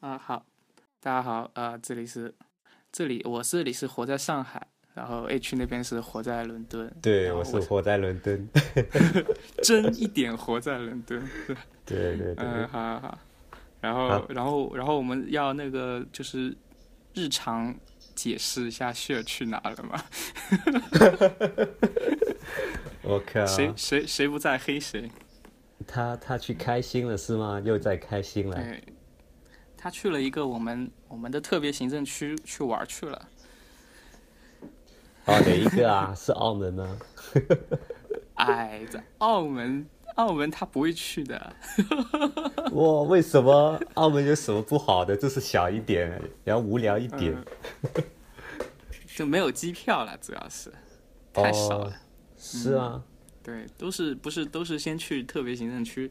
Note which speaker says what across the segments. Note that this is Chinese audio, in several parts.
Speaker 1: 啊，好，大家好，啊，这里是，这里我这里是活在上海，然后 H 那边是活在伦敦，
Speaker 2: 对，
Speaker 1: 然后
Speaker 2: 我是
Speaker 1: 我
Speaker 2: 活在伦 敦。
Speaker 1: 真一点活在伦敦，是
Speaker 2: 对对对，
Speaker 1: 嗯，好好好，然后、
Speaker 2: 好
Speaker 1: 然后然后我们要那个就是日常解释一下 share 去哪了嘛，
Speaker 2: 我靠，
Speaker 1: 谁谁谁不在黑谁，
Speaker 2: 他他去开心了是吗？又在开心了。
Speaker 1: 对，哎他去了一个我们我们的特别行政区去玩儿去了
Speaker 2: 哦，哪一个啊？是澳门吗？
Speaker 1: 哎，在澳门，澳门他不会去的。
Speaker 2: 哇，为什么澳门有什么不好的？就是小一点，然后无聊一点。
Speaker 1: 嗯就没有机票了，主要是太少了。嗯
Speaker 2: 哦是啊，
Speaker 1: 对，都是不是都是先去特别行政区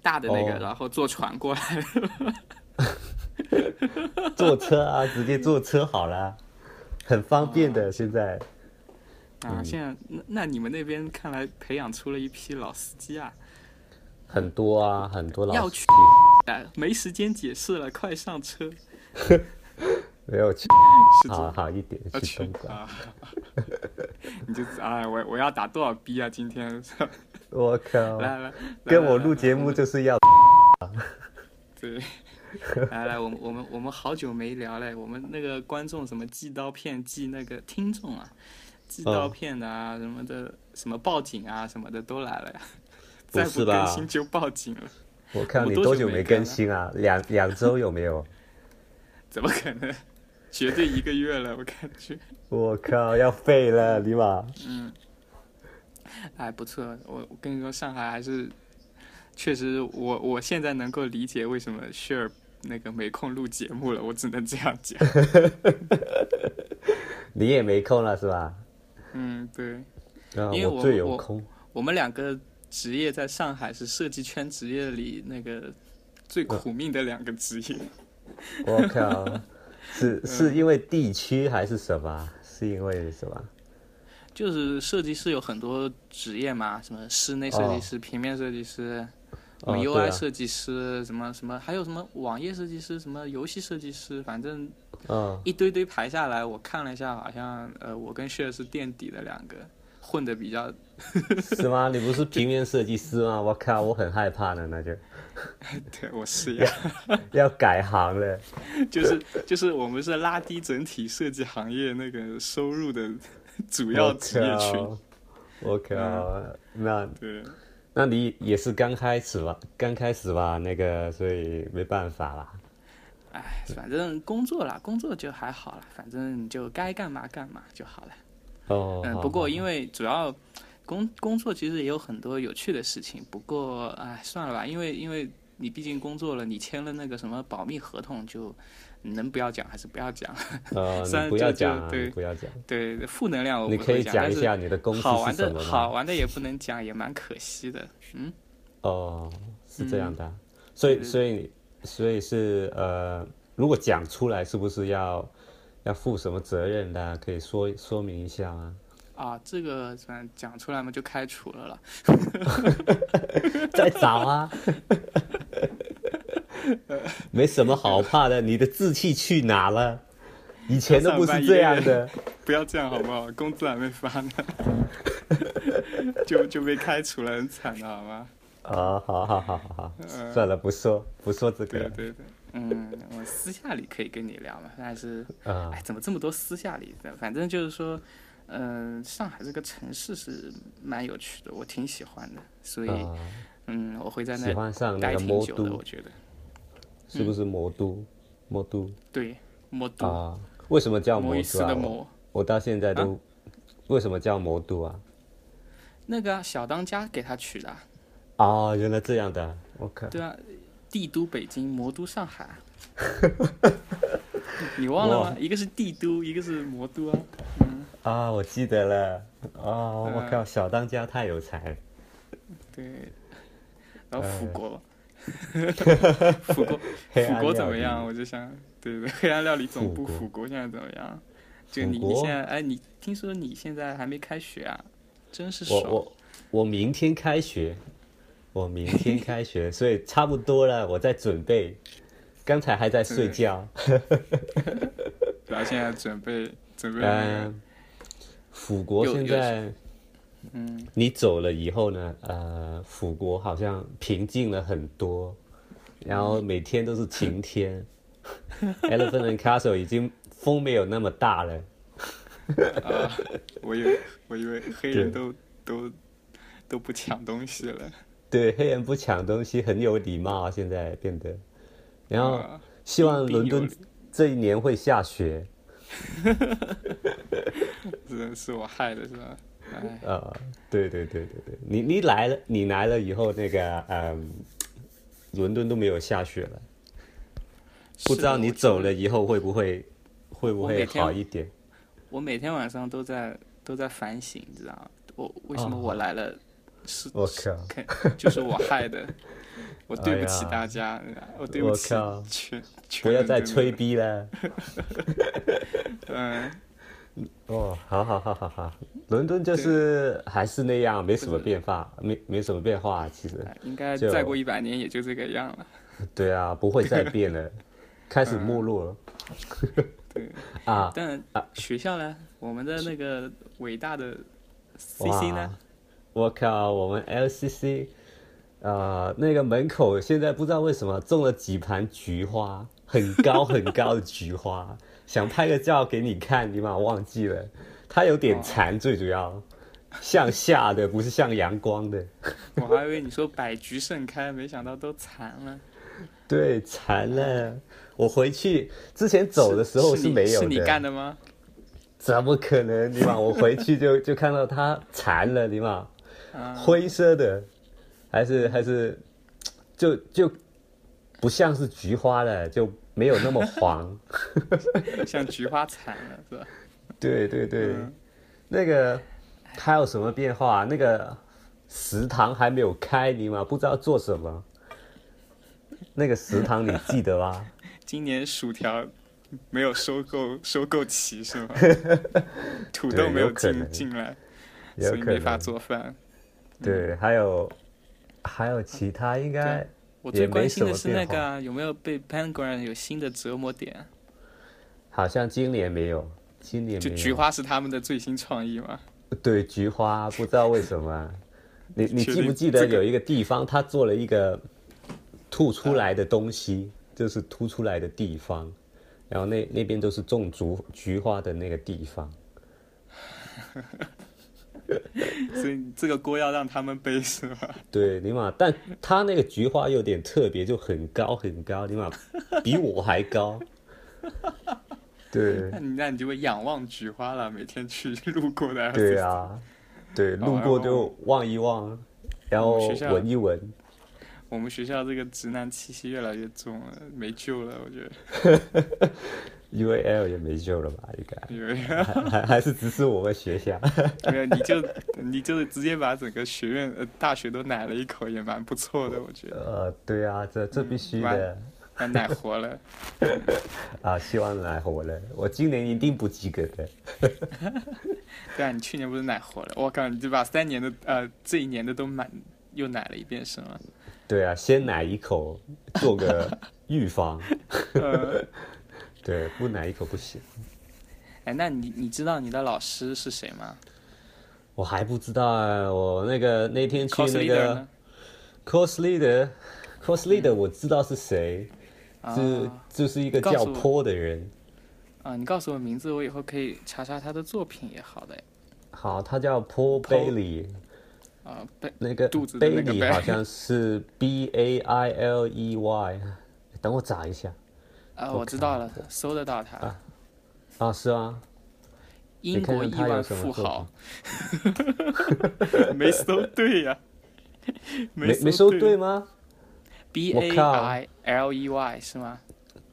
Speaker 1: 大的那个，
Speaker 2: 哦
Speaker 1: 然后坐船过来。
Speaker 2: 坐车啊，直接坐车好啦，很方便
Speaker 1: 嗯
Speaker 2: 的。现在 嗯
Speaker 1: 啊，现在那那你们那边看来培养出了一批老司机啊！
Speaker 2: 很多啊，很多老
Speaker 1: 要
Speaker 2: 司
Speaker 1: 去
Speaker 2: 机
Speaker 1: 哎，没时间解释了，快上车！
Speaker 2: 没有去
Speaker 1: 是这
Speaker 2: 好好一点
Speaker 1: 要
Speaker 2: 去
Speaker 1: 去
Speaker 2: 东莞。
Speaker 1: 啊！你就哎，我我要打多少逼啊！今天
Speaker 2: 我靠，
Speaker 1: 来来，来
Speaker 2: 跟我
Speaker 1: 来
Speaker 2: 录
Speaker 1: 来
Speaker 2: 节目就是要
Speaker 1: 对， 来来，我们我们我们好久没聊嘞，我们那个观众什么寄刀片、寄那个听众啊，寄刀片的啊、什么的，什么报警啊什么的都来 了呀，
Speaker 2: 不
Speaker 1: 再
Speaker 2: 是
Speaker 1: 不
Speaker 2: 吧
Speaker 1: 更新就报警了，
Speaker 2: 我看
Speaker 1: 我
Speaker 2: 你
Speaker 1: 多
Speaker 2: 多
Speaker 1: 久
Speaker 2: 久
Speaker 1: 没
Speaker 2: 没
Speaker 1: 更
Speaker 2: 更
Speaker 1: 了
Speaker 2: 新啊？两两周有没有？
Speaker 1: 怎么可能？绝对一个月了，我感觉。
Speaker 2: 我靠，要废了，尼玛！
Speaker 1: 哎，不错，我我跟你说，上海还是确实我，我现在能够理解为什么 Share 那个没空录节目了，我只能这样讲。
Speaker 2: 你也没空了是吧？
Speaker 1: 嗯，对。
Speaker 2: 啊，
Speaker 1: 因为我
Speaker 2: 最有
Speaker 1: 我
Speaker 2: 空。
Speaker 1: 我们两个职业在上海是设计圈职业里那个最苦命的两个职业。
Speaker 2: 我靠，
Speaker 1: 嗯
Speaker 2: 是是因为地区还是什么？是因为什么？
Speaker 1: 就是设计师有很多职业嘛，什么室内设计师、平面设计师、什
Speaker 2: 哦，
Speaker 1: 么
Speaker 2: 对
Speaker 1: UI
Speaker 2: 啊，
Speaker 1: 设计师，什么什么，还有什么网页设计师、什么游戏设计师，反正
Speaker 2: 嗯，
Speaker 1: 一堆堆排下来，我看了一下，好像呃，我跟谢是垫底的两个，混的比较
Speaker 2: 是吗？你不是平面设计师吗？我靠，我很害怕呢，那就
Speaker 1: 对我是 呀，
Speaker 2: 要改行了。
Speaker 1: 就是就是我们是拉低整体设计行业那个收入的主
Speaker 2: 不
Speaker 1: 要职业群。嗯
Speaker 2: 我靠，那
Speaker 1: 对，
Speaker 2: 那你也是刚开始吧？刚开始吧，那个，所以没办法啦。
Speaker 1: 哎，反正工作啦，工作就还好啦，反正你就该干嘛干嘛就好了。
Speaker 2: 哦，
Speaker 1: 嗯，
Speaker 2: 好
Speaker 1: 不过
Speaker 2: 好
Speaker 1: 因为主要工工作其实也有很多有趣的事情，不过哎算了吧，因为因为你毕竟工作了，你签了那个什么保密合同就。能不要讲还是不要讲，
Speaker 2: 呃，
Speaker 1: 虽然
Speaker 2: 你不要
Speaker 1: 这就
Speaker 2: 讲啊，你
Speaker 1: 对
Speaker 2: 不要讲，
Speaker 1: 对负能量我
Speaker 2: 你
Speaker 1: 不
Speaker 2: 可
Speaker 1: 会
Speaker 2: 以讲
Speaker 1: 但
Speaker 2: 一
Speaker 1: 是
Speaker 2: 下你的公司
Speaker 1: 好玩
Speaker 2: 是什
Speaker 1: 的
Speaker 2: 么
Speaker 1: 好
Speaker 2: 吗？
Speaker 1: 玩的也不能讲，也蛮可惜的。嗯，
Speaker 2: 哦，是这样的啊，所以
Speaker 1: 对
Speaker 2: 所以所以是呃，如果讲出来，是不是要要负什么责任的啊？可以说说明一下吗？
Speaker 1: 啊，这个反正讲出来嘛就开除了了。
Speaker 2: 再找啊，没什么好怕的，你的志气去哪了？以前都不是这样的，
Speaker 1: 不要这样好不好？工资还没发呢， 就就被开除了，很惨的好吗？
Speaker 2: 啊，好好好好好，算了，不说不说这个
Speaker 1: 嗯对
Speaker 2: 了，
Speaker 1: 对对，嗯，我私下里可以跟你聊嘛，但是，
Speaker 2: 啊
Speaker 1: 哎，怎么这么多私下里的？反正就是说，嗯、上海这个城市是蛮有趣的，我挺喜欢的，所以，
Speaker 2: 啊，
Speaker 1: 嗯，我会在
Speaker 2: 喜
Speaker 1: 那
Speaker 2: 欢上那
Speaker 1: 待
Speaker 2: 个
Speaker 1: 挺
Speaker 2: 魔
Speaker 1: 久的，
Speaker 2: 都
Speaker 1: 我，觉得。
Speaker 2: 是不是魔都？魔都。
Speaker 1: 对，魔都，
Speaker 2: 啊，为什么叫
Speaker 1: 嗯摩
Speaker 2: 魔
Speaker 1: 伊斯
Speaker 2: 都啊？
Speaker 1: 的
Speaker 2: 我
Speaker 1: 魔，啊
Speaker 2: 我到现在都、为什么叫魔都啊？
Speaker 1: 那个啊小当家给他取的啊，
Speaker 2: 哦，原来这样的，我靠，
Speaker 1: 对啊，帝都北京，魔都上 海啊。你忘了吗？一个是帝都，一个是魔都啊。
Speaker 2: 啊，我记得了，
Speaker 1: 嗯
Speaker 2: 哦，我靠，小当家太有才了，
Speaker 1: 对，然后辅国，辅国，
Speaker 2: 哎 黑
Speaker 1: 辅
Speaker 2: 暗
Speaker 1: 国
Speaker 2: 料
Speaker 1: 怎么
Speaker 2: 理
Speaker 1: 样？？我就想，对对，黑暗料理总部
Speaker 2: 辅国
Speaker 1: 辅国现在怎么样？就
Speaker 2: 辅
Speaker 1: 你你
Speaker 2: 国
Speaker 1: 现在，哎，你听说你现在还没开学啊？真是
Speaker 2: 我
Speaker 1: 爽！
Speaker 2: 我我明天开学，我明天开学，所以差不多了，我在准备。刚才还在睡觉。
Speaker 1: 然后现在准备准备、那个
Speaker 2: 嗯，辅国
Speaker 1: 有
Speaker 2: 现
Speaker 1: 有
Speaker 2: 在，
Speaker 1: 嗯，
Speaker 2: 你走了以后呢，呃，辅国好像平静了很多，然后每天都是晴 天。Elephant and Castle 已经风没有那么大了，
Speaker 1: 啊，我以为我以为黑人
Speaker 2: 对
Speaker 1: 都都都不抢东西了，
Speaker 2: 对，黑人不抢东西很有礼貌啊，现在变得。然后
Speaker 1: 啊
Speaker 2: 希望
Speaker 1: 彬彬
Speaker 2: 伦
Speaker 1: 有
Speaker 2: 敦
Speaker 1: 礼
Speaker 2: 这一年会下雪，
Speaker 1: 是是我害的是吧？哎，
Speaker 2: 呃，对对对对对，你你来了，你来了以后，那个嗯，伦敦都没有下雪了，不知道你走
Speaker 1: 是的
Speaker 2: 了以后会不会会不
Speaker 1: 我每
Speaker 2: 会
Speaker 1: 天
Speaker 2: 好一点？
Speaker 1: 我，我每天晚上都在都在反省，你知道吗？我为什么
Speaker 2: 哦
Speaker 1: 我来了？是
Speaker 2: 我
Speaker 1: 是
Speaker 2: 靠
Speaker 1: 肯就是我害的， 我对不起
Speaker 2: 哎呀
Speaker 1: 大家，我对不
Speaker 2: 我
Speaker 1: 起
Speaker 2: 靠
Speaker 1: 全全
Speaker 2: 不要
Speaker 1: 伦
Speaker 2: 再
Speaker 1: 敦的
Speaker 2: 吹
Speaker 1: 人，
Speaker 2: 逼了。
Speaker 1: 嗯。
Speaker 2: 哦，好好好好好，伦敦就是还是那样，没什么变化，没没什么变化，其实。
Speaker 1: 哎应该
Speaker 2: 就
Speaker 1: 再过一百年也就这个样了。
Speaker 2: 对啊，不会再变了，开始没落了。
Speaker 1: 对，
Speaker 2: 啊，
Speaker 1: 但学校呢？我们的那个伟大的 CC
Speaker 2: 哇
Speaker 1: 呢？！
Speaker 2: 我靠，我们 LCC，呃，那个门口现在不知道为什么种了几盘菊花，很高很高的 菊花，想拍个照给你看，你把我忘记了，它有点残，最主要向下的，不是向阳光的。
Speaker 1: 我还以为你说百菊盛开，没想到都残了。
Speaker 2: 对，残了。我回去之前走的时候
Speaker 1: 是你
Speaker 2: 没有
Speaker 1: 是你干
Speaker 2: 的，
Speaker 1: 的吗？
Speaker 2: 怎么可能？你妈，我回去就就看到它残了，你妈，
Speaker 1: 啊
Speaker 2: 灰色的，还是还是，就就不像是菊花了，就没有那么 黄。
Speaker 1: 像菊花残了是吧？
Speaker 2: 对对对，
Speaker 1: 嗯
Speaker 2: 那个还有什么变化？那个食堂还没有开，你妈不知道做什么。那个食堂你记 得吧？
Speaker 1: 今年薯条没有收购收购齐 是吗？土豆
Speaker 2: 对
Speaker 1: 没有
Speaker 2: 有可
Speaker 1: 进
Speaker 2: 能
Speaker 1: 进来，
Speaker 2: 有
Speaker 1: 所以
Speaker 2: 可
Speaker 1: 没法嗯
Speaker 2: 能。
Speaker 1: 做饭。
Speaker 2: 对，还有还有其他应该
Speaker 1: 我
Speaker 2: 也
Speaker 1: 最
Speaker 2: 没
Speaker 1: 关心的
Speaker 2: 什
Speaker 1: 是
Speaker 2: 么
Speaker 1: 那
Speaker 2: 变
Speaker 1: 个啊、有没有被 Penguin 有新的折磨点啊？
Speaker 2: 好像今年没有，今年
Speaker 1: 就
Speaker 2: 没有
Speaker 1: 菊花是他们的最新创意 嘛？
Speaker 2: 对菊花，不知道为什么。啊你你
Speaker 1: 确
Speaker 2: 记不
Speaker 1: 定
Speaker 2: 记得
Speaker 1: 这个
Speaker 2: 有一个地方，它做了一个吐出来的东西，就是凸出来的地方，然后那那边都是种竹菊花的那个地方。
Speaker 1: 所以这个锅要让他们背是吧？
Speaker 2: 对，尼玛，但它那个菊花有点特别，就很高很高，尼玛比我还高。对
Speaker 1: 那你那你就会仰望菊花了，每天去路过的。
Speaker 2: 对，啊，对，路过
Speaker 1: 哦
Speaker 2: 就望一望，然
Speaker 1: 我
Speaker 2: 后
Speaker 1: 们哦学校
Speaker 2: 闻一闻。
Speaker 1: 我们学校这个直男气息越来越重了，没救了，我觉得。
Speaker 2: U A L 也没救了吧？应该
Speaker 1: 因为
Speaker 2: 还还 还是只是我们 学校。
Speaker 1: 没有，你就你就直接把整个学院、呃、大学都奶了一口，也蛮不错的，我觉得，
Speaker 2: 呃，对啊，这这必须的
Speaker 1: 把奶活了。
Speaker 2: 啊！希望奶活了，我今年一定不及格的。
Speaker 1: 对啊，你去年不是奶活了？我靠，你就把三年的呃这一年的都满又奶了一遍是吗？
Speaker 2: 对啊，先奶一口，做个预防。
Speaker 1: 呃，
Speaker 2: 对，不奶一口不行。
Speaker 1: 哎，那你你知道你的老师是谁吗
Speaker 2: 我还不知道啊，我那个那天去
Speaker 1: ？cos
Speaker 2: 那
Speaker 1: leader
Speaker 2: 个
Speaker 1: 呢？
Speaker 2: course leader，course leader 我知道是谁，
Speaker 1: 啊
Speaker 2: 这就是一个
Speaker 1: 告
Speaker 2: 叫
Speaker 1: 诉我
Speaker 2: 坡的人。
Speaker 1: 啊，你告诉我名字，我以后可以查查他的作品也好的呀。
Speaker 2: 好，他叫 Paul Bailey，
Speaker 1: 啊，被
Speaker 2: 那个
Speaker 1: 肚子的那个
Speaker 2: Bailey
Speaker 1: Bailey
Speaker 2: 好像是 B A I L E Y，等我找一下
Speaker 1: 啊，我知道了，搜得到他，
Speaker 2: 啊，是吗？
Speaker 1: 英国
Speaker 2: 你
Speaker 1: 亿
Speaker 2: 看看他
Speaker 1: 万
Speaker 2: 有什
Speaker 1: 富
Speaker 2: 么作品
Speaker 1: 豪。 没搜对呀、
Speaker 2: 没
Speaker 1: 没
Speaker 2: 说对
Speaker 1: 对
Speaker 2: 吗？
Speaker 1: ，B
Speaker 2: 我
Speaker 1: A
Speaker 2: 靠
Speaker 1: I L E Y 是吗？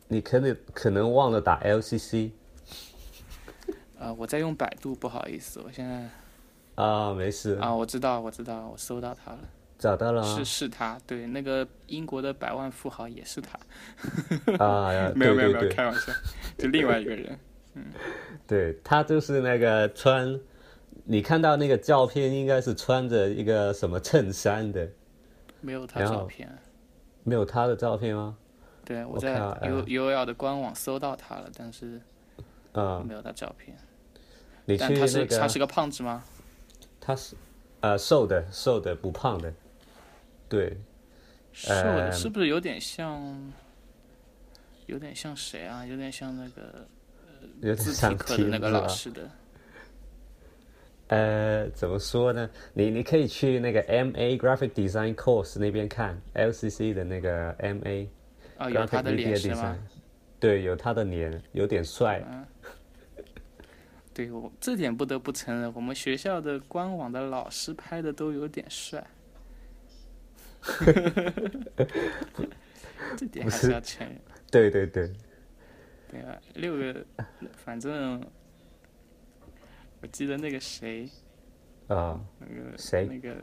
Speaker 2: 你可能可能忘了打 LCC
Speaker 1: 呃，我在用百度，不好意思，我现在
Speaker 2: 啊，没事，
Speaker 1: 啊，我知道，我知道，我搜到他了，
Speaker 2: 找到了
Speaker 1: 是
Speaker 2: 吗？
Speaker 1: 是他，对，那个英国的百万富豪也是他，
Speaker 2: 啊，呀
Speaker 1: 没有没
Speaker 2: 对
Speaker 1: 有没
Speaker 2: 对
Speaker 1: 有，
Speaker 2: 对
Speaker 1: 开玩笑，就另外一个 人，
Speaker 2: 对，他就是那个穿，你看到那个照片应该是穿着一个什么衬衫的，
Speaker 1: 没有他
Speaker 2: 然
Speaker 1: 照
Speaker 2: 后
Speaker 1: 片，
Speaker 2: 没有他的照片吗？
Speaker 1: 对，我
Speaker 2: 我
Speaker 1: 在
Speaker 2: 看哎
Speaker 1: U U L 的官网搜到他了，但是
Speaker 2: 嗯，
Speaker 1: 没有他照片。
Speaker 2: 你去
Speaker 1: 但他是
Speaker 2: 那个
Speaker 1: 他是个胖子吗？
Speaker 2: 他是呃瘦的瘦的不胖的，对，
Speaker 1: 瘦的，
Speaker 2: 呃
Speaker 1: 是不是有点像，有点像谁啊？有点像那个
Speaker 2: 有点
Speaker 1: 字
Speaker 2: 像
Speaker 1: 体课的
Speaker 2: 蹄
Speaker 1: 那个
Speaker 2: 子
Speaker 1: 老
Speaker 2: 吧
Speaker 1: 师的。
Speaker 2: 呃，怎么说呢？你你可以去那个 M A Graphic Design Course 那边看 L C C 的那个 M A
Speaker 1: 啊，有
Speaker 2: Graphic
Speaker 1: 他的脸
Speaker 2: Media
Speaker 1: 是
Speaker 2: Design，
Speaker 1: 吗？
Speaker 2: 对，有他的脸，有点帅。
Speaker 1: 嗯 对我这点不得不承认，我们学校的官网的老师拍的都有点帅， 这点还是要承认。
Speaker 2: 对对对，
Speaker 1: 对吧？六个，反正我记得那个谁，
Speaker 2: 啊、
Speaker 1: 那个
Speaker 2: 谁
Speaker 1: 那个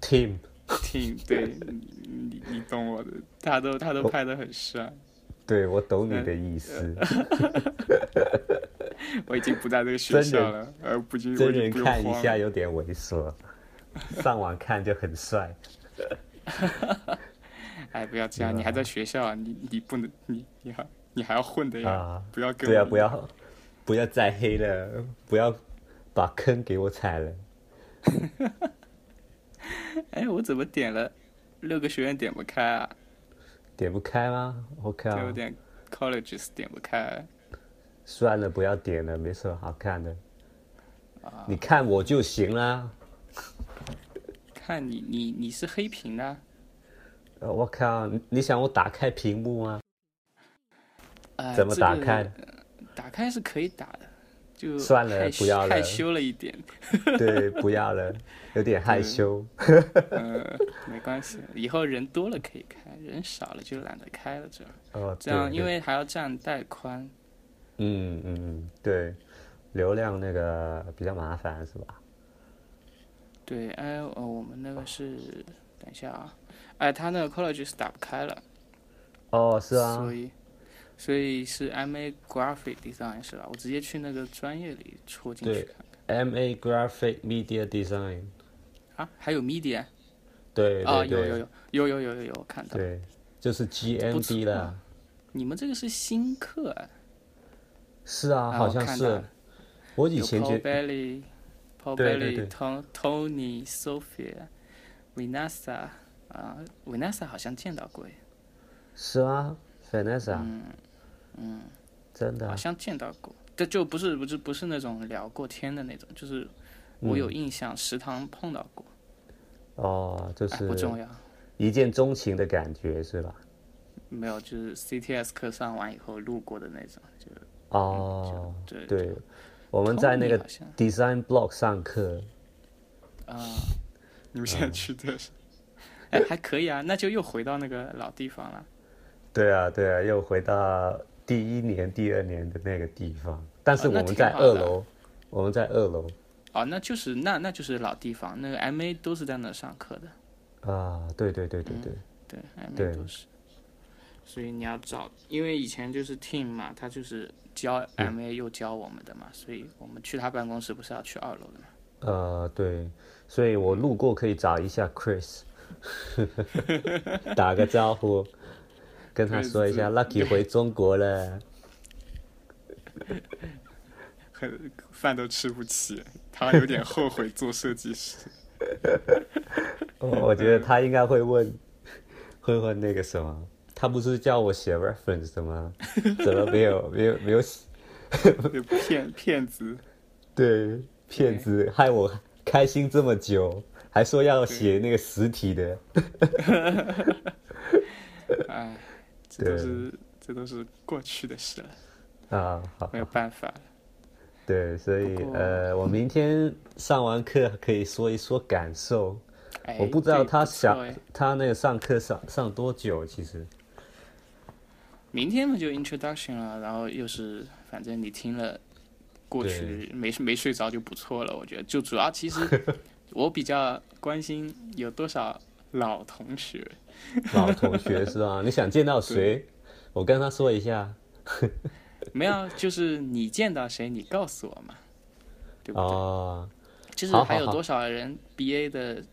Speaker 2: t i m
Speaker 1: 挺对，你你你懂我的，他都
Speaker 2: 哦
Speaker 1: 他都拍的很帅，
Speaker 2: 对我懂你的意思。
Speaker 1: 我已经不在这个学
Speaker 2: 真人
Speaker 1: 校了，呃，不经我
Speaker 2: 真
Speaker 1: 已经
Speaker 2: 人
Speaker 1: 不用
Speaker 2: 看一
Speaker 1: 慌
Speaker 2: 下
Speaker 1: 了
Speaker 2: 有点猥琐，上网看就 很帅。
Speaker 1: 哎，不要这样，你
Speaker 2: 嗯
Speaker 1: 还在学校啊，你你不能，你你还你还要混的呀，
Speaker 2: 啊
Speaker 1: 不要跟
Speaker 2: 对啊，
Speaker 1: 我
Speaker 2: 不要不要再黑了，不要把坑给我踩了。
Speaker 1: 哎，我怎么点了六个学院点不开啊？
Speaker 2: 点不开吗？OK
Speaker 1: 就有
Speaker 2: 啊，
Speaker 1: 点 colleges 点不开，
Speaker 2: 算了，不要点了，没什么好看的。你看我就行啦。
Speaker 1: 看你你你是黑屏的啊。
Speaker 2: 呃我靠，你你想我打开屏幕吗？
Speaker 1: 哎
Speaker 2: 怎么打开？
Speaker 1: 这个打开是可以打的，就
Speaker 2: 算了
Speaker 1: 害羞
Speaker 2: 不要了
Speaker 1: 害羞了一点，
Speaker 2: 对，不要了，有点害羞。
Speaker 1: 呃，没关系，以后人多了可以开，人少了就懒得开了，这
Speaker 2: 哦，
Speaker 1: 这样
Speaker 2: 对
Speaker 1: 因为还要占带宽，
Speaker 2: 嗯嗯嗯，对，流量那个比较麻烦是吧？
Speaker 1: 对，哎，呃，我们那个是，等一下啊，哎，他那个 college 是打不开了，
Speaker 2: 哦，是啊
Speaker 1: 所，以所以是 MA graphic design 是吧？我直接去那个专业里戳进去
Speaker 2: 对
Speaker 1: 看看
Speaker 2: M A Graphic Media Design，
Speaker 1: 啊，还有 media
Speaker 2: 对
Speaker 1: 啊，
Speaker 2: 对
Speaker 1: 有有
Speaker 2: 对
Speaker 1: 有有有有有有，我看到了，
Speaker 2: 对，就是 G M
Speaker 1: 不错
Speaker 2: D 啦。
Speaker 1: 你们这个是新课啊？
Speaker 2: 是啊，
Speaker 1: 啊
Speaker 2: 好
Speaker 1: 我
Speaker 2: 像
Speaker 1: 看到
Speaker 2: 是
Speaker 1: 了。
Speaker 2: 我以
Speaker 1: 有
Speaker 2: 前
Speaker 1: Paul
Speaker 2: 觉
Speaker 1: Bailey、Paul
Speaker 2: 对对对
Speaker 1: Bailey、Tom、Tony、Sophia、Vinasa 啊，Vinasa 好像见到过耶，
Speaker 2: 是啊，Vanessa，
Speaker 1: 嗯嗯，
Speaker 2: 真的
Speaker 1: 好
Speaker 2: 啊
Speaker 1: 像见到过，这就不是不是不是那种聊过天的那种，就是我
Speaker 2: 嗯
Speaker 1: 有印象食堂碰到过，
Speaker 2: 哦，就
Speaker 1: 哎，不重
Speaker 2: 是
Speaker 1: 要，
Speaker 2: 一见钟情的感觉是吧？
Speaker 1: 没有，就是 CTS 课上完以后路过的那种，就
Speaker 2: 哦，
Speaker 1: 嗯对
Speaker 2: 对，我们在那
Speaker 1: Tony
Speaker 2: 个
Speaker 1: 好像
Speaker 2: Design Block 上课，
Speaker 1: 啊，你们现在去的是， 哎，还可以啊，那就又回到那个老地方了。
Speaker 2: 对啊，对啊，又回到第一年、第二年的那个地方，但是
Speaker 1: 哦
Speaker 2: 我
Speaker 1: 那
Speaker 2: 们
Speaker 1: 挺
Speaker 2: 在
Speaker 1: 好
Speaker 2: 二
Speaker 1: 的
Speaker 2: 楼，我们在二楼
Speaker 1: 哦，那就是那那就是老地方，那个 MA 都是在那上课的，
Speaker 2: 啊，对对对对对，
Speaker 1: 对
Speaker 2: 对
Speaker 1: ，MA 都是。所以你要找，因为以前就是 Team 嘛，他就是教
Speaker 2: 嗯
Speaker 1: MA 又教我们的嘛，所以我们去他办公室不是要去二楼的嘛？
Speaker 2: 呃，对，所以我路过可以找一下 Chris，打个招呼，跟他说一下 Lucky 回中国了。
Speaker 1: 很 饭都吃不起，他有点后悔做设计师。
Speaker 2: 哦我觉得他应该会问，会问那个什么，他不是叫我写 reference 的吗？怎么没有没有没有写？
Speaker 1: 就骗骗 子，
Speaker 2: 对，骗子害我开心这么久，还说要写那个实体的。
Speaker 1: 哎，这都
Speaker 2: 对
Speaker 1: 是这都是过去的事了，
Speaker 2: 啊，好
Speaker 1: 没，有办法了。
Speaker 2: 对，所以
Speaker 1: 不过
Speaker 2: 呃，我明天上完课可以说一说感受。
Speaker 1: 哎，
Speaker 2: 我不知道
Speaker 1: 这
Speaker 2: 他
Speaker 1: 不错
Speaker 2: 想
Speaker 1: 哎
Speaker 2: 他那个上课上上多久，其实
Speaker 1: 明天嘛就 introduction 了，然后又是反正你听了，过去没没睡着就不错了，我觉得就主要其 实我比较关心有多少老同学，
Speaker 2: 老同学是 吧？你想见到谁？我跟他说一下。
Speaker 1: 没有就是你见到谁你告诉我嘛，对不对？
Speaker 2: 哦，
Speaker 1: 就是
Speaker 2: 好好
Speaker 1: 还有
Speaker 2: 好
Speaker 1: 多少人 BA 的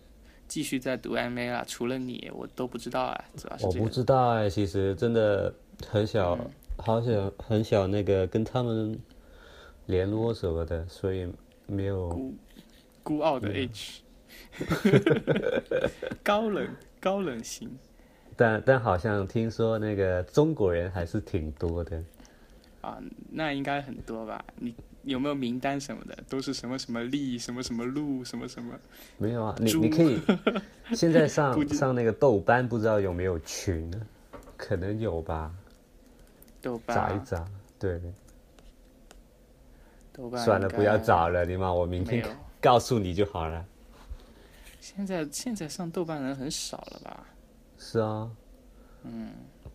Speaker 1: 继续在读 MA 啦，除了你我都不知道啊，主要是
Speaker 2: 我
Speaker 1: 这
Speaker 2: 不
Speaker 1: 个嗯
Speaker 2: 知道哎，其实真的很小，好小很小那个跟他们联络什么的，所以没有
Speaker 1: 孤孤傲
Speaker 2: 嗯
Speaker 1: 的 H，高冷高冷型
Speaker 2: 但但好像听说那个中国人还是挺多的，
Speaker 1: 啊，那应该很多吧？你有没有名单什么的？都是什么什么利，什么什么路，什么什么？
Speaker 2: 没有啊，你
Speaker 1: 猪
Speaker 2: 你可 以现在
Speaker 1: 估
Speaker 2: 上
Speaker 1: 计
Speaker 2: 上那个豆瓣，不知道有没有群呢？可能有吧，
Speaker 1: 豆瓣
Speaker 2: 找一
Speaker 1: 啊，
Speaker 2: 找。对，
Speaker 1: 豆瓣
Speaker 2: 算了，
Speaker 1: 应
Speaker 2: 不要
Speaker 1: 该
Speaker 2: 找了，你妈，我明
Speaker 1: 没
Speaker 2: 天
Speaker 1: 有
Speaker 2: 告诉你就好了。
Speaker 1: 现在现在上豆瓣人很少了吧？
Speaker 2: 是啊，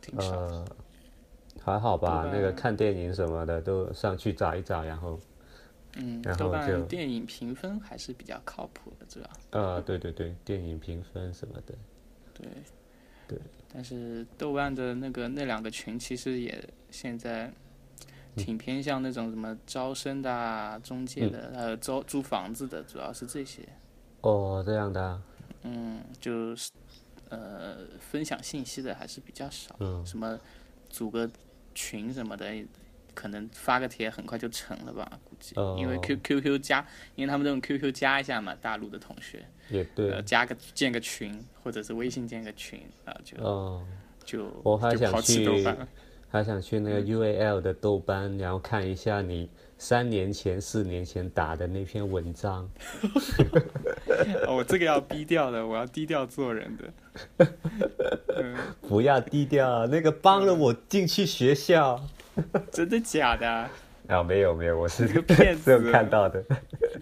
Speaker 1: 挺少的。
Speaker 2: 呃，还好吧
Speaker 1: 豆，瓣
Speaker 2: 那个看电影什么的都上去找一找，然后
Speaker 1: 嗯
Speaker 2: 然，
Speaker 1: 豆
Speaker 2: 后就
Speaker 1: 瓣电影评分还是比较靠谱的，主要
Speaker 2: 呃， 对对对，电影评分什么的，
Speaker 1: 对。
Speaker 2: 对。
Speaker 1: 但是豆瓣的那个那两个群其实也现在
Speaker 2: 嗯
Speaker 1: 挺偏向那种什么招生的、啊、中介的，
Speaker 2: 嗯
Speaker 1: 还有租租房子的，主要是这些。
Speaker 2: 哦，这样的啊、
Speaker 1: 嗯，就是呃，分享信息的还是比较少，
Speaker 2: 嗯
Speaker 1: 什么组个群什么的，可能发个帖很快就成了吧，估计，因为
Speaker 2: 哦
Speaker 1: Q Q Q 加，因为他们都用 Q Q 加一下嘛，大陆的同学，
Speaker 2: 也对
Speaker 1: 呃，，加个建个群，或者是微信建个群，啊，就
Speaker 2: 哦，
Speaker 1: 就
Speaker 2: 我还
Speaker 1: 就
Speaker 2: 想
Speaker 1: 抛弃
Speaker 2: 去
Speaker 1: 豆瓣了，
Speaker 2: 还想去那
Speaker 1: 嗯
Speaker 2: 个 UAL 的豆瓣，然后看一下你三年前、四年前打的那篇 文章。
Speaker 1: 哦我这个要低调的，我要低调做人的，
Speaker 2: 不要低调啊，那个帮了我进去学校。
Speaker 1: 真的假的啊？
Speaker 2: 啊，没有没有，我是
Speaker 1: 你个骗
Speaker 2: 只有
Speaker 1: 子
Speaker 2: 看到的。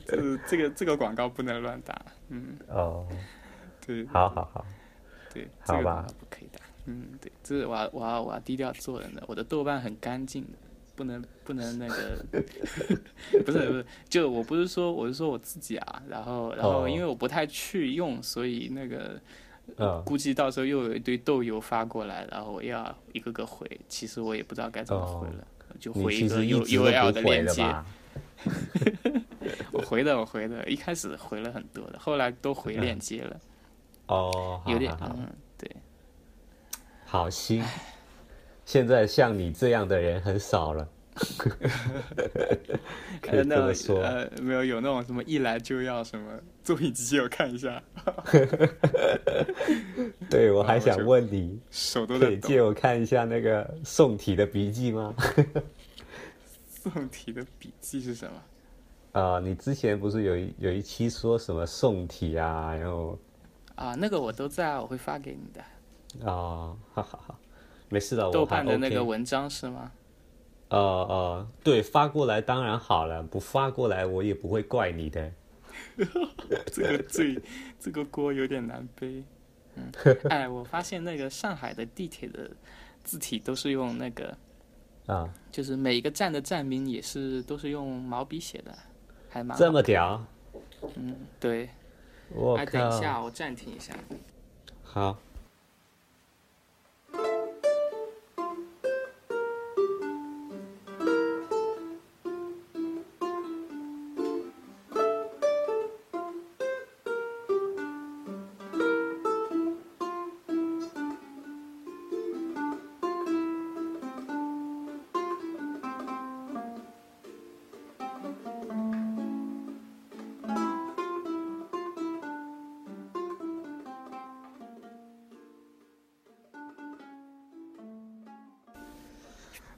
Speaker 1: 这这个这个广告不能乱打，嗯，
Speaker 2: 哦，
Speaker 1: 对。
Speaker 2: 好好好，
Speaker 1: 对，
Speaker 2: 好
Speaker 1: 这个
Speaker 2: 吧
Speaker 1: 广告不可以打。嗯，对，这是我要我要我要低调做人的，我的豆瓣很干净的，不能不能那个， 不是不是，就我不是说我是说我自己啊，然后然后
Speaker 2: 哦
Speaker 1: 因为我不太去用，所以那个
Speaker 2: 嗯
Speaker 1: 估计到时候又有一堆豆油发过来，然后我要一个个回，其实我也不知道该怎么回
Speaker 2: 哦
Speaker 1: 了。就
Speaker 2: 你
Speaker 1: 回
Speaker 2: 其
Speaker 1: 个
Speaker 2: 实
Speaker 1: U
Speaker 2: 直
Speaker 1: U L
Speaker 2: 都
Speaker 1: 的
Speaker 2: 不回
Speaker 1: 链
Speaker 2: 的
Speaker 1: 接，
Speaker 2: 吧？
Speaker 1: 我回的我回的，一开始回了很多的，后来都回链接了，
Speaker 2: 哦，好
Speaker 1: 有点
Speaker 2: 好好，
Speaker 1: 嗯，对，
Speaker 2: 好心。现在像你这样的人很少了，可以
Speaker 1: 呃，
Speaker 2: 这
Speaker 1: 那
Speaker 2: 么说
Speaker 1: 呃，没有有那种什么一来就要什么作品集，我看一下，
Speaker 2: 对我
Speaker 1: 啊
Speaker 2: 还
Speaker 1: 我
Speaker 2: 想
Speaker 1: 就
Speaker 2: 问你，
Speaker 1: 手都
Speaker 2: 可
Speaker 1: 在
Speaker 2: 以
Speaker 1: 抖。
Speaker 2: 借我看一下那个宋体的笔记吗？
Speaker 1: 宋体的笔记是什么？
Speaker 2: 啊、你之前不是有一有一期说什么宋体啊，然后
Speaker 1: 啊，那个我都在啊，我会发给你的。
Speaker 2: 啊，哈哈哈，没事的，
Speaker 1: 豆
Speaker 2: 我还
Speaker 1: 瓣的那个
Speaker 2: 哦 OK。
Speaker 1: 文章是吗？
Speaker 2: 呃呃，对，发过来当然好了，不发过来我也不会怪你的。
Speaker 1: 这个罪，这个锅有点难背。 嗯，哎，我发现那个上海的地铁的字体都是用那个，
Speaker 2: 啊，
Speaker 1: 就是每一个站的站名也是都是用毛笔写的，还蛮
Speaker 2: 这
Speaker 1: 好
Speaker 2: 么屌，
Speaker 1: 嗯对。
Speaker 2: 我啊
Speaker 1: 哎，等一
Speaker 2: 靠，
Speaker 1: 下，我暂停一下。
Speaker 2: 好，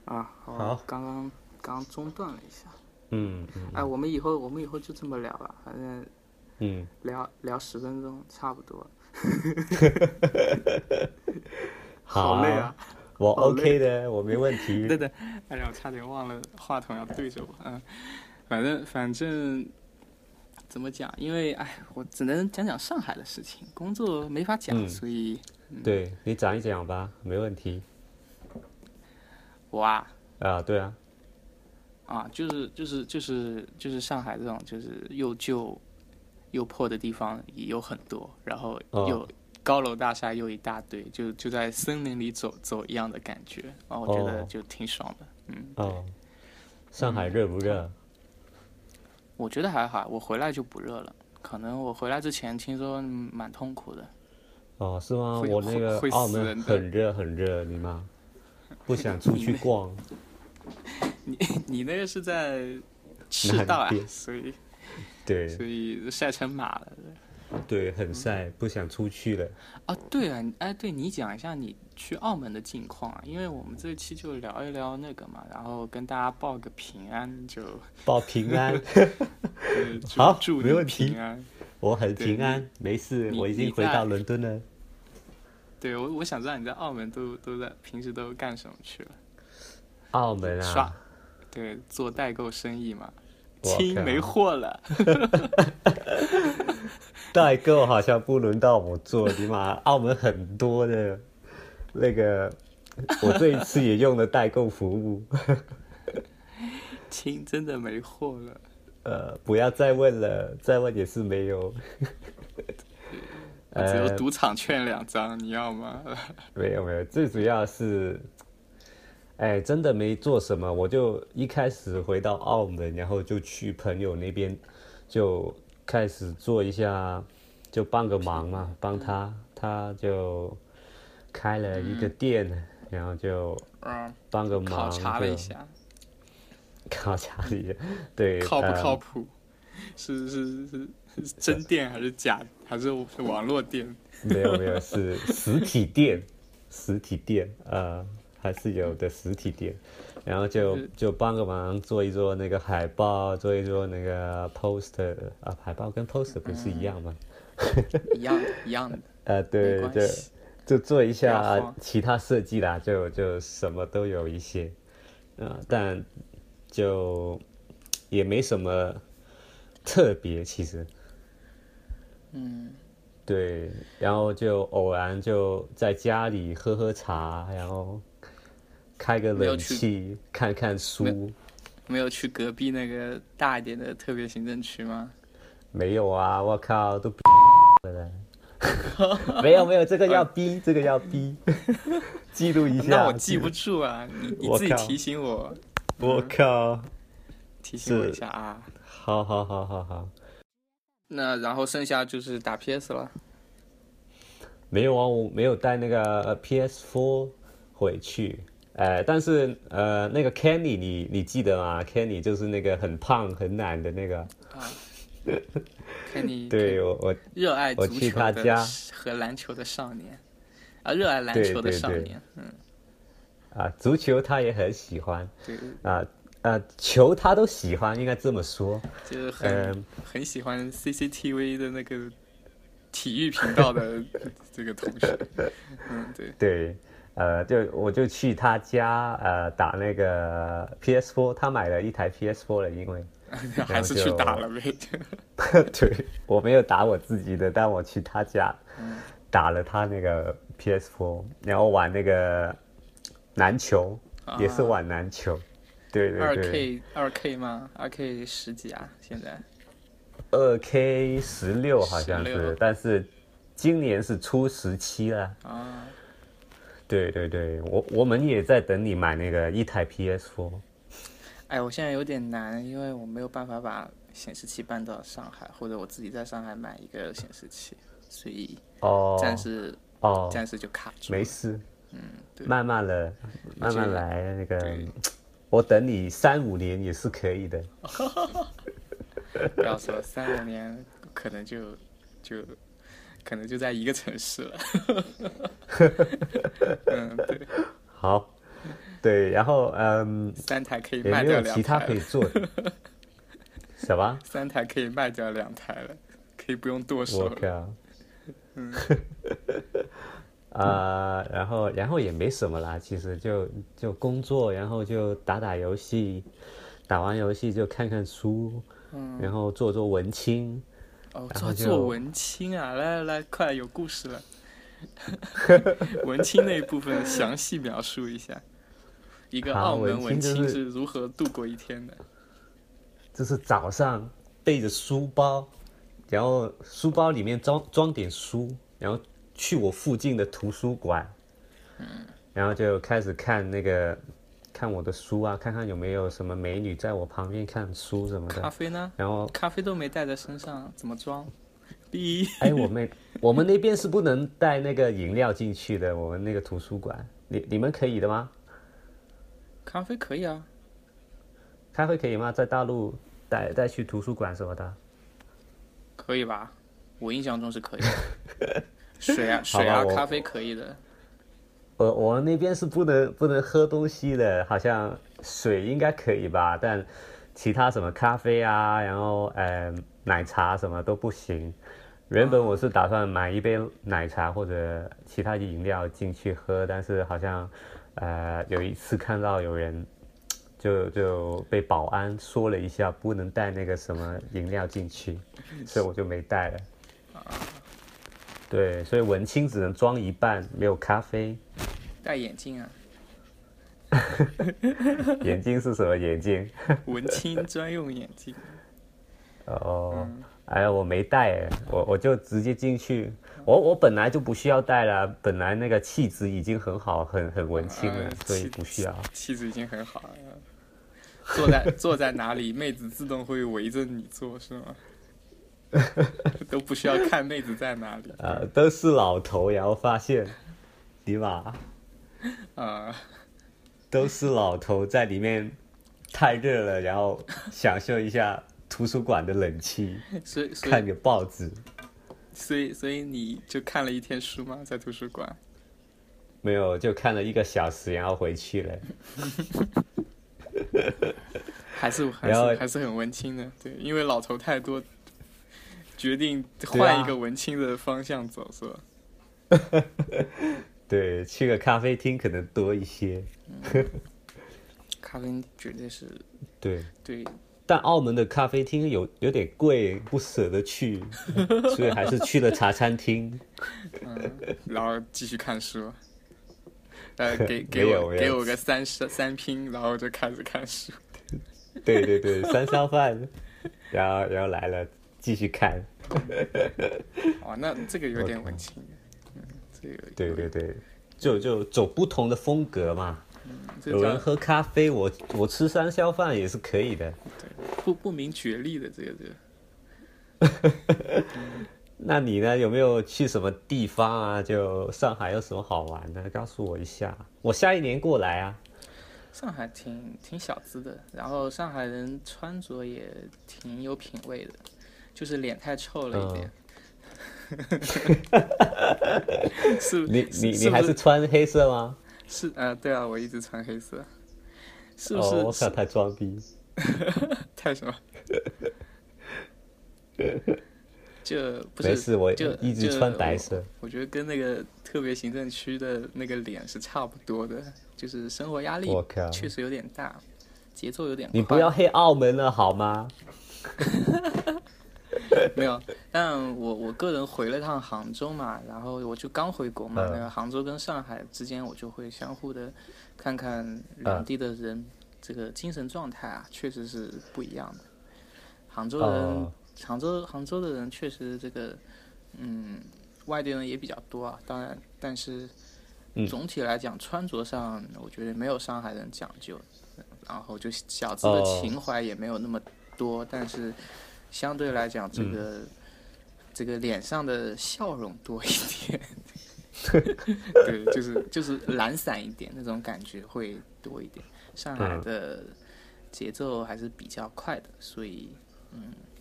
Speaker 1: 啊，好
Speaker 2: 好
Speaker 1: 刚刚刚中断了一下。
Speaker 2: 嗯嗯
Speaker 1: 哎，我们以后我们以后就这么聊吧，反正
Speaker 2: 嗯，
Speaker 1: 聊聊十分钟差不多。
Speaker 2: 好
Speaker 1: 累啊！
Speaker 2: 我
Speaker 1: 好累
Speaker 2: OK 的，我没问 题。
Speaker 1: 对对，哎呀，我差点忘了话筒要对着我。嗯，反正反正怎么讲？因为哎，我只能讲讲上海的事情，工作没法讲，
Speaker 2: 嗯
Speaker 1: 所以
Speaker 2: 对你讲一讲吧，没问题。
Speaker 1: 我啊
Speaker 2: 啊，对啊，
Speaker 1: 啊，就是就是就是就是上海这种就是又旧又破的地方也有很多，然后
Speaker 2: 哦
Speaker 1: 又高楼大厦又一大堆，就就在森林里走走一样的感觉，然后我觉得
Speaker 2: 哦
Speaker 1: 就挺爽的。嗯，
Speaker 2: 哦，上海热不热？
Speaker 1: 我觉得还好，我回来就不热了。可能我回来之前听说嗯蛮痛苦的，
Speaker 2: 哦，是吗？
Speaker 1: 会
Speaker 2: 我那
Speaker 1: 会
Speaker 2: 个
Speaker 1: 会
Speaker 2: 澳
Speaker 1: 死
Speaker 2: 门
Speaker 1: 人的
Speaker 2: 很热很热，你妈！不想出去逛。
Speaker 1: 你你那个是在赤道啊
Speaker 2: 南边，
Speaker 1: 所以
Speaker 2: 对
Speaker 1: 所以晒成马了。
Speaker 2: 对，很晒，
Speaker 1: 嗯
Speaker 2: 不想出去了。
Speaker 1: 哦，对啊，你哎，对你讲一下你去澳门的近况啊，因为我们这一期就聊一聊那个嘛，然后跟大家报个平安，就
Speaker 2: 报平安，
Speaker 1: 对祝
Speaker 2: 好
Speaker 1: 祝
Speaker 2: 没
Speaker 1: 你
Speaker 2: 问题
Speaker 1: 平安。
Speaker 2: 我很
Speaker 1: 对
Speaker 2: 平
Speaker 1: 你
Speaker 2: 安，没事，
Speaker 1: 嗯你
Speaker 2: 我已经
Speaker 1: 你
Speaker 2: 回
Speaker 1: 在
Speaker 2: 到伦敦了。
Speaker 1: 对我，我想知道你在澳门都都在平时都干什么去了？
Speaker 2: 澳门啊，
Speaker 1: 刷，对，做代购生意嘛，
Speaker 2: 我
Speaker 1: 亲
Speaker 2: 靠
Speaker 1: 没货了。
Speaker 2: 代购好像不轮到我做，起码澳门很多的那个，我这一次也用了代购服务。
Speaker 1: 亲真的没货了。
Speaker 2: 呃，不要再问了，再问也是没有，
Speaker 1: 我只有
Speaker 2: 呃
Speaker 1: 赌场券两张，你要吗？
Speaker 2: 没有没有，最主要是，哎，真的没做什么，我就一开始回到澳门，然后就去朋友那边，就开始做一下，就帮个忙嘛，帮他，他就开了一个店，然后就
Speaker 1: 嗯，
Speaker 2: 帮个忙，
Speaker 1: 考察了
Speaker 2: 就
Speaker 1: 一下，
Speaker 2: 考察了一下，对，
Speaker 1: 靠不
Speaker 2: 呃
Speaker 1: 靠谱？是是是是真店还是假？还是网络店？
Speaker 2: 没有没有，是实体店， 实体店，呃，还是有的实体店，然后就
Speaker 1: 嗯
Speaker 2: 就帮个忙做一做那个海报，做一做那个 poster 啊，海报跟 poster
Speaker 1: 嗯
Speaker 2: 不是一样吗？
Speaker 1: 一样的，一样的，
Speaker 2: 呃，
Speaker 1: 没
Speaker 2: 对，
Speaker 1: 关
Speaker 2: 就
Speaker 1: 系。
Speaker 2: 就做一
Speaker 1: 不要
Speaker 2: 下
Speaker 1: 慌
Speaker 2: 其他设计啦，就就什么都有一些，啊、但就也没什么特别，其实。
Speaker 1: 嗯，
Speaker 2: 对，然后就偶然就在家里喝喝茶，然后开个
Speaker 1: 没有
Speaker 2: 冷
Speaker 1: 去
Speaker 2: 气，看看书。
Speaker 1: 没有去隔壁那个大一点的特别行政区吗？
Speaker 2: 没有啊，我 靠，都回来。没有没有，这个要逼，这个要逼， 记录一
Speaker 1: 那
Speaker 2: 下。
Speaker 1: 我记不住啊，你你
Speaker 2: 我
Speaker 1: 自己
Speaker 2: 靠
Speaker 1: 提醒我，
Speaker 2: 我靠，
Speaker 1: 提醒我一
Speaker 2: 是
Speaker 1: 下啊。
Speaker 2: 好好好好好，
Speaker 1: 那然后剩下就是打 PS 了。
Speaker 2: 没有啊，我没有带那个呃 PS4 回去。哎，但是呃，那个 Kenny 你你记得吗？Kenny 就是那个很胖很懒的那个，
Speaker 1: 啊看你
Speaker 2: 对我我
Speaker 1: 热爱足
Speaker 2: 我去
Speaker 1: 球
Speaker 2: 他
Speaker 1: 的
Speaker 2: 家
Speaker 1: 和篮球的少年，啊，热爱篮
Speaker 2: 对
Speaker 1: 球的
Speaker 2: 对
Speaker 1: 少
Speaker 2: 对
Speaker 1: 年，嗯，
Speaker 2: 啊，足球他也很喜欢
Speaker 1: 对，
Speaker 2: 啊啊，球他都喜欢，应该这么说。
Speaker 1: 就是很、
Speaker 2: 嗯、
Speaker 1: 很喜欢 CCTV 的那个体育频道的这个同学，嗯，对，
Speaker 2: 对，呃，就我就去他家呃打那个 PS4，他买了一台 PS4 了，因为
Speaker 1: 还是去
Speaker 2: 就
Speaker 1: 打了呗，
Speaker 2: 对我没有打我自己的，但我去他家
Speaker 1: 嗯
Speaker 2: 打了他那个 PS4，然后玩那个篮球，也是
Speaker 1: 啊
Speaker 2: 玩篮球。对对
Speaker 1: 二
Speaker 2: 对，
Speaker 1: K 二 K 吗？二 K 十几啊？现在
Speaker 2: 二 K 十六好像
Speaker 1: 16
Speaker 2: 是，但是今年是出十七了。
Speaker 1: 啊，
Speaker 2: 对对对，我我们也在等你买那个一台 PS4。
Speaker 1: 哎，我现在有点难，因为我没有办法把显示器搬到上海，或者我自己在上海买一个显示器，所以
Speaker 2: 哦，
Speaker 1: 暂时、
Speaker 2: 哦，
Speaker 1: 暂时就卡住了，
Speaker 2: 没事，
Speaker 1: 对
Speaker 2: 慢慢的，
Speaker 1: 而
Speaker 2: 慢
Speaker 1: 且
Speaker 2: 慢来。那个
Speaker 1: 对，
Speaker 2: 我等你三五年也是可以的。
Speaker 1: 不要说三五年，可能就就可能就在一个城市了。 嗯，对，
Speaker 2: 好， 对，然后嗯，
Speaker 1: 三台可以
Speaker 2: 也
Speaker 1: 卖
Speaker 2: 没
Speaker 1: 掉
Speaker 2: 有
Speaker 1: 两
Speaker 2: 其他
Speaker 1: 台
Speaker 2: 可以
Speaker 1: 了，
Speaker 2: 做 的。什么？
Speaker 1: 三台可以卖掉两台了，可以不用剁手
Speaker 2: 我
Speaker 1: 了。
Speaker 2: 靠！ 啊，然后然后也没什么啦，其实就就工作，然后就打打游戏，打完游戏就看看书，然后做做文青，
Speaker 1: 哦，
Speaker 2: 然
Speaker 1: 做
Speaker 2: 后
Speaker 1: 做
Speaker 2: 就
Speaker 1: 文青啊！来来来，快有故事 了。文青那一部分详细描述一下，一个
Speaker 2: 啊
Speaker 1: 澳
Speaker 2: 文
Speaker 1: 门
Speaker 2: 青
Speaker 1: 文青
Speaker 2: 就是
Speaker 1: 是如何度过一天的。
Speaker 2: 就是早上背着书包，然后书包里面装装点书，然后去我附近的图书馆，然后就开始看那个看我的书啊，看看有没有什么美女在我旁边看书什么
Speaker 1: 咖
Speaker 2: 的，
Speaker 1: 啡呢？
Speaker 2: 然后。
Speaker 1: 咖啡都没带在身上，怎么装？逼！
Speaker 2: 哎，我们我们那边是不能带那个饮料进去的，我们那个图书馆，你你们可以的吗？
Speaker 1: 咖啡可以啊，
Speaker 2: 开会可以吗？在大陆带带去图书馆什么的？
Speaker 1: 可以吧？我印象中是可以的。 水啊，
Speaker 2: 好吧
Speaker 1: 水啊，
Speaker 2: 我
Speaker 1: 咖啡可以的。
Speaker 2: 我我们那边是不能不能喝东西的，好像水应该可以吧？但其他什么咖啡啊，然后呃奶茶什么都不行。原本我是打算买一杯奶茶或者其他的饮料进去喝，但是好像呃有一次看到有人就就被保安说了一下，不能带那个什么饮料进去，所以我就没带了。对，所以文青只能装一半，没有咖啡。
Speaker 1: 戴眼镜啊，
Speaker 2: 眼镜是什么眼镜？
Speaker 1: 文青专用眼镜。
Speaker 2: 哦，
Speaker 1: 嗯
Speaker 2: 哎呀，我没带哎，我我就直接进去。我我本来就不需要带了，本来那个气质已经很好，很很文青了
Speaker 1: 呃，
Speaker 2: 所以
Speaker 1: 气
Speaker 2: 不需要。
Speaker 1: 气质已经很好了。坐在坐在哪里，妹子自动会围着你坐，是吗？ 都不需要看妹子在哪里
Speaker 2: 呃，都是老头，然后发现，尼玛，
Speaker 1: 啊、
Speaker 2: 都是老头在里面太热了，然后享受一下图书馆的冷气，
Speaker 1: 所以所
Speaker 2: 看
Speaker 1: 以
Speaker 2: 个报纸。
Speaker 1: 所以所以你就看了一天书吗？在图书馆？
Speaker 2: 没有，就看了一个小时，然后回去了。
Speaker 1: 还是还
Speaker 2: 然后
Speaker 1: 是还是很文青的，对，因为老头太多，决定
Speaker 2: 啊
Speaker 1: 换一个文青的方向走，是吧？
Speaker 2: 对，去个咖啡厅可能多一些。
Speaker 1: 咖啡因绝对是
Speaker 2: 对，
Speaker 1: 对，
Speaker 2: 但澳门的咖啡厅有有点贵，不舍得去， 所以还是去了茶餐 厅。
Speaker 1: 嗯，然后继续看 书，呃，给给
Speaker 2: 没有
Speaker 1: 我
Speaker 2: 没有
Speaker 1: 给我个三十三拼，然后就开始看书。
Speaker 2: 对对对，三烧饭，然后然后来了，继续看。
Speaker 1: 哦，那这个有点文青，嗯，这个有
Speaker 2: 对对对，就就走不同的风格嘛。
Speaker 1: 这
Speaker 2: 有人
Speaker 1: 叫
Speaker 2: 喝咖啡，我我吃三烧饭也是可以的。
Speaker 1: 不不明觉厉的这个这个。
Speaker 2: 那你呢？有没有去什么地方啊？就上海有什么好玩的？告诉我一下，我下一年过来啊。
Speaker 1: 上海挺挺小资的，然后上海人穿着也挺有品味的，就是脸太臭了一点。 是
Speaker 2: 嗯 你你你
Speaker 1: 不
Speaker 2: 还
Speaker 1: 是
Speaker 2: 是穿黑色吗？
Speaker 1: 是呃对啊，我一直穿黑色，是不是、
Speaker 2: 哦，我靠，
Speaker 1: 是
Speaker 2: 太装逼。
Speaker 1: 太什么？ 就不是
Speaker 2: 没事，我
Speaker 1: 就
Speaker 2: 一直
Speaker 1: 就
Speaker 2: 穿白色。
Speaker 1: 我觉得跟那个特别行政区的那个脸是差不多的，就是生活压力
Speaker 2: 我靠
Speaker 1: 确实有点大，节奏有点快。
Speaker 2: 你不要黑澳门了好吗？
Speaker 1: 没有，但我我个人回了趟杭州嘛，然后我就刚回国嘛，
Speaker 2: 嗯
Speaker 1: 那个杭州跟上海之间，我就会相互的看看两
Speaker 2: 嗯
Speaker 1: 地的人、这个精神状态啊，确实是不一样的。杭州人，
Speaker 2: 哦
Speaker 1: 杭州杭州的人确实这个，嗯，外地人也比较多啊，当然，但是
Speaker 2: 嗯
Speaker 1: 总体来讲，穿着上我觉得没有上海人讲究，然后就小资的
Speaker 2: 哦
Speaker 1: 情怀也没有那么多，但是相对来讲，这个、
Speaker 2: 嗯
Speaker 1: 这个脸上的笑容多一 点，对，就是就是懒散一点那种感觉会多一点。上海
Speaker 2: 嗯
Speaker 1: 的节奏还是比较快的，所以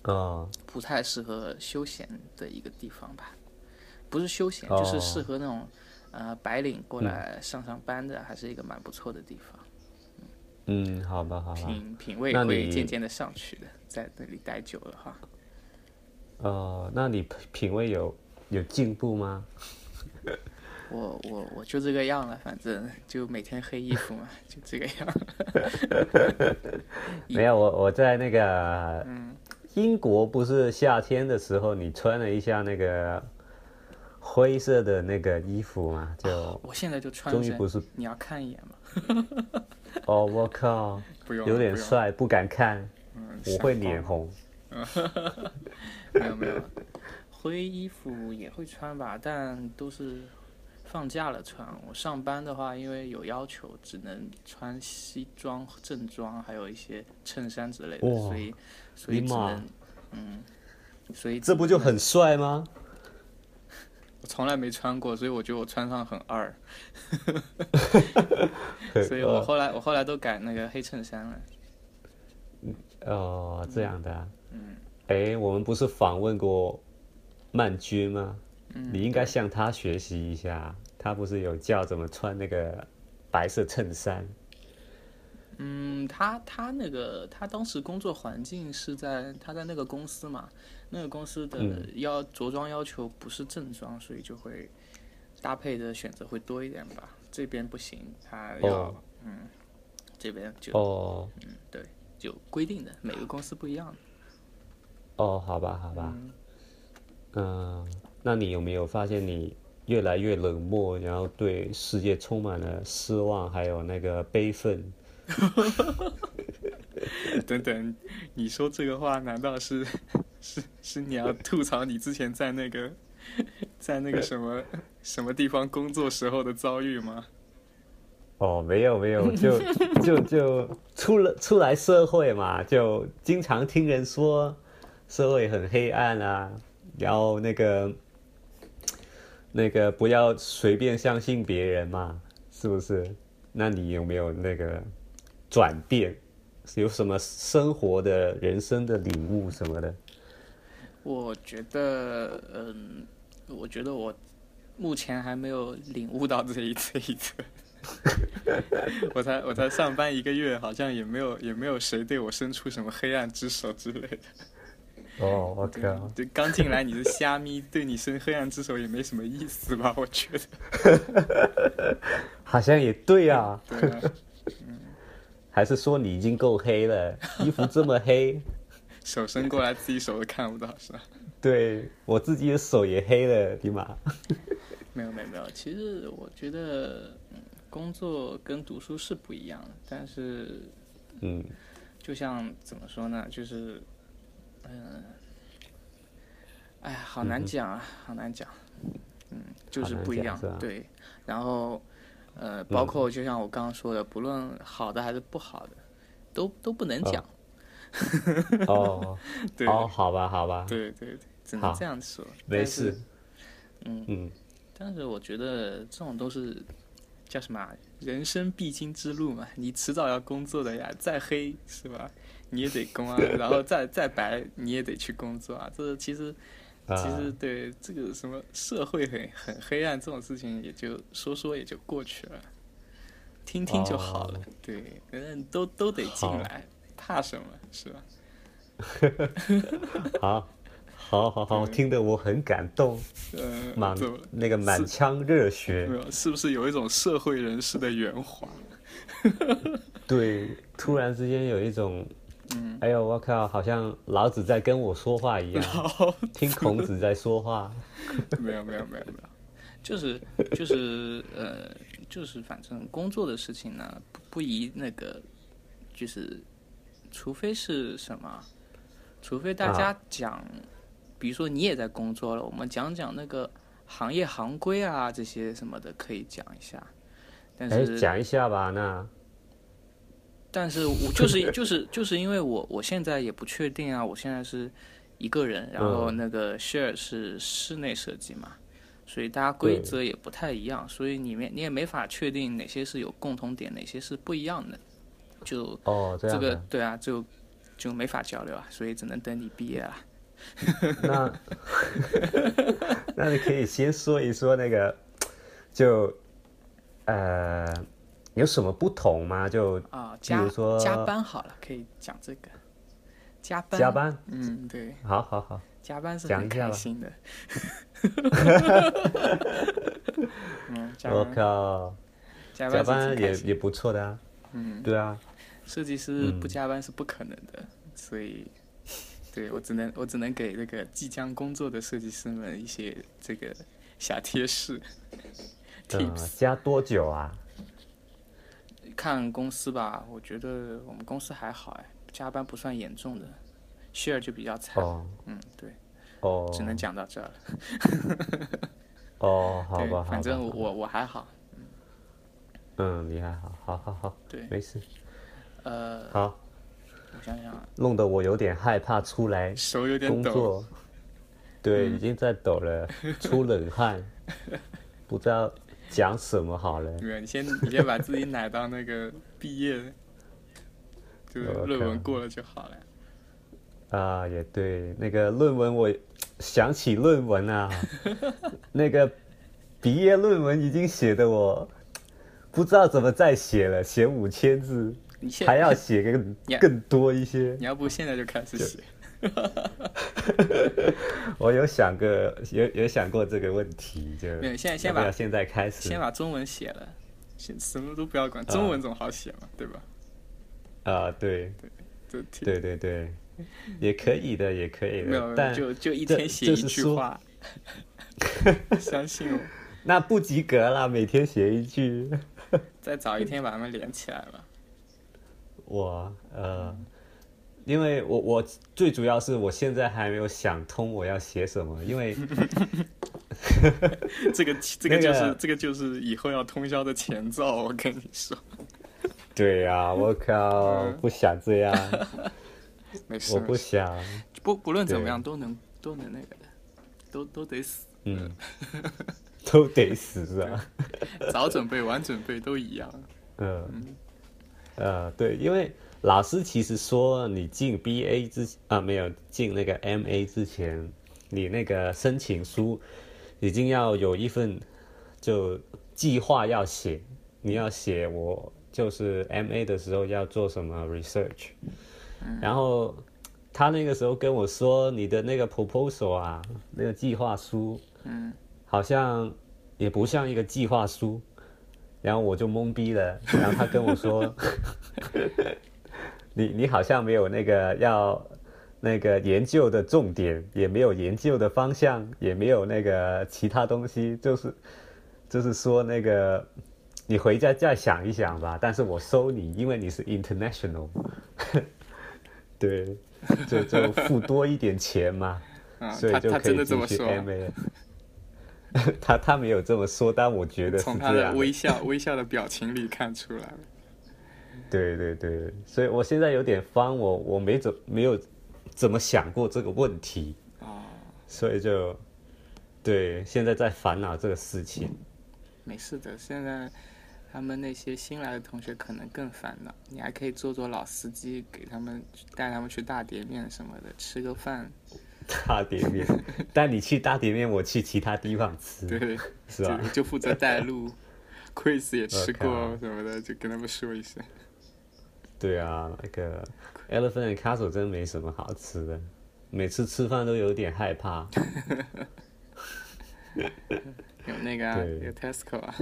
Speaker 2: 哦，
Speaker 1: 不太适合休闲的一个地方吧。不是休闲，
Speaker 2: 哦
Speaker 1: 就是适合那种呃白领过来上上班的，还是一个蛮不错的地方。
Speaker 2: 嗯，好吧，好吧，
Speaker 1: 品品味
Speaker 2: 那
Speaker 1: 会
Speaker 2: 你
Speaker 1: 渐渐的上去的，在那里待久了哈。
Speaker 2: 哦，那你品品味有有进步吗？
Speaker 1: 我我我就这个样了，反正就每天黑衣服嘛，就这个样。 一嗯
Speaker 2: 没有，我我在那个英国不是夏天的时候，你穿了一下那个灰色的那个衣服嘛，就
Speaker 1: 我现在就啊穿
Speaker 2: 终于
Speaker 1: 身
Speaker 2: 不是
Speaker 1: 你要看一眼吗？
Speaker 2: 哦，我靠，
Speaker 1: 不用了，
Speaker 2: 有点
Speaker 1: 不用了，
Speaker 2: 帅，不敢看，
Speaker 1: 嗯
Speaker 2: 我会脸。红。
Speaker 1: 没有没有，灰衣服也会穿吧，但都是放假了穿。我上班的话，因为有要求，只能穿西装、正装，还有一些衬衫之类的，
Speaker 2: 哇
Speaker 1: 所以所以
Speaker 2: 尼
Speaker 1: 只
Speaker 2: 玛
Speaker 1: 能嗯，所以
Speaker 2: 这不就很帅吗？
Speaker 1: 我从来没穿过，所以我觉得我穿上很二，
Speaker 2: 很
Speaker 1: 所以我后来我后来都改那个黑衬衫了。
Speaker 2: 哦，这样的、啊。嗯。哎，我们不是访问过曼君吗？你应该向他学习一下，他不是有教怎么穿那个白色衬衫？
Speaker 1: 嗯，他他那个他当时工作环境是在他在那个公司嘛，那个公司的要着装要求不是正装，所以就会搭配的选择会多一点吧。这边不行，他要、
Speaker 2: 哦
Speaker 1: 嗯，这边就、
Speaker 2: 哦
Speaker 1: 嗯对，就规定的，每个公司不一样的。
Speaker 2: 哦，好吧，好吧。
Speaker 1: 嗯
Speaker 2: 嗯、那你有没有发现你越来越冷漠，然后对世界充满了失望，还有那个悲愤？
Speaker 1: 等等，你说这个话，难道是 是是你要吐槽你之前在那个 在那个什么什么地方工作时候的遭遇吗？
Speaker 2: 哦，没有没有，就就就出了出来社会嘛，就经常听人说社会很黑暗啊，然后那个那个不要随便相信别人嘛，是不是？那你有没有那个转变？有什么生活的、人生的领悟什么的？
Speaker 1: 我觉得，嗯，我觉得我目前还没有领悟到这一这一层。 我才我才上班一个月，好像也没有也没有谁对我伸出什么黑暗之手之类的。
Speaker 2: 哦，我靠！
Speaker 1: 对，刚进来你是虾咪，对你伸黑暗之手也没什么意思吧？ 我觉得。
Speaker 2: 好像也对啊，
Speaker 1: 对啊。
Speaker 2: 还是说你已经够黑了，衣服这么黑。
Speaker 1: 手伸过来，自己手都看不到，是吧？
Speaker 2: 对我自己的手也黑了，尼玛！
Speaker 1: 没有没有没有，其实我觉得、嗯、工作跟读书是不一样的，但是
Speaker 2: 嗯，
Speaker 1: 就像怎么说呢，就是嗯、哎呀，好难讲啊，好难讲，嗯，就是不一样
Speaker 2: 嗯好难讲是吧，
Speaker 1: 对。然后呃，包括就像我刚刚说的，不论好的还是不好的，都都不能讲，
Speaker 2: 哦，
Speaker 1: 对
Speaker 2: 哦，好吧，好吧，
Speaker 1: 对对对，只
Speaker 2: 好
Speaker 1: 能这样说，
Speaker 2: 没
Speaker 1: 但是
Speaker 2: 事。
Speaker 1: 嗯
Speaker 2: 嗯，
Speaker 1: 但是我觉得这种都是叫什么啊、人生必经之路嘛，你迟早要工作的呀，再黑是吧？你也得 工啊，然后再再白你也得去工作啊。这其实
Speaker 2: 啊
Speaker 1: 其实对这个什么社会很很黑暗这种事情，也就说说也就过去了，听听就好了。对，嗯，都都得进
Speaker 2: 哦好
Speaker 1: 来，怕什么是吧？
Speaker 2: 好，好，好，好，听得我很感动，
Speaker 1: 呃，
Speaker 2: 满
Speaker 1: 怎么了？
Speaker 2: 那个满腔热血
Speaker 1: 没，有，是不是有一种社会人士的圆滑？
Speaker 2: 对，突然之间有一种，
Speaker 1: 嗯
Speaker 2: 哎呦，我靠，好像老子在跟我说 话一样，听孔子在说话，
Speaker 1: 没有没有没有没有，就是就是呃就是反正工作的事情呢，不不宜那个，就是除非是什么，除非大家讲，比如说你也在工作了，我们讲讲那个行业行规啊这些什么的可以讲一下，但
Speaker 2: 哎，
Speaker 1: 是
Speaker 2: 讲一下吧，那
Speaker 1: 但是我就是 就是就是因为我我现在也不确定啊，我现在是一个人，
Speaker 2: 嗯
Speaker 1: 然后那个 share 是室内设计嘛，所以大家规则也不太一样，所以你面你也没法确定哪些是有共同点，哪些是不一样的，就
Speaker 2: 哦，这
Speaker 1: 这
Speaker 2: 样
Speaker 1: 个
Speaker 2: 的，
Speaker 1: 对啊，就就没法交流啊，所以只能等你毕业啊。
Speaker 2: 那 那你可以先说一说那个，就呃，有什么不同吗？就
Speaker 1: 啊，
Speaker 2: 比
Speaker 1: 加
Speaker 2: 如说
Speaker 1: 加班好了，可以讲这个加班
Speaker 2: 加，班，
Speaker 1: 嗯，对，
Speaker 2: 好好好，
Speaker 1: 加班是
Speaker 2: 讲
Speaker 1: 很
Speaker 2: 一下
Speaker 1: 开
Speaker 2: 吧
Speaker 1: 心 的。嗯，加
Speaker 2: 我
Speaker 1: 班
Speaker 2: 靠，
Speaker 1: 加
Speaker 2: 加
Speaker 1: 班是
Speaker 2: 班
Speaker 1: 挺开
Speaker 2: 也
Speaker 1: 心
Speaker 2: 也不错的啊，
Speaker 1: 嗯，
Speaker 2: 对啊，
Speaker 1: 设计师
Speaker 2: 嗯
Speaker 1: 不加班是不可能的，所以，对我只能我只能给这个即将工作的设计师们一些这个小贴士
Speaker 2: 嗯，
Speaker 1: tips，、
Speaker 2: 加多久啊？
Speaker 1: 看公司吧，我觉得我们公司还好哎，加班不算严重的，share 就比较惨。
Speaker 2: 哦
Speaker 1: 嗯，对，
Speaker 2: 哦
Speaker 1: 只能讲到这儿了。
Speaker 2: 哦，好
Speaker 1: 对，
Speaker 2: 吧，好
Speaker 1: 反正
Speaker 2: 吧，
Speaker 1: 我我还好。
Speaker 2: 嗯，你还好，好好好，
Speaker 1: 对，
Speaker 2: 没事，
Speaker 1: 呃，
Speaker 2: 好，
Speaker 1: 我想想啊，
Speaker 2: 弄得我有点害怕出来
Speaker 1: 手有点
Speaker 2: 哎工
Speaker 1: 抖。嗯
Speaker 2: 作，对，已经在抖了，出 冷汗，不知道讲什么好了。
Speaker 1: 对，你先你先把自己奶到那个毕业，就是论文过了就好了。
Speaker 2: 啊，也对，那个论文我想起论文啊，那个毕业论文已经写的我不知道怎么再写了，写五千字
Speaker 1: 你，现
Speaker 2: 还要写更
Speaker 1: 你
Speaker 2: 更多一些。
Speaker 1: 你要不现在就开始写？
Speaker 2: 我有想过，有有想过这个问题，就
Speaker 1: 没有现在先
Speaker 2: 要不
Speaker 1: 把
Speaker 2: 要现在开始
Speaker 1: 先把中文写了，先什么都不要管，中文总好写嘛，对吧？
Speaker 2: 啊，对
Speaker 1: 就挺
Speaker 2: 对对对， 也可以的，也可以
Speaker 1: 没
Speaker 2: 的，
Speaker 1: 有，
Speaker 2: 但
Speaker 1: 就就一
Speaker 2: 这
Speaker 1: 天写
Speaker 2: 就
Speaker 1: 一
Speaker 2: 是
Speaker 1: 句
Speaker 2: 说
Speaker 1: 话，相信我，
Speaker 2: 那不及格啦，每天写一句，
Speaker 1: 再找一天把它们连起来吧。
Speaker 2: 我呃，因为我我最主要是我现在还没有想通我要写什么，因为
Speaker 1: 这个这个
Speaker 2: 那
Speaker 1: 就是、
Speaker 2: 个
Speaker 1: 这个就是以后要通宵的前兆，我跟你说，
Speaker 2: 对呀、我靠，不想这样，
Speaker 1: 没事
Speaker 2: 我，不想，
Speaker 1: 不不论怎么
Speaker 2: 对
Speaker 1: 样都能都能那个的，都都得死，
Speaker 2: 嗯，都得死啊。
Speaker 1: 早准备晚准备都一样。
Speaker 2: 嗯，呃，对，因为老师其实说你进 BA 之啊，没有进那个 MA 之前，你那个申请书已经要有一份就计划要写，你要写我就是 MA 的时候要做什么 research，然后他那个时候跟我说你的那个 proposal 啊，那个计划书，
Speaker 1: 嗯，
Speaker 2: 好像也不像一个计划书，然后我就懵逼了。然后他跟我说：“ 你你好像没有那个要那个研究的重点，也没有研究的方向，也没有那个其他东西，就是就是说那个你回家再想一想吧。但是我收你，因为你是 international，对，就就付多一点钱嘛。”
Speaker 1: 啊，
Speaker 2: 所以
Speaker 1: 他
Speaker 2: 就
Speaker 1: 他
Speaker 2: 可
Speaker 1: 真
Speaker 2: 以
Speaker 1: 的这
Speaker 2: 进
Speaker 1: 么
Speaker 2: 去
Speaker 1: 说，
Speaker 2: MA 了。 他他没有这么说，但我觉得是
Speaker 1: 从他
Speaker 2: 这
Speaker 1: 的
Speaker 2: 样的。
Speaker 1: 微笑微笑的表情里看出来了。
Speaker 2: 对对对，所以我现在有点方，我我没怎没有怎么想过这个问题，
Speaker 1: 哦，
Speaker 2: 所以就对现在在烦恼这个事情。
Speaker 1: 没事的，现在他们那些新来的同学可能更烦恼，你还可以做做老司机，给他们带他们去大碟面什么的，吃个饭，
Speaker 2: 大碟 面，但你去大碟面，我去其他地方吃，
Speaker 1: 对，
Speaker 2: 是吧
Speaker 1: 就？就负责带路 ，quiz 也吃过
Speaker 2: OK
Speaker 1: 什么的，就跟他们说一声。
Speaker 2: 对啊，那个 Elephant and Castle 真没什么好吃的，每次吃饭都有点害怕。
Speaker 1: 有那个、啊、
Speaker 2: 对
Speaker 1: 有 Tesco 啊，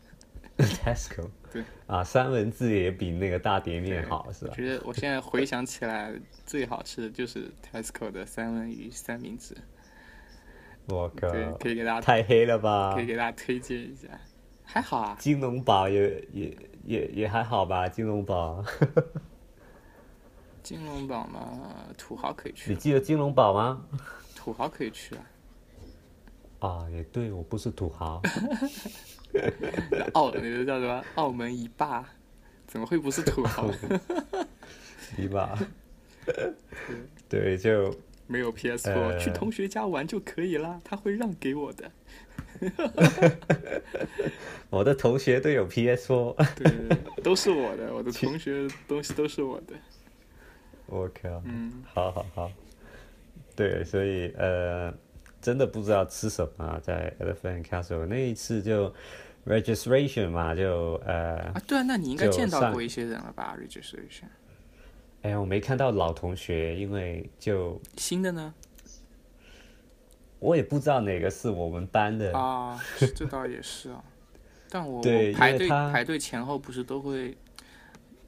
Speaker 2: Tesco，
Speaker 1: 对
Speaker 2: 啊，三文治也比那个大碟面好是
Speaker 1: 我
Speaker 2: 吧？
Speaker 1: 觉得我现在回想起来，最好吃的就是 Tesco 的三文鱼三明治，
Speaker 2: 我靠，
Speaker 1: 对，可以给大家
Speaker 2: 太黑了吧
Speaker 1: 可以！给大家推荐一下，还好啊，
Speaker 2: 金龙堡也也也也还好吧，金龙堡，
Speaker 1: 金融榜嘛，土豪可以去
Speaker 2: 你，记得金龙堡吗？
Speaker 1: 土豪可以去啊。
Speaker 2: 啊，也对，我不是土豪，
Speaker 1: 澳那个叫什么澳门一霸，怎么会不是土 豪？
Speaker 2: 对吧？ 对，就
Speaker 1: 没有 PS4，、
Speaker 2: 呃
Speaker 1: 去同学家玩就可以啦，他会让给我的。
Speaker 2: 我的同学都有 PS4，
Speaker 1: 对，都是我的，我的同学东西都是我的。
Speaker 2: 我靠，
Speaker 1: 嗯，
Speaker 2: 好好好，对，所以呃，真的不知道吃什么啊、在 Elephant and Castle 那一次就 registration 嘛，就呃
Speaker 1: 啊，，对啊，那你应该
Speaker 2: 就
Speaker 1: 见到
Speaker 2: 上
Speaker 1: 过一些人了吧？registration
Speaker 2: 哎呀，我没看到老同学，因为就
Speaker 1: 新的呢？
Speaker 2: 我也不知道哪个是我们班的。
Speaker 1: 啊，是这倒也是啊。但我
Speaker 2: 对
Speaker 1: 我排
Speaker 2: 因为
Speaker 1: 队
Speaker 2: 他
Speaker 1: 排队前后不是都会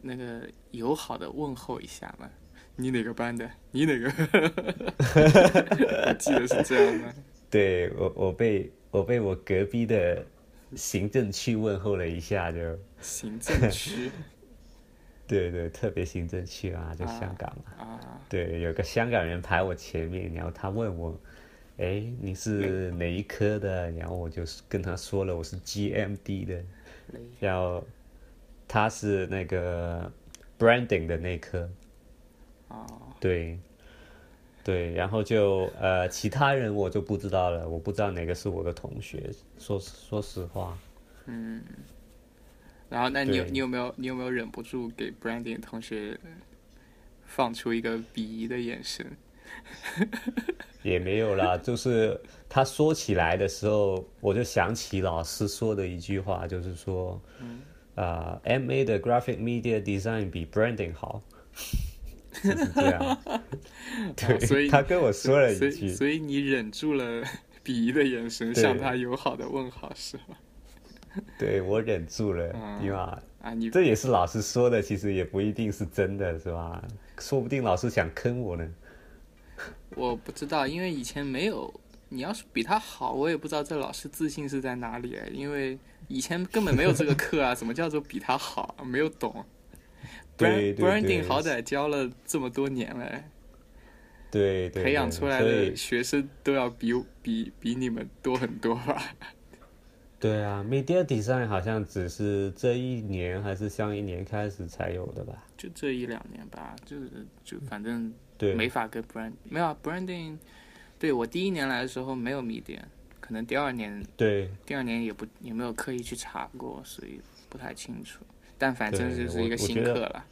Speaker 1: 那个友好的问候一下吗？你哪个班的？你哪个？我记得是这样的。
Speaker 2: 对我，我被我被我隔壁的行政区问候了一下就，
Speaker 1: 行政区
Speaker 2: 对对，特别行政区啊，就
Speaker 1: 啊
Speaker 2: 香港嘛。
Speaker 1: 啊，
Speaker 2: 对，有个香港人排我前面，然后他问我，哎，你是哪一科的？然后我就跟他说了，我是 GMD 的，然后他是那个 branding 的那科，
Speaker 1: 啊，
Speaker 2: 对，对，然后就呃，其他人我就不知道了，我不知道哪个是我的同学，说说实话，
Speaker 1: 嗯。然后，那你有
Speaker 2: 对
Speaker 1: 你有没有你有没有忍不住给 Brandon 同学放出一个鄙夷的眼神？
Speaker 2: 也没有啦， 就是他说起来的时候，我就想起老师说的一句话，就是说，
Speaker 1: 嗯
Speaker 2: 啊、m A 的 Graphic Media Design 比 Branding 好，就是这 样。对，
Speaker 1: 哦所以
Speaker 2: 他跟我说了
Speaker 1: 所
Speaker 2: 一
Speaker 1: 以
Speaker 2: 句，
Speaker 1: 所以你忍住了鄙夷的眼神，
Speaker 2: 对
Speaker 1: 向他友好的问好是吗？
Speaker 2: 对我忍住了，
Speaker 1: 嗯
Speaker 2: 因为
Speaker 1: 啊，你
Speaker 2: 这也是老师说的，其实也不一定是真的，是吧？说不定老师想坑我呢。
Speaker 1: 我不知道，因为以前没有。你要是比他好，我也不知道这老师自信是在哪里。因为以前根本没有这个课啊，什么 叫做比他好？啊没有懂。
Speaker 2: 对
Speaker 1: Brand
Speaker 2: 对
Speaker 1: Branding
Speaker 2: 对
Speaker 1: 好歹教了这么多年了，
Speaker 2: 对对，
Speaker 1: 培养
Speaker 2: 对
Speaker 1: 出来
Speaker 2: 所以
Speaker 1: 的学生都要比比比你们多很多吧？
Speaker 2: 对啊，media design 好像只是这一年还是上一年开始才有的吧？
Speaker 1: 就这一两年吧，就是就反正
Speaker 2: 对，
Speaker 1: 没法跟 brand 没有、啊、branding。对我第一年来的时候没有米点，可能第二年
Speaker 2: 对
Speaker 1: 第二年也不也没有刻意去查过，所以不太清楚。但反正
Speaker 2: 对
Speaker 1: 就是
Speaker 2: 我
Speaker 1: 一个
Speaker 2: 我
Speaker 1: 新
Speaker 2: 觉得
Speaker 1: 课了，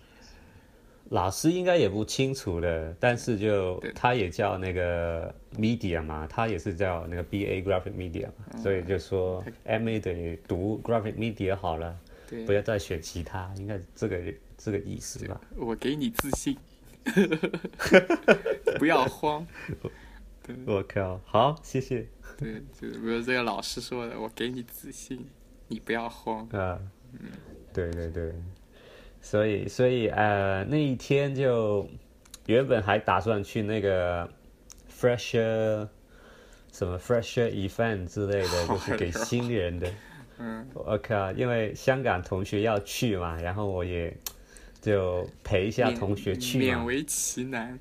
Speaker 2: 老师应该也不清楚的，但是就
Speaker 1: 对
Speaker 2: 他也叫那个 media 嘛，他也是叫那个 BA graphic media 嘛，
Speaker 1: 嗯
Speaker 2: 所以就说 MA 得读 graphic media 好了，
Speaker 1: 对
Speaker 2: 不要再选其他，应该是这个这个意思吧？
Speaker 1: 我给你自 信，不要慌。
Speaker 2: 我靠，好，谢谢。
Speaker 1: 对，就是比如这个老师说的，我给你自信，你不要慌。
Speaker 2: 啊，对对对，所以所以呃那一天就原本还打算去那个 fresher 什么 fresher event 之类 的，就是给新人的。
Speaker 1: 嗯，
Speaker 2: 我靠，因为香港同学要去嘛，然后我也就陪一下
Speaker 1: 勉
Speaker 2: 同学去嘛
Speaker 1: 勉，为其难。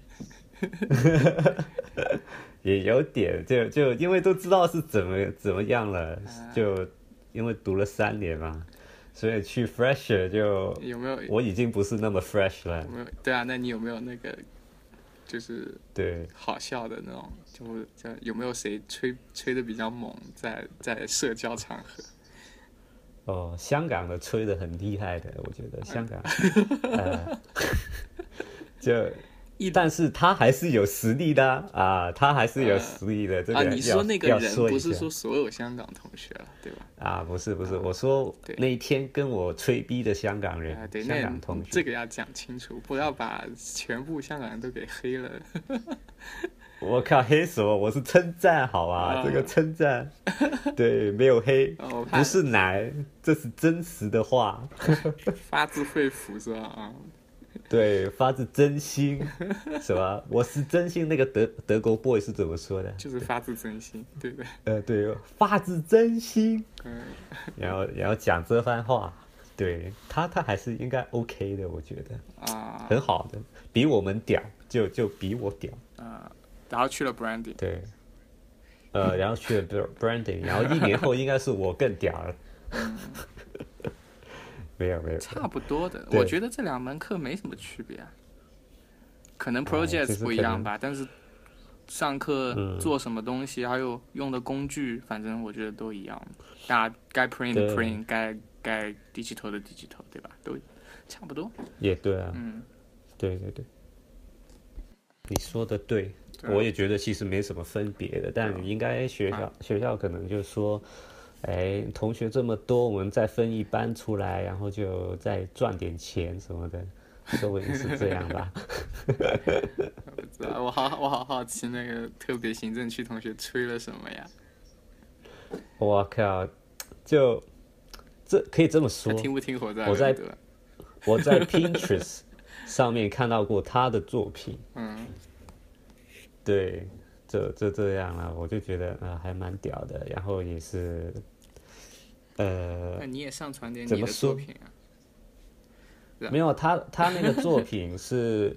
Speaker 2: 也有点就就因为都知道是怎么怎么样了，
Speaker 1: 啊
Speaker 2: 就因为读了三年嘛，所以去 fresher 就
Speaker 1: 有没有
Speaker 2: 我已经不是那么 fresh 了
Speaker 1: 有，没有？对啊，那你有没有那个就是
Speaker 2: 对，
Speaker 1: 好笑的那种？就是叫有没有谁吹吹的比较猛在，在社交场合？
Speaker 2: 哦，香港的吹的很厉害的，我觉得 香港，呃， 就
Speaker 1: 一，
Speaker 2: 但是他还是有实力的啊啊，他还是有
Speaker 1: 呃
Speaker 2: 实力的，这个
Speaker 1: 啊，
Speaker 2: 要
Speaker 1: 你说那个
Speaker 2: 要
Speaker 1: 人
Speaker 2: 说一
Speaker 1: 不是
Speaker 2: 下
Speaker 1: 说所有香港同学了，对吧？
Speaker 2: 啊，不是不是，我说
Speaker 1: 对
Speaker 2: 那一天跟我吹逼的香港人
Speaker 1: 啊，，对，
Speaker 2: 香
Speaker 1: 那
Speaker 2: 港同学，
Speaker 1: 这个要讲清楚，不要把全部香港人都给黑了。
Speaker 2: 我靠，黑什么？我是称赞好吧，
Speaker 1: 啊
Speaker 2: 这个 称赞，对，没有黑，
Speaker 1: 哦我
Speaker 2: 不
Speaker 1: 怕
Speaker 2: 是奶，这是真实的话。
Speaker 1: 发自肺腑是吧？啊，
Speaker 2: 对，发自真心，什么？我是真心。那个德德国 boy 是怎么说的？
Speaker 1: 就是发自真心，对的。
Speaker 2: 呃，对，发自真心，
Speaker 1: 嗯，
Speaker 2: 然后然后讲这番话，对他他还是应该 OK 的，我觉得
Speaker 1: 啊
Speaker 2: 很好的，比我们屌，就就比我屌，
Speaker 1: 啊，然后去了 Brandy，
Speaker 2: 对。 呃，然后去了 Br- branding，然后一年后应该是我更屌了。 没有没有，
Speaker 1: 差不多的。
Speaker 2: 对
Speaker 1: 我觉得这两门课没什么区别、啊，可能
Speaker 2: 就是
Speaker 1: project 不一
Speaker 2: 可
Speaker 1: 样
Speaker 2: 能
Speaker 1: 吧，但是上课
Speaker 2: 嗯
Speaker 1: 做什么东西，还有用的工具，反正我觉得都一样。大家该 print
Speaker 2: 对
Speaker 1: 的 print，该该 digital 的 digital，对吧？都差不多。
Speaker 2: 也对啊，
Speaker 1: 嗯，
Speaker 2: 对对对，你说的对，
Speaker 1: 对啊
Speaker 2: 我也觉得其实没什么分别的，但应该学校、学校可能就说，哎，同学这么多，我们再分一班出来，然后就再赚点钱什么的，说不定是这样 吧？
Speaker 1: 不知道我好我好好奇那个特别行政区同学吹了什么呀？
Speaker 2: 我靠，就这可以这么
Speaker 1: 他
Speaker 2: 说，
Speaker 1: 听不听火在
Speaker 2: 我在
Speaker 1: 耳朵？
Speaker 2: 我在 Pinterest 上面看到过他的作品，
Speaker 1: 嗯。
Speaker 2: 对，这这这样了，我就觉得啊、呃还蛮屌的，然后也是，呃
Speaker 1: 那，你也上传点
Speaker 2: 怎
Speaker 1: 你
Speaker 2: 么
Speaker 1: 的作
Speaker 2: 说
Speaker 1: 品啊？
Speaker 2: 没有，他他那个作品是，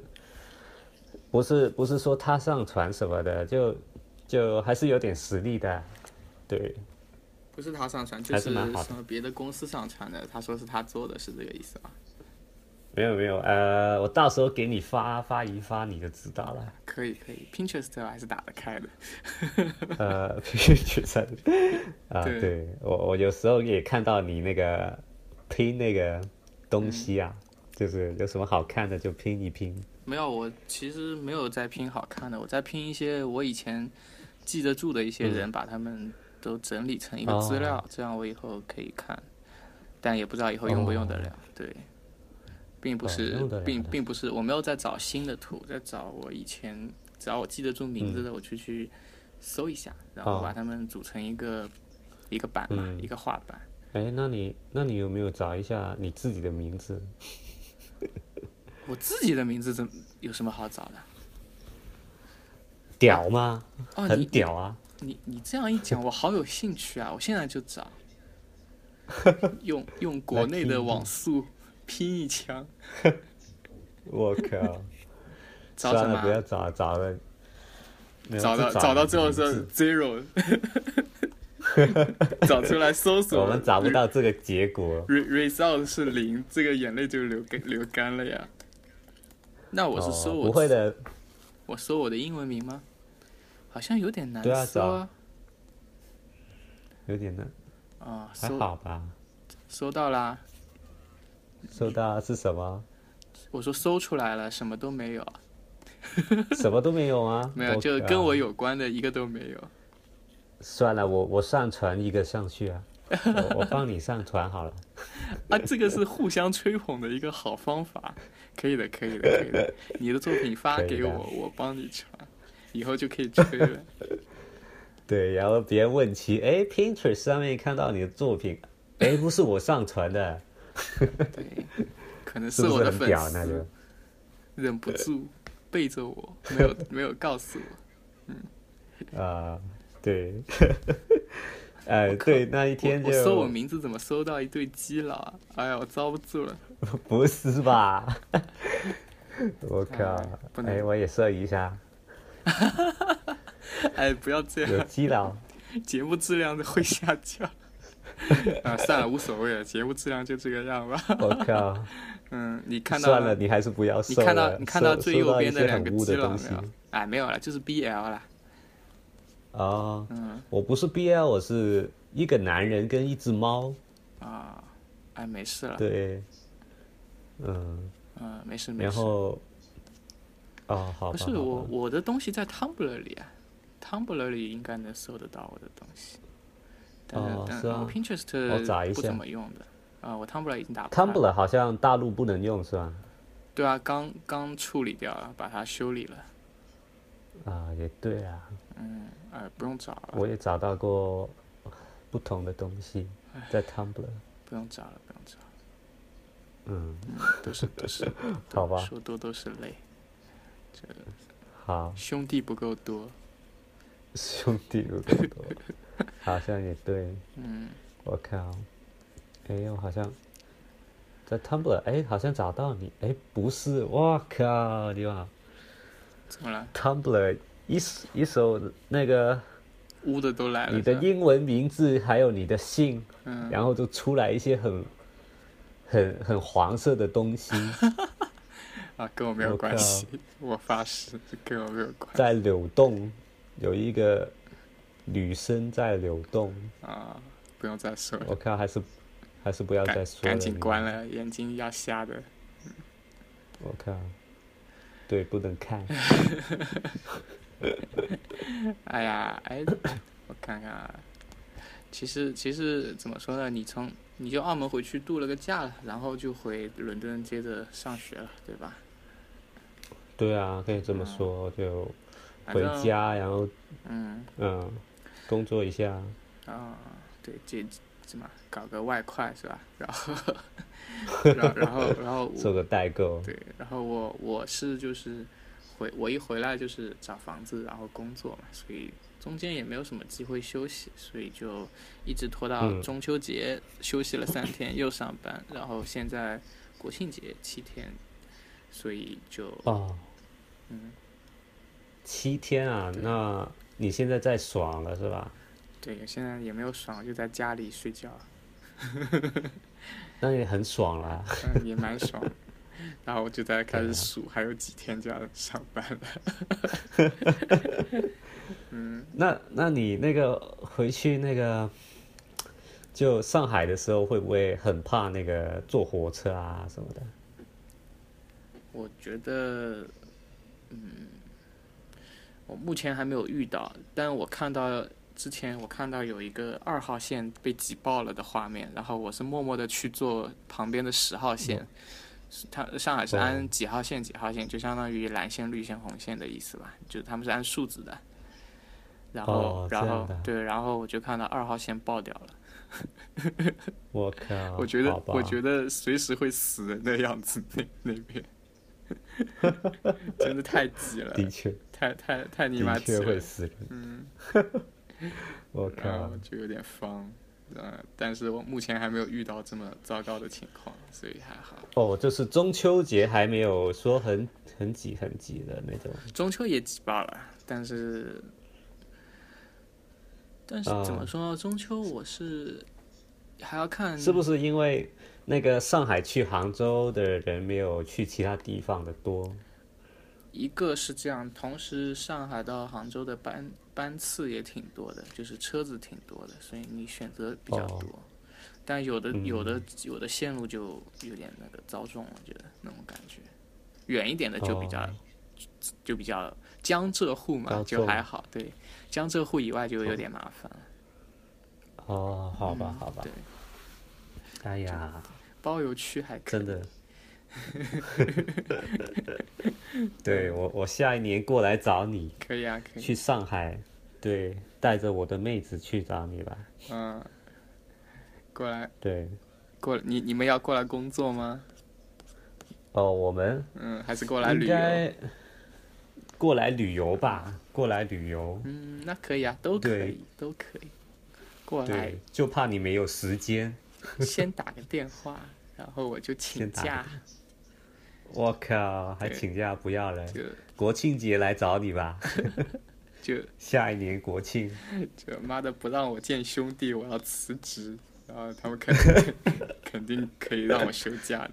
Speaker 2: 不是不是说他上传什么的，就就还是有点实力的，啊对
Speaker 1: 不是他上传，就
Speaker 2: 还
Speaker 1: 是
Speaker 2: 是蛮好的
Speaker 1: 啊什么别的公司上传的。他说是他做的，是这个意思吧？
Speaker 2: 没有没有，呃，我到时候给你发发一发，你就知道了。
Speaker 1: 可以可以，Pinterest 还是打得开的。
Speaker 2: 呃， 去去参啊，
Speaker 1: 对
Speaker 2: 对我我有时候也看到你那个拼那个东西
Speaker 1: 嗯
Speaker 2: 啊，就是有什么好看的就拼一拼。
Speaker 1: 没有，我其实没有在拼好看的，我在拼一些我以前记得住的一些
Speaker 2: 嗯
Speaker 1: 人，把他们都整理成一个资
Speaker 2: 哦
Speaker 1: 料，这样我以后可以看，但也不知道以后用不用得了。对，并不
Speaker 2: 哦
Speaker 1: 是，
Speaker 2: 用得了
Speaker 1: 并
Speaker 2: 的
Speaker 1: 并不是，我没有在找新的图，在找我以前只要我记得住名字的，我就去搜一下，然后
Speaker 2: 嗯哦
Speaker 1: 把它们组成一个一个版嘛，
Speaker 2: 嗯
Speaker 1: 一个画板。
Speaker 2: 哎，那你那你有没有找一下你自己的名字？
Speaker 1: 我自己的名字怎么有什么好找的？
Speaker 2: 屌吗？
Speaker 1: 哦，你
Speaker 2: 很屌啊！
Speaker 1: 你你这样一 讲，我好有兴趣啊！我现在就找，用用国内的网速拼一枪，
Speaker 2: 我靠！
Speaker 1: 找
Speaker 2: 算
Speaker 1: 什
Speaker 2: 啊了，不要
Speaker 1: 么？啊
Speaker 2: 找找了，没有
Speaker 1: 找到
Speaker 2: 就
Speaker 1: 找到
Speaker 2: 你
Speaker 1: 最后
Speaker 2: 名
Speaker 1: 是
Speaker 2: 字
Speaker 1: zero，找出来搜索，
Speaker 2: 我们找不到这个结果。
Speaker 1: re result 是零，这个眼泪就流干流干了呀。那 我是
Speaker 2: 哦
Speaker 1: 搜我、
Speaker 2: 不会的，
Speaker 1: 我搜我的英文名吗？好像有点难
Speaker 2: 对啊
Speaker 1: 搜啊。
Speaker 2: 有点难，
Speaker 1: 啊，
Speaker 2: 还
Speaker 1: 搜
Speaker 2: 好吧？
Speaker 1: 搜到啦、
Speaker 2: 收到是什么？
Speaker 1: 我说搜出来了，什么都没有，
Speaker 2: 什么都没有啊？
Speaker 1: 没有，就
Speaker 2: 靠
Speaker 1: 跟我有关的一个都没有。
Speaker 2: 算了，我我上传一个上去 啊，我我帮你上传好了。
Speaker 1: 啊，这个是互相吹捧的一个好方法，可以的，可以的，可以的。你的作品发
Speaker 2: 可以
Speaker 1: 给
Speaker 2: 的
Speaker 1: 我，我帮你传，以后就可以吹了。
Speaker 2: 对，然后别人问起，哎，Pinterest 上面看到你的作品，哎，不是我上 传的，
Speaker 1: 对，可能
Speaker 2: 是
Speaker 1: 是
Speaker 2: 不
Speaker 1: 我
Speaker 2: 是
Speaker 1: 的
Speaker 2: 很
Speaker 1: 粉
Speaker 2: 屌？那就
Speaker 1: 丝忍不住背着我，没有没有告诉我。
Speaker 2: 啊、对， 呃，
Speaker 1: 我靠
Speaker 2: 对， 那一天
Speaker 1: 我我搜我
Speaker 2: 就
Speaker 1: 名字怎么搜到一对基佬啊？哎呀，我遭不住了。
Speaker 2: 不 是吧？我靠
Speaker 1: 哎不，能
Speaker 2: 哎，我也设一下，
Speaker 1: 哎，不要这
Speaker 2: 有
Speaker 1: 样，
Speaker 2: 基佬，
Speaker 1: 节目质量会下降。啊， 算了，无所谓了，节目质量就这个样吧。
Speaker 2: 我靠，
Speaker 1: 嗯，你看到
Speaker 2: 算
Speaker 1: 了
Speaker 2: 了，你还是不要设
Speaker 1: 你看到
Speaker 2: 了
Speaker 1: 你看到
Speaker 2: 收
Speaker 1: 最
Speaker 2: 收
Speaker 1: 右
Speaker 2: 到一
Speaker 1: 边
Speaker 2: 些
Speaker 1: 的两
Speaker 2: 很
Speaker 1: 个
Speaker 2: 污
Speaker 1: 基
Speaker 2: 的
Speaker 1: 佬
Speaker 2: 东
Speaker 1: 没
Speaker 2: 西
Speaker 1: 有？哎，没有了，就是 BL 啦。
Speaker 2: 哦，
Speaker 1: 嗯
Speaker 2: 我不是 BL，我是一个男人跟一只猫。
Speaker 1: 啊，哎，没事了，
Speaker 2: 对，嗯，
Speaker 1: 嗯，没事没
Speaker 2: 然
Speaker 1: 事。
Speaker 2: 后，哦，好吧，
Speaker 1: 不是
Speaker 2: 好吧
Speaker 1: 我我的东西在 Tumblr 里啊，Tumblr 里应该能搜得到我的东西，但是、
Speaker 2: 哦
Speaker 1: 但
Speaker 2: 是啊
Speaker 1: 我
Speaker 2: 我找一
Speaker 1: Pinterest 不
Speaker 2: 下
Speaker 1: 怎么用的啊，我 Tumblr 已经打不开了
Speaker 2: Tumblr 好像大陆不能用是吧？
Speaker 1: 对啊，刚刚处理掉了，把它修理了，
Speaker 2: 啊，也对啊，
Speaker 1: 嗯，哎，不用找了，
Speaker 2: 我也找到过不同的东西在 Tumblr，
Speaker 1: 不用找了，不用找了，
Speaker 2: 嗯，
Speaker 1: 都是都 是，
Speaker 2: 好吧，
Speaker 1: 说多都是泪，这
Speaker 2: 好，
Speaker 1: 兄弟不够多，
Speaker 2: 兄弟不够多，好像也对，
Speaker 1: 嗯，
Speaker 2: 我靠，哎，我好像。在 Tumblr，哎，好像找到你，哎，不是，我靠，你好
Speaker 1: 怎么了？
Speaker 2: ，Tumblr 一一首那个
Speaker 1: 污的都来了，
Speaker 2: 你的
Speaker 1: 是吧
Speaker 2: 英文名字还有你的姓，
Speaker 1: 嗯，
Speaker 2: 然后就出来一些很、很、很黄色的 东西
Speaker 1: 啊，跟我没有
Speaker 2: 我
Speaker 1: 关
Speaker 2: 靠
Speaker 1: 系， 我发誓，跟我没有关系
Speaker 2: 在扭动，有一个女生在扭动，
Speaker 1: 啊，不用再说了，
Speaker 2: 我看还是还是不要
Speaker 1: 赶
Speaker 2: 再说了，
Speaker 1: 赶紧
Speaker 2: 你
Speaker 1: 关，了，眼睛要瞎的。
Speaker 2: 我看，对，不能看，
Speaker 1: 哎呀， 哎，我看看啊，其实其实怎么说呢？你从你就澳门回去度了个假了，然后就回伦敦接着上学了，对吧？
Speaker 2: 对啊，可以这么
Speaker 1: 嗯
Speaker 2: 说，就
Speaker 1: 反
Speaker 2: 回
Speaker 1: 正，
Speaker 2: 家，然后
Speaker 1: 嗯
Speaker 2: 嗯，工作一下，
Speaker 1: 啊，对，这怎么搞个外快是吧？然后， 然后然后然后我
Speaker 2: 做个代购，
Speaker 1: 对，然后我我是就是回我一回来就是找房子，然后工作嘛，所以中间也没有什么机会休息，所以就一直拖到
Speaker 2: 嗯
Speaker 1: 中秋节、休息了三天，又上班，然后现在国庆节七天，所以就
Speaker 2: 哦，
Speaker 1: 嗯，
Speaker 2: 七天啊，那你现在在爽了是吧？
Speaker 1: 对，现在也没有爽，就在家里睡觉，
Speaker 2: 那也很爽啦。
Speaker 1: 嗯，也蛮爽。然后我就在开
Speaker 2: 啊
Speaker 1: 始数还有几天就要上班 了。
Speaker 2: 那那你那个回去那个，就上海的时候会不会很怕那个坐火车啊什么的？
Speaker 1: 我觉得，嗯，我目前还没有遇到，但我看到之前我看到有一个二号线被挤爆了的画面，然后我是默默的去坐旁边的十号
Speaker 2: 嗯
Speaker 1: 线，是它上海是
Speaker 2: 哦
Speaker 1: 按几号线几号线，就相当于蓝线、绿线、红线的意思吧，就是他们是按数字的。然后，
Speaker 2: 哦
Speaker 1: 然
Speaker 2: 这样
Speaker 1: 后
Speaker 2: 的
Speaker 1: 对，然后我就看到二号线爆掉了，
Speaker 2: 我靠！
Speaker 1: 我觉得
Speaker 2: 好吧
Speaker 1: 我觉得随时会死人的样子，那那 边 真的太挤了，
Speaker 2: 的确
Speaker 1: 太太太尼玛
Speaker 2: 的
Speaker 1: 挤
Speaker 2: 确会
Speaker 1: 了，
Speaker 2: 死人。
Speaker 1: 嗯，
Speaker 2: 我
Speaker 1: 然后
Speaker 2: 靠！
Speaker 1: 就有点方，呃，但是我目前还没有遇到这么糟糕的情况，所以还好。
Speaker 2: 哦，就是中秋节还没有说很很挤很挤的那种。
Speaker 1: 中秋也挤爆了，但是，但是怎么
Speaker 2: 啊
Speaker 1: 说呢？中秋我是还要看
Speaker 2: 是不是因为那个上海去杭州的人没有去其他地方的多？
Speaker 1: 一个是这样，同时上海到杭州的班班次也挺多的，就是车子挺多的，所以你选择比较
Speaker 2: 哦嗯
Speaker 1: 多。但有的有的有的线路就有点那个遭重了，我觉得那种感觉。远一点的就比较、
Speaker 2: 哦
Speaker 1: 就比较江浙沪嘛，
Speaker 2: 遭
Speaker 1: 就
Speaker 2: 重
Speaker 1: 还好。对，江浙沪以外就有点麻烦了。
Speaker 2: 哦，好吧，好吧
Speaker 1: 嗯对。，
Speaker 2: 哎呀，
Speaker 1: 包邮区还可以。
Speaker 2: 真的。 对我，我下一年过来找你，
Speaker 1: 可以啊，可以。
Speaker 2: 去上海，对，带着我的妹子去找你吧。
Speaker 1: 嗯，过来
Speaker 2: 对，
Speaker 1: 过来，你你们要过来工作吗？
Speaker 2: 哦，我们
Speaker 1: 嗯，还是过来旅
Speaker 2: 应
Speaker 1: 游？
Speaker 2: 该过来旅游吧，过来旅游。
Speaker 1: 嗯，那可以啊，都可
Speaker 2: 对
Speaker 1: 以，都可以。过来
Speaker 2: 对，就怕你没有时间。
Speaker 1: 先打个电话，然后我就请
Speaker 2: 先打个
Speaker 1: 假，
Speaker 2: 我靠，还
Speaker 1: 对
Speaker 2: 请假不要了？
Speaker 1: 就
Speaker 2: 国庆节来找你 吧，
Speaker 1: 就
Speaker 2: 下一年国庆。
Speaker 1: 就妈的不让我见兄弟，我要辞职。然后他们肯定肯定可以让我休假的，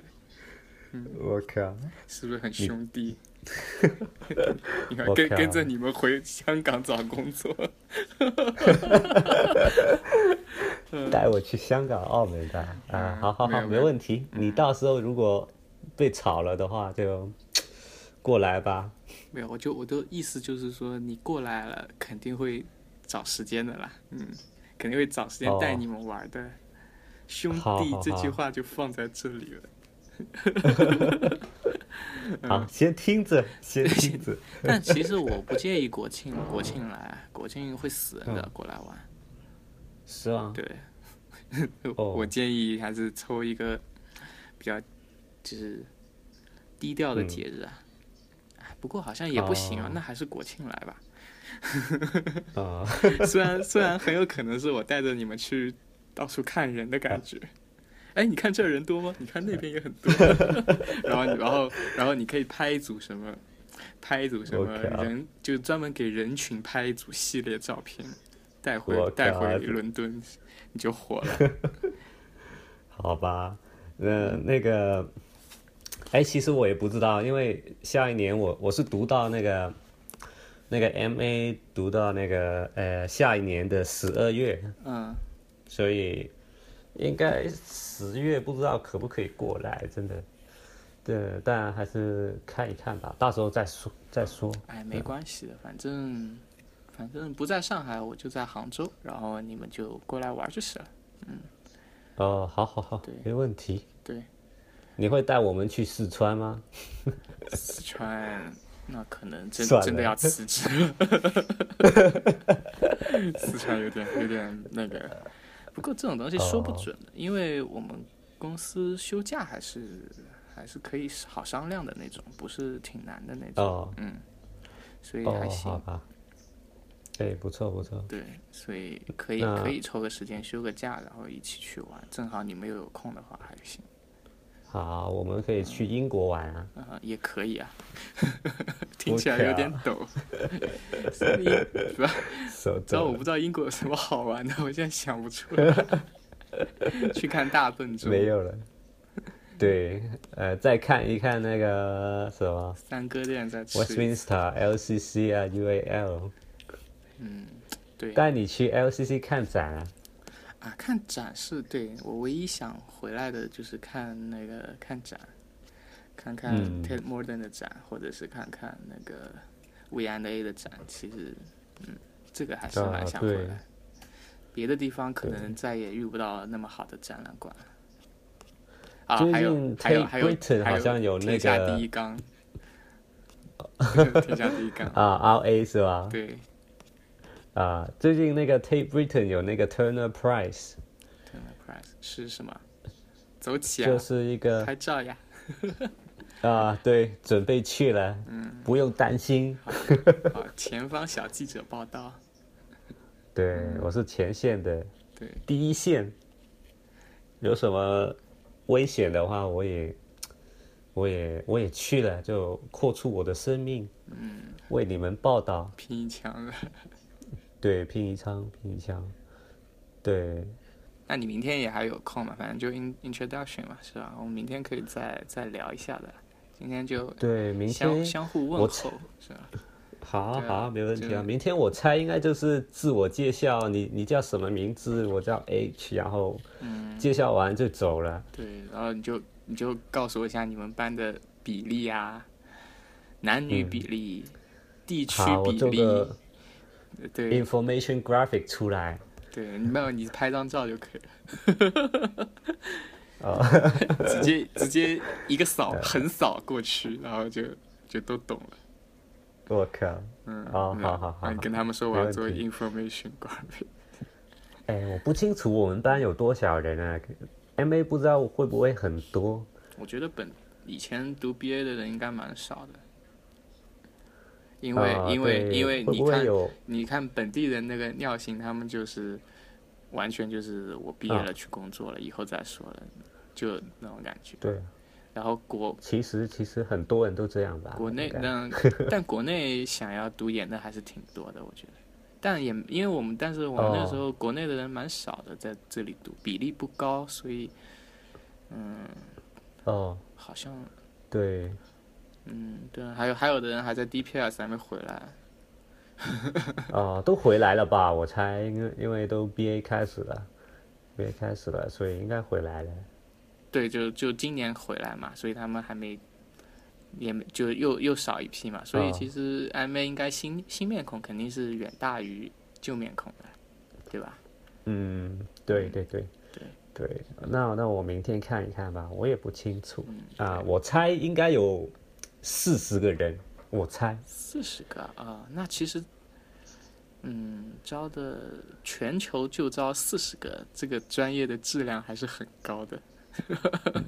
Speaker 1: 嗯
Speaker 2: 我靠，
Speaker 1: 是不是很兄弟？ 你看
Speaker 2: 我
Speaker 1: 跟
Speaker 2: 靠
Speaker 1: 跟着你们回香港找工作，
Speaker 2: 带我去香港、澳门吧。
Speaker 1: 嗯，
Speaker 2: 啊好好
Speaker 1: 没有
Speaker 2: 好，
Speaker 1: 没
Speaker 2: 没
Speaker 1: 有嗯
Speaker 2: 问题。你到时候如果被炒了的话，就过来吧。
Speaker 1: 没有，我就我的意思就是说，你过来了肯定会找时间的啦，嗯，肯定会找时间
Speaker 2: 哦
Speaker 1: 带你们玩的。兄
Speaker 2: 好
Speaker 1: 弟
Speaker 2: 好
Speaker 1: 这句
Speaker 2: 好
Speaker 1: 话就放在这里 了。嗯
Speaker 2: 好，先听着，先听 着。
Speaker 1: 但其实我不介意国庆，国庆来，国庆会死人
Speaker 2: 嗯
Speaker 1: 的，过来玩。
Speaker 2: 是吗？
Speaker 1: 对，
Speaker 2: 哦
Speaker 1: 我建议还是抽一个比较就是低调的节日啊。哎，不过好像也不行啊，
Speaker 2: 嗯哦
Speaker 1: 那还是国庆来吧。
Speaker 2: 啊，
Speaker 1: 虽然虽然很有可能是我带着你们去到处看人的感觉。哎，你看这人多吗？你看那边也很 多。然后，然后，然后你可以拍一组什么，拍一组什么
Speaker 2: 我靠
Speaker 1: 人，就专门给人群拍一组系列照片，带回
Speaker 2: 我靠
Speaker 1: 带回伦敦，你就火了。
Speaker 2: 好吧，那那个，哎，其实我也不知道，因为下一年我我是读到那个那个 M A 读到那个呃下一年的十二月，
Speaker 1: 嗯，
Speaker 2: 所以应该十月不知道可不可以过来，真的。对，但还是看一看吧，到时候再说再说。
Speaker 1: 哎，没关系的，反正反正不在上海，我就在杭州，然后你们就过来玩就是了。
Speaker 2: 哦，好好好
Speaker 1: 对，
Speaker 2: 没问题。
Speaker 1: 对，
Speaker 2: 你会带我们去四川吗？
Speaker 1: 四川那可能真
Speaker 2: 算了
Speaker 1: 真的要辞职 了。四川有点有点那个，不过这种东
Speaker 2: 哦
Speaker 1: 西说不准的，因为我们公司休假还是还是可以好商量的那种，不是挺难的那种，
Speaker 2: 哦
Speaker 1: 嗯，所以还
Speaker 2: 哦，
Speaker 1: 行，
Speaker 2: 好吧。哎，不错不错。
Speaker 1: 对，所以可以
Speaker 2: 那
Speaker 1: 可以抽个时间休个假，然后一起去玩，正好你们又有空的话还行，
Speaker 2: 好，我们可以去英国玩啊。
Speaker 1: 啊、也可以啊，听起来有点 抖，所以主要
Speaker 2: 手
Speaker 1: 知道我
Speaker 2: 肘
Speaker 1: 不知道英国有什么好玩 的，我现在想不出来。去看大笨钟，
Speaker 2: 没有了。对，呃，再看一看那个什么
Speaker 1: 三哥店在吃。
Speaker 2: Westminster、LCC 啊、UAL，
Speaker 1: 嗯，对
Speaker 2: 带你去 LCC 看展啊。
Speaker 1: 啊，看展示，对我唯一想回来的就是看那个看展，看看
Speaker 2: 嗯
Speaker 1: Ted Modern 的展，或者是看看那个 V&A 的展。其实，嗯，这个还是
Speaker 2: 啊
Speaker 1: 蛮想回
Speaker 2: 对
Speaker 1: 来。别的地方可
Speaker 2: 对
Speaker 1: 能再也遇不到那么好的展览馆了。啊，
Speaker 2: 最
Speaker 1: 还有
Speaker 2: 近
Speaker 1: 还有
Speaker 2: Tate
Speaker 1: 还有
Speaker 2: Britain
Speaker 1: 还
Speaker 2: 好像有那
Speaker 1: 天下
Speaker 2: 个
Speaker 1: 第一缸， 天下第一缸，
Speaker 2: 啊，RA 是吧？
Speaker 1: 对，
Speaker 2: 啊，最近那个 Tate Britain 有那个 Turner Prize，
Speaker 1: t e n p r i s e 是什么？走起啊
Speaker 2: 就，是一个
Speaker 1: 拍照呀！
Speaker 2: 啊，对，准备去了，
Speaker 1: 嗯
Speaker 2: 不用担心。
Speaker 1: 好，前方小记者报道。
Speaker 2: 对，我是前线的
Speaker 1: 对，
Speaker 2: 第一线，有什么危险的话，我也，我也，我也去了，就豁出我的生命，
Speaker 1: 嗯
Speaker 2: 为你们报道。
Speaker 1: 拼一枪的。
Speaker 2: 对，拼一枪，拼一枪。对，
Speaker 1: 那你明天也还有空嘛？反正就 in introduction 嘛，是吧？我们明天可以再再聊一下的。今天就
Speaker 2: 对，明
Speaker 1: 相
Speaker 2: 天
Speaker 1: 相互问
Speaker 2: 我
Speaker 1: 候，是吧？
Speaker 2: 好啊
Speaker 1: 对啊
Speaker 2: 好啊，没问题
Speaker 1: 就
Speaker 2: 啊。明天我猜应该就是自我介绍，你你叫什么名字？我叫 H，然后
Speaker 1: 嗯
Speaker 2: 介绍完就走了。
Speaker 1: 对，然后你就你就告诉我一下你们班的比例啊，男女比例、地区
Speaker 2: 好，我
Speaker 1: 比
Speaker 2: 做
Speaker 1: 例。
Speaker 2: 个
Speaker 1: 对
Speaker 2: information graphic 出来。
Speaker 1: 对，没有你拍张照就可以了。
Speaker 2: 哦，嗯
Speaker 1: 直接直接一个 扫横扫过去，然后就就都懂了。
Speaker 2: 我靠！
Speaker 1: 嗯，
Speaker 2: 哦
Speaker 1: 嗯
Speaker 2: 好好
Speaker 1: 然后你
Speaker 2: 好
Speaker 1: 跟他们说
Speaker 2: 没
Speaker 1: 我要
Speaker 2: 问
Speaker 1: 做
Speaker 2: 题
Speaker 1: information graphic。
Speaker 2: 哎，我不清楚我们班有多少人啊，MA 不知道会不会很多。
Speaker 1: 我觉得本以前读 BA 的人应该蛮少的，因为、
Speaker 2: 啊
Speaker 1: 因为
Speaker 2: 对
Speaker 1: 因为
Speaker 2: 会
Speaker 1: 你
Speaker 2: 不会
Speaker 1: 看
Speaker 2: 有
Speaker 1: 你看本地人那个尿性，他们就是完全就是我毕业
Speaker 2: 啊
Speaker 1: 了去工作了，以后再说了，就那种感觉。
Speaker 2: 对，
Speaker 1: 然后 国
Speaker 2: 其实其实很多人都这样吧。
Speaker 1: 国内
Speaker 2: 应该
Speaker 1: 那但国内想要读研的还是挺多的，我觉得。但也因为我们，但是我们那时
Speaker 2: 哦
Speaker 1: 候国内的人蛮少的，在这里读比例不高，所以，嗯，
Speaker 2: 哦，
Speaker 1: 好像
Speaker 2: 对，
Speaker 1: 嗯，对啊，还有还有的人还在 DPS 还没回来，
Speaker 2: 哦，都回来了吧？ 我猜，因为因为都 BA 开始了，BA 开始了，所以应该回来了。
Speaker 1: 对，就就今年回来嘛，所以他们还没，也没就又又少一批嘛，所以
Speaker 2: 哦
Speaker 1: 其实 M A 应该新新面孔肯定是远大于旧面孔的，对吧？
Speaker 2: 嗯，对对对
Speaker 1: 对
Speaker 2: 对，那那我明天看一看吧，我也不清楚
Speaker 1: 嗯
Speaker 2: 啊，我猜应该有四十个人，我猜。
Speaker 1: 四十个啊、那其实，嗯，招的全球就招四十个，这个专业的质量还是很高的。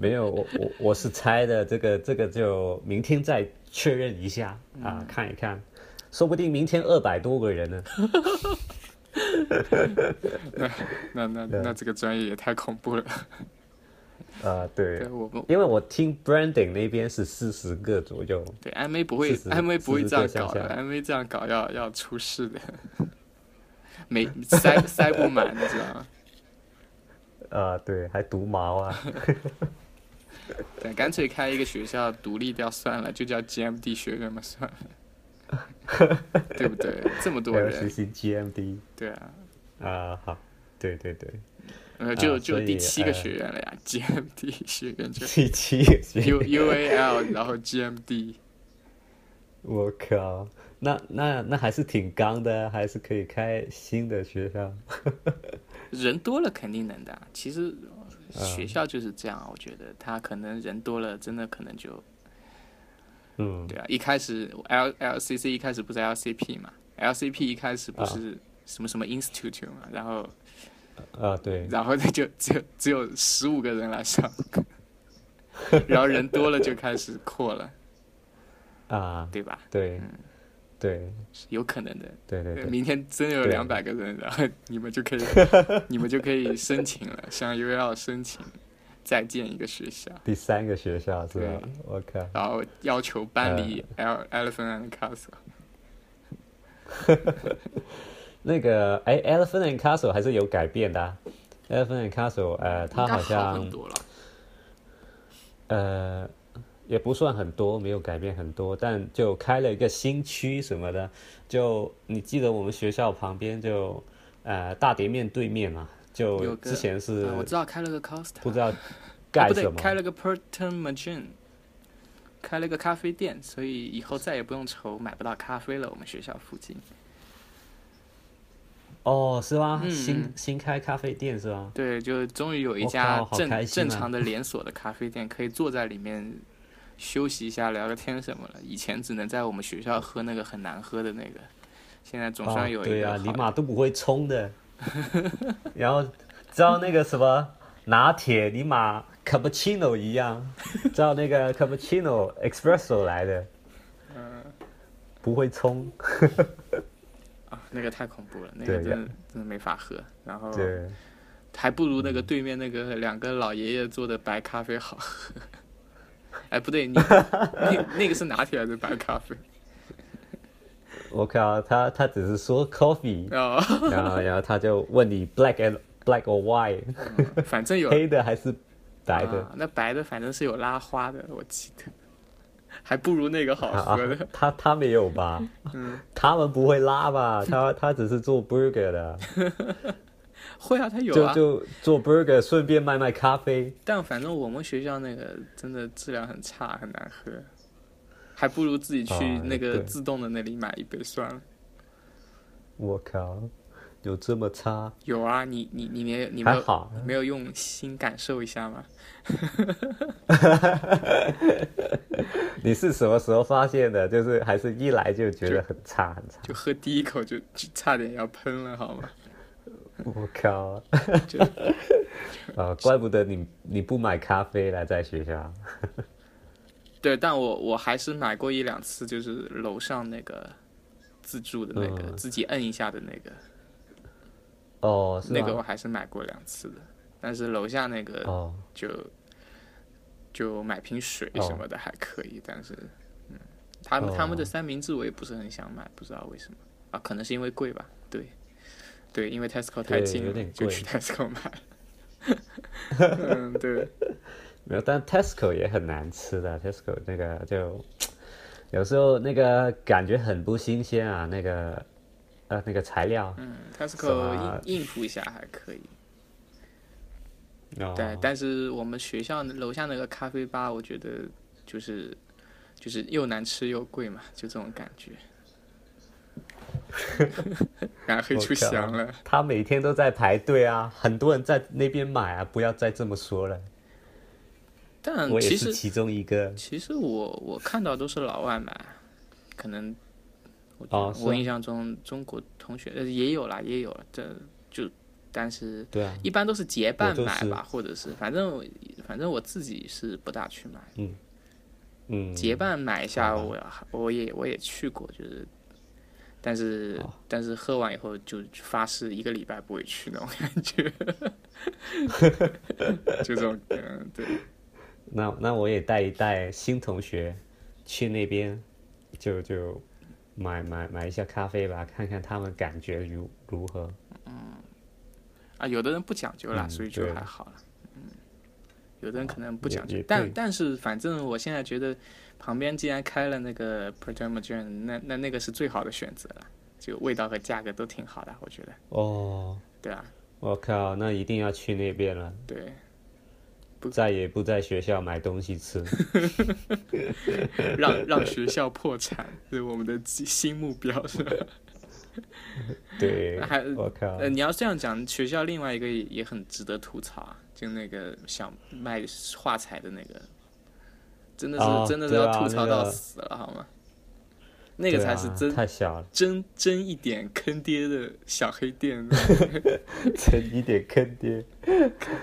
Speaker 2: 没有，我我我是猜的，这个这个就明天再确认一下啊、
Speaker 1: 嗯
Speaker 2: 看一看，说不定明天二百多个人呢。
Speaker 1: 那那那这个专业也太恐怖了。
Speaker 2: 啊，对
Speaker 1: 对，，我们
Speaker 2: 因为我听 branding 那边是四十个左右，
Speaker 1: 对 M A 不会
Speaker 2: 40
Speaker 1: M A 不会这样
Speaker 2: 40
Speaker 1: 搞的
Speaker 2: 上下
Speaker 1: ，M A 这样搞要要出事的，没塞塞不满，你知道吗？
Speaker 2: 啊，对，还毒毛啊，
Speaker 1: 对，干脆开一个学校独立掉算了，就叫 G M D 学院嘛算了，对不 对？这么多
Speaker 2: 还有实
Speaker 1: 人，
Speaker 2: 习 GMD
Speaker 1: 对啊，
Speaker 2: 啊，好，对对对，
Speaker 1: 呃，就
Speaker 2: 啊
Speaker 1: 就
Speaker 2: 所以
Speaker 1: 第七个
Speaker 2: 呃
Speaker 1: 学院了呀，G M D 学院就
Speaker 2: 第 七也
Speaker 1: U
Speaker 2: 是，
Speaker 1: U A L，然后 G M D，
Speaker 2: 我靠，那那那还是挺刚的啊，还是可以开新的学校。
Speaker 1: 人多了肯定能的啊。其实呃学校就是这样，啊我觉得他可能人多了，真的可能就
Speaker 2: 嗯，
Speaker 1: 对啊，一开始 L LCC 一开始不是 LCP 嘛，LCP 一开始不是什么什么 Institute 嘛，然后
Speaker 2: 啊，对，
Speaker 1: 然后他就只有只有十五个人来上， 然后人多了就开始扩了，
Speaker 2: 啊，
Speaker 1: 对吧？
Speaker 2: 对，对，
Speaker 1: 是有可能的。
Speaker 2: 对对
Speaker 1: 呃
Speaker 2: 对。
Speaker 1: 明天真有
Speaker 2: 对啊
Speaker 1: 两百个人，然后你们就 可以你们就可以申请了，向 UL 申请再建一个学校，
Speaker 2: 第三个学校是吧
Speaker 1: 对？
Speaker 2: 我靠，
Speaker 1: 然后要求搬离
Speaker 2: 呃
Speaker 1: L Elephant and Castle。
Speaker 2: 那个哎，Elephant and Castle 还是有改变的、啊。Elephant and Castle，呃，它
Speaker 1: 应该
Speaker 2: 好
Speaker 1: 很
Speaker 2: 像
Speaker 1: 多了，
Speaker 2: 呃，也不算很多，没有改变很多，但就开了一个新区什么的。就你记得我们学校旁边就呃大叠面对面嘛，就
Speaker 1: 有个
Speaker 2: 之前是
Speaker 1: 啊我知道开了个 Costa，
Speaker 2: 不知道
Speaker 1: 啊
Speaker 2: 盖
Speaker 1: 不对
Speaker 2: 什，么，
Speaker 1: 开了个 Perton Machine，开了个咖啡店，所以以后再也不用愁买不到咖啡了。我们学校附近，
Speaker 2: 哦，是吗？
Speaker 1: 嗯
Speaker 2: 新
Speaker 1: 嗯
Speaker 2: 新开咖啡店是吗？
Speaker 1: 对，就终于有一
Speaker 2: 我
Speaker 1: 家
Speaker 2: 靠好
Speaker 1: 正、
Speaker 2: 开心
Speaker 1: 正
Speaker 2: 啊
Speaker 1: 常的连锁的咖啡店，可以坐在里面休息一下、聊聊天什么了。以前只能在我们学校喝那个很难喝的那个，现在总算有
Speaker 2: 哦、
Speaker 1: 一
Speaker 2: 对
Speaker 1: 个
Speaker 2: 啊，
Speaker 1: 好
Speaker 2: 尼玛都不会冲的。 然后知道那个什么拿铁，尼玛 cappuccino 一样，照那个 cappuccino espresso 来的，不会冲。
Speaker 1: 啊，那个太恐怖了，那个
Speaker 2: 对
Speaker 1: 真的真的没法喝。然后
Speaker 2: 对，
Speaker 1: 还不如那个对面那个两个老爷爷做的白咖啡好喝。哎，不 对，你那那个是拿铁还是白咖啡？
Speaker 2: 我靠，他他只是说 coffee，
Speaker 1: 哦，
Speaker 2: 然后然后他就问你 black and black or white，
Speaker 1: 反正有
Speaker 2: 黑的还是白的？
Speaker 1: 嗯啊那白的反正是有拉花的，我记得，还不如那个好
Speaker 2: 啊
Speaker 1: 喝的。，嗯
Speaker 2: 他他没有吧？他们不会拉吧？他他只是做 burger 的，
Speaker 1: 会啊，它有
Speaker 2: 就
Speaker 1: 啊，
Speaker 2: 就做 burger，顺便卖卖咖啡。
Speaker 1: 但反正我们学校那个真的质量很差，很难喝，还不如自己去
Speaker 2: 啊
Speaker 1: 那个
Speaker 2: 对
Speaker 1: 自动的那里买一杯算了。
Speaker 2: 我靠，有这么差？
Speaker 1: 有啊，你你你没有你没
Speaker 2: 还
Speaker 1: 有
Speaker 2: 好，
Speaker 1: 没有用心感受一下吗？
Speaker 2: 你是什么时候发现的？就是还是一来就觉得很差很差。
Speaker 1: 就喝第一口就就差点要喷了，好吗？
Speaker 2: 我靠
Speaker 1: 就！
Speaker 2: 啊，怪不得你你不买咖啡来在学校。
Speaker 1: 对，但我我还是买过一两次，就是楼上那个自助的那个、
Speaker 2: 嗯
Speaker 1: 自己摁一下的那个，
Speaker 2: 哦，是
Speaker 1: 那个我
Speaker 2: 吗？
Speaker 1: 还是买过两次的。但是楼下那个
Speaker 2: 哦，
Speaker 1: 就、就买瓶水什么的还可以，但是嗯，他们、他们的
Speaker 2: 哦
Speaker 1: 三明治我也不是很想买，不知道为什么啊，可能是因为贵吧。对，对，因为 Tesco 太
Speaker 2: 对
Speaker 1: 近
Speaker 2: 有
Speaker 1: 了，
Speaker 2: 点
Speaker 1: 就
Speaker 2: 贵
Speaker 1: 去 Tesco 买。嗯， 对。
Speaker 2: 没有，但 Tesco 也很难吃的，Tesco 那个就有时候那个感觉很不新鲜啊，那个呃那个材料。
Speaker 1: 嗯
Speaker 2: 什么啊
Speaker 1: ，Tesco 应应付一下还可以，
Speaker 2: 哦
Speaker 1: 嗯对，但是我们学校楼下那个咖啡吧，我觉得就是就是又难吃又贵嘛，就这种感觉。然后黑出翔了，
Speaker 2: 他每天都在排队啊，很多人在那边买啊，不要再这么说了。
Speaker 1: 但
Speaker 2: 我也
Speaker 1: 其
Speaker 2: 是
Speaker 1: 实
Speaker 2: 嗯其中一个。
Speaker 1: 其实我我看到都是老外买，可能我、
Speaker 2: 哦是
Speaker 1: 我
Speaker 2: 啊
Speaker 1: 印象中中国同学呃也有啦，也有了，这就但是
Speaker 2: 对啊，
Speaker 1: 一般都是结伴
Speaker 2: 就是
Speaker 1: 买吧，或者是反正我反正我自己是不大去买。
Speaker 2: 嗯，
Speaker 1: 结伴买一下，
Speaker 2: 好吧
Speaker 1: 我我也我也去过，就是，但是
Speaker 2: 哦
Speaker 1: 但是喝完以后就发誓一个礼拜不会去那种感 觉， 就这种嗯对，
Speaker 2: 那那我也带一带新同学去那边，就就买买买一下咖啡吧，看看他们感觉如如何。
Speaker 1: 啊，有的人不讲究啦，
Speaker 2: 嗯
Speaker 1: 所以就
Speaker 2: 对
Speaker 1: 还好了，嗯，有的人可能不
Speaker 2: 也
Speaker 1: 讲究
Speaker 2: 也，
Speaker 1: 但
Speaker 2: 对
Speaker 1: 但是反正我现在觉得旁边既然开了那个 p r e t e r m a g e n 那那那个是最好的选择了，就味道和价格都挺好的，我觉 得，
Speaker 2: 哦，
Speaker 1: 对啊，
Speaker 2: 我靠，那一定要去那边了，
Speaker 1: 对，
Speaker 2: 再也不在学校买东西吃。
Speaker 1: 让让学校破产是我们的新新目标， 是吧？
Speaker 2: 对
Speaker 1: 那还，
Speaker 2: 我靠，
Speaker 1: 呃，你要这样讲，学校另外一个也也很值得吐槽啊，就那个想卖画材的那个，真的是、
Speaker 2: 啊
Speaker 1: 真的是
Speaker 2: 对
Speaker 1: 要
Speaker 2: 啊
Speaker 1: 吐槽
Speaker 2: 那个
Speaker 1: 到死了，好吗？那个
Speaker 2: 对
Speaker 1: 才是
Speaker 2: 啊
Speaker 1: 真、
Speaker 2: 太小 了，
Speaker 1: 真真一点坑爹的小黑 店，
Speaker 2: 真一点坑爹。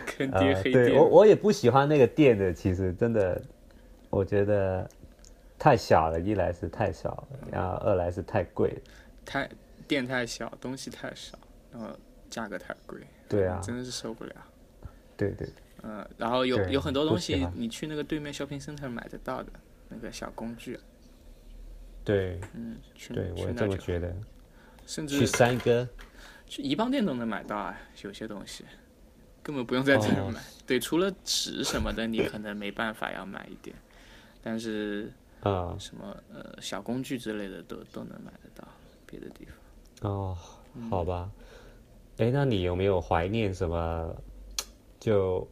Speaker 1: 坑爹
Speaker 2: 啊，
Speaker 1: 黑
Speaker 2: 对
Speaker 1: 店。
Speaker 2: 我我也不喜欢那个店的，其实真的，我觉得太小了，一来是太小了，然后二来是太贵了。
Speaker 1: 太店太小，东西太少，然后价格太贵，
Speaker 2: 对啊，
Speaker 1: 真的是受不了。
Speaker 2: 对对，
Speaker 1: 嗯，然后有
Speaker 2: 对
Speaker 1: 有很多
Speaker 2: 不
Speaker 1: 东
Speaker 2: 喜
Speaker 1: 西
Speaker 2: 欢
Speaker 1: 你去那个对面 shopping center 买得到的那个小工具，
Speaker 2: 对
Speaker 1: 嗯，去
Speaker 2: 对，我
Speaker 1: 去
Speaker 2: 也
Speaker 1: 那
Speaker 2: 这么
Speaker 1: 就
Speaker 2: 觉得。
Speaker 1: 甚至
Speaker 2: 去三哥，
Speaker 1: 去宜邦店都能买到啊，有些东西。根本不用在这儿买。对，除了纸什么的，你可能没办法要买一点，但是
Speaker 2: 啊
Speaker 1: 什么呃小工具之类的都都能买得到，别的地方。
Speaker 2: 哦，
Speaker 1: 嗯
Speaker 2: 好吧。哎，那你有没有怀念什么？就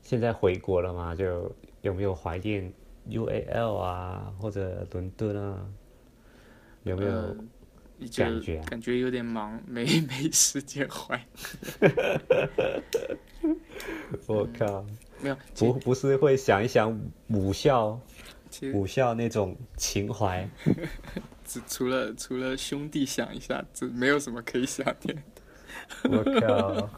Speaker 2: 现在回国了嘛？就有没有怀念 UAL 啊，或者伦敦啊？有没有？
Speaker 1: 呃就
Speaker 2: 感觉啊
Speaker 1: 感觉有点忙，没 没时间怀。
Speaker 2: 我靠，
Speaker 1: 没有，其
Speaker 2: 不不是会想一想母校
Speaker 1: 其实
Speaker 2: 母校那种 情怀？
Speaker 1: 只除了除了兄弟想一下，这没有什么可以想的。
Speaker 2: 我靠，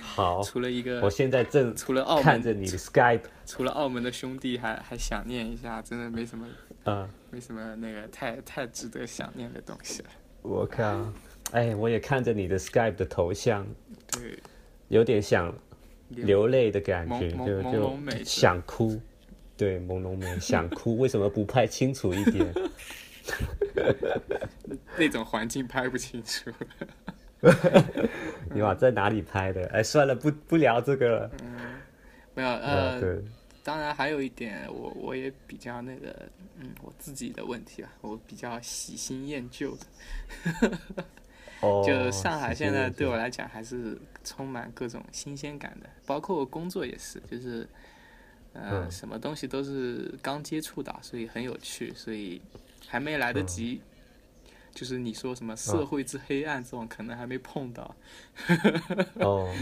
Speaker 2: 好，
Speaker 1: 除了一
Speaker 2: 哦我
Speaker 1: 个，
Speaker 2: 现在正
Speaker 1: 除了澳
Speaker 2: 看
Speaker 1: 门，
Speaker 2: 着你的 Skype
Speaker 1: 除了澳门的兄弟还，还想念一下，真的没什么
Speaker 2: 啊、
Speaker 1: 没什么那个太太值得想念的东西了。
Speaker 2: 我靠，哎，我也看着你的 Skype 的头像，
Speaker 1: 对，
Speaker 2: 有点想流泪的感觉，
Speaker 1: 朦朦
Speaker 2: 就
Speaker 1: 朦胧美
Speaker 2: 就想哭，对，朦 胧美想哭，为什么不拍清楚一点？
Speaker 1: 那种环境拍不清楚。
Speaker 2: 你把在哪里拍的？哎，算了，不不聊这个了。
Speaker 1: 没有，
Speaker 2: 呃，
Speaker 1: 呃，
Speaker 2: 对，
Speaker 1: 当然还有一点，我我也比较那个，嗯，我自己的问题吧，啊我比较喜新厌旧的。
Speaker 2: 哦，
Speaker 1: 就上海现在对
Speaker 2: 我
Speaker 1: 我来讲还是充满各种新鲜感的，包括我工作也是，就是，呃，
Speaker 2: 嗯
Speaker 1: 什么东西都是刚接触到，所以很有趣，所以还没来得及，
Speaker 2: 嗯
Speaker 1: 就是你说
Speaker 3: 嗯
Speaker 1: 什么社会之黑暗这种，可能还没碰到，
Speaker 2: 哦，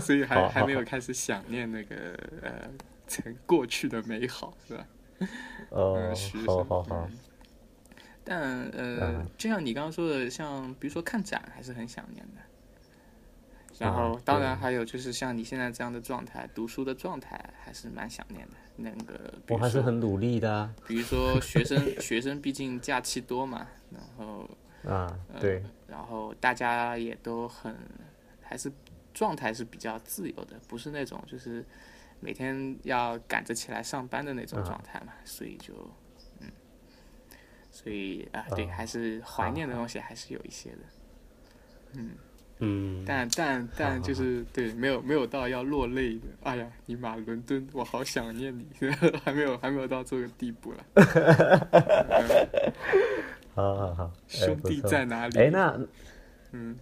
Speaker 1: 所以还
Speaker 2: 好
Speaker 1: 还没有开始想念那个呃，曾过去的美好，是吧？
Speaker 2: 哦
Speaker 1: 嗯， 是，
Speaker 2: 好好好，
Speaker 1: 但呃
Speaker 2: 嗯，
Speaker 1: 就像你刚刚说的，像比如说看展还是很想念的。然
Speaker 2: 啊
Speaker 1: 后，当然
Speaker 2: 嗯对
Speaker 1: 还有就是像你现在这样的状态，读书的状态还是蛮想念的。那个，比如
Speaker 2: 我还是
Speaker 1: 说，
Speaker 2: 很努力的啊，
Speaker 1: 比如说学生，学生毕竟假期多嘛，然后，
Speaker 2: 啊对，
Speaker 1: 然后大家也都很，还是状态是比较自由的，不是那种就是每天要赶着起来上班的那种
Speaker 2: 啊
Speaker 1: 状态嘛，所以就，嗯，所以啊，对，还是怀念的东西还是有一些的。
Speaker 2: 嗯，
Speaker 1: 但但但就是对，没有没有到要落泪的。哎呀，尼玛，伦敦，我好想念你， 还没有还没有到这个地步了。
Speaker 2: 哎好好 好，哎
Speaker 1: 兄弟
Speaker 2: 不错
Speaker 1: 在哪里？
Speaker 2: 哎，那，嗯，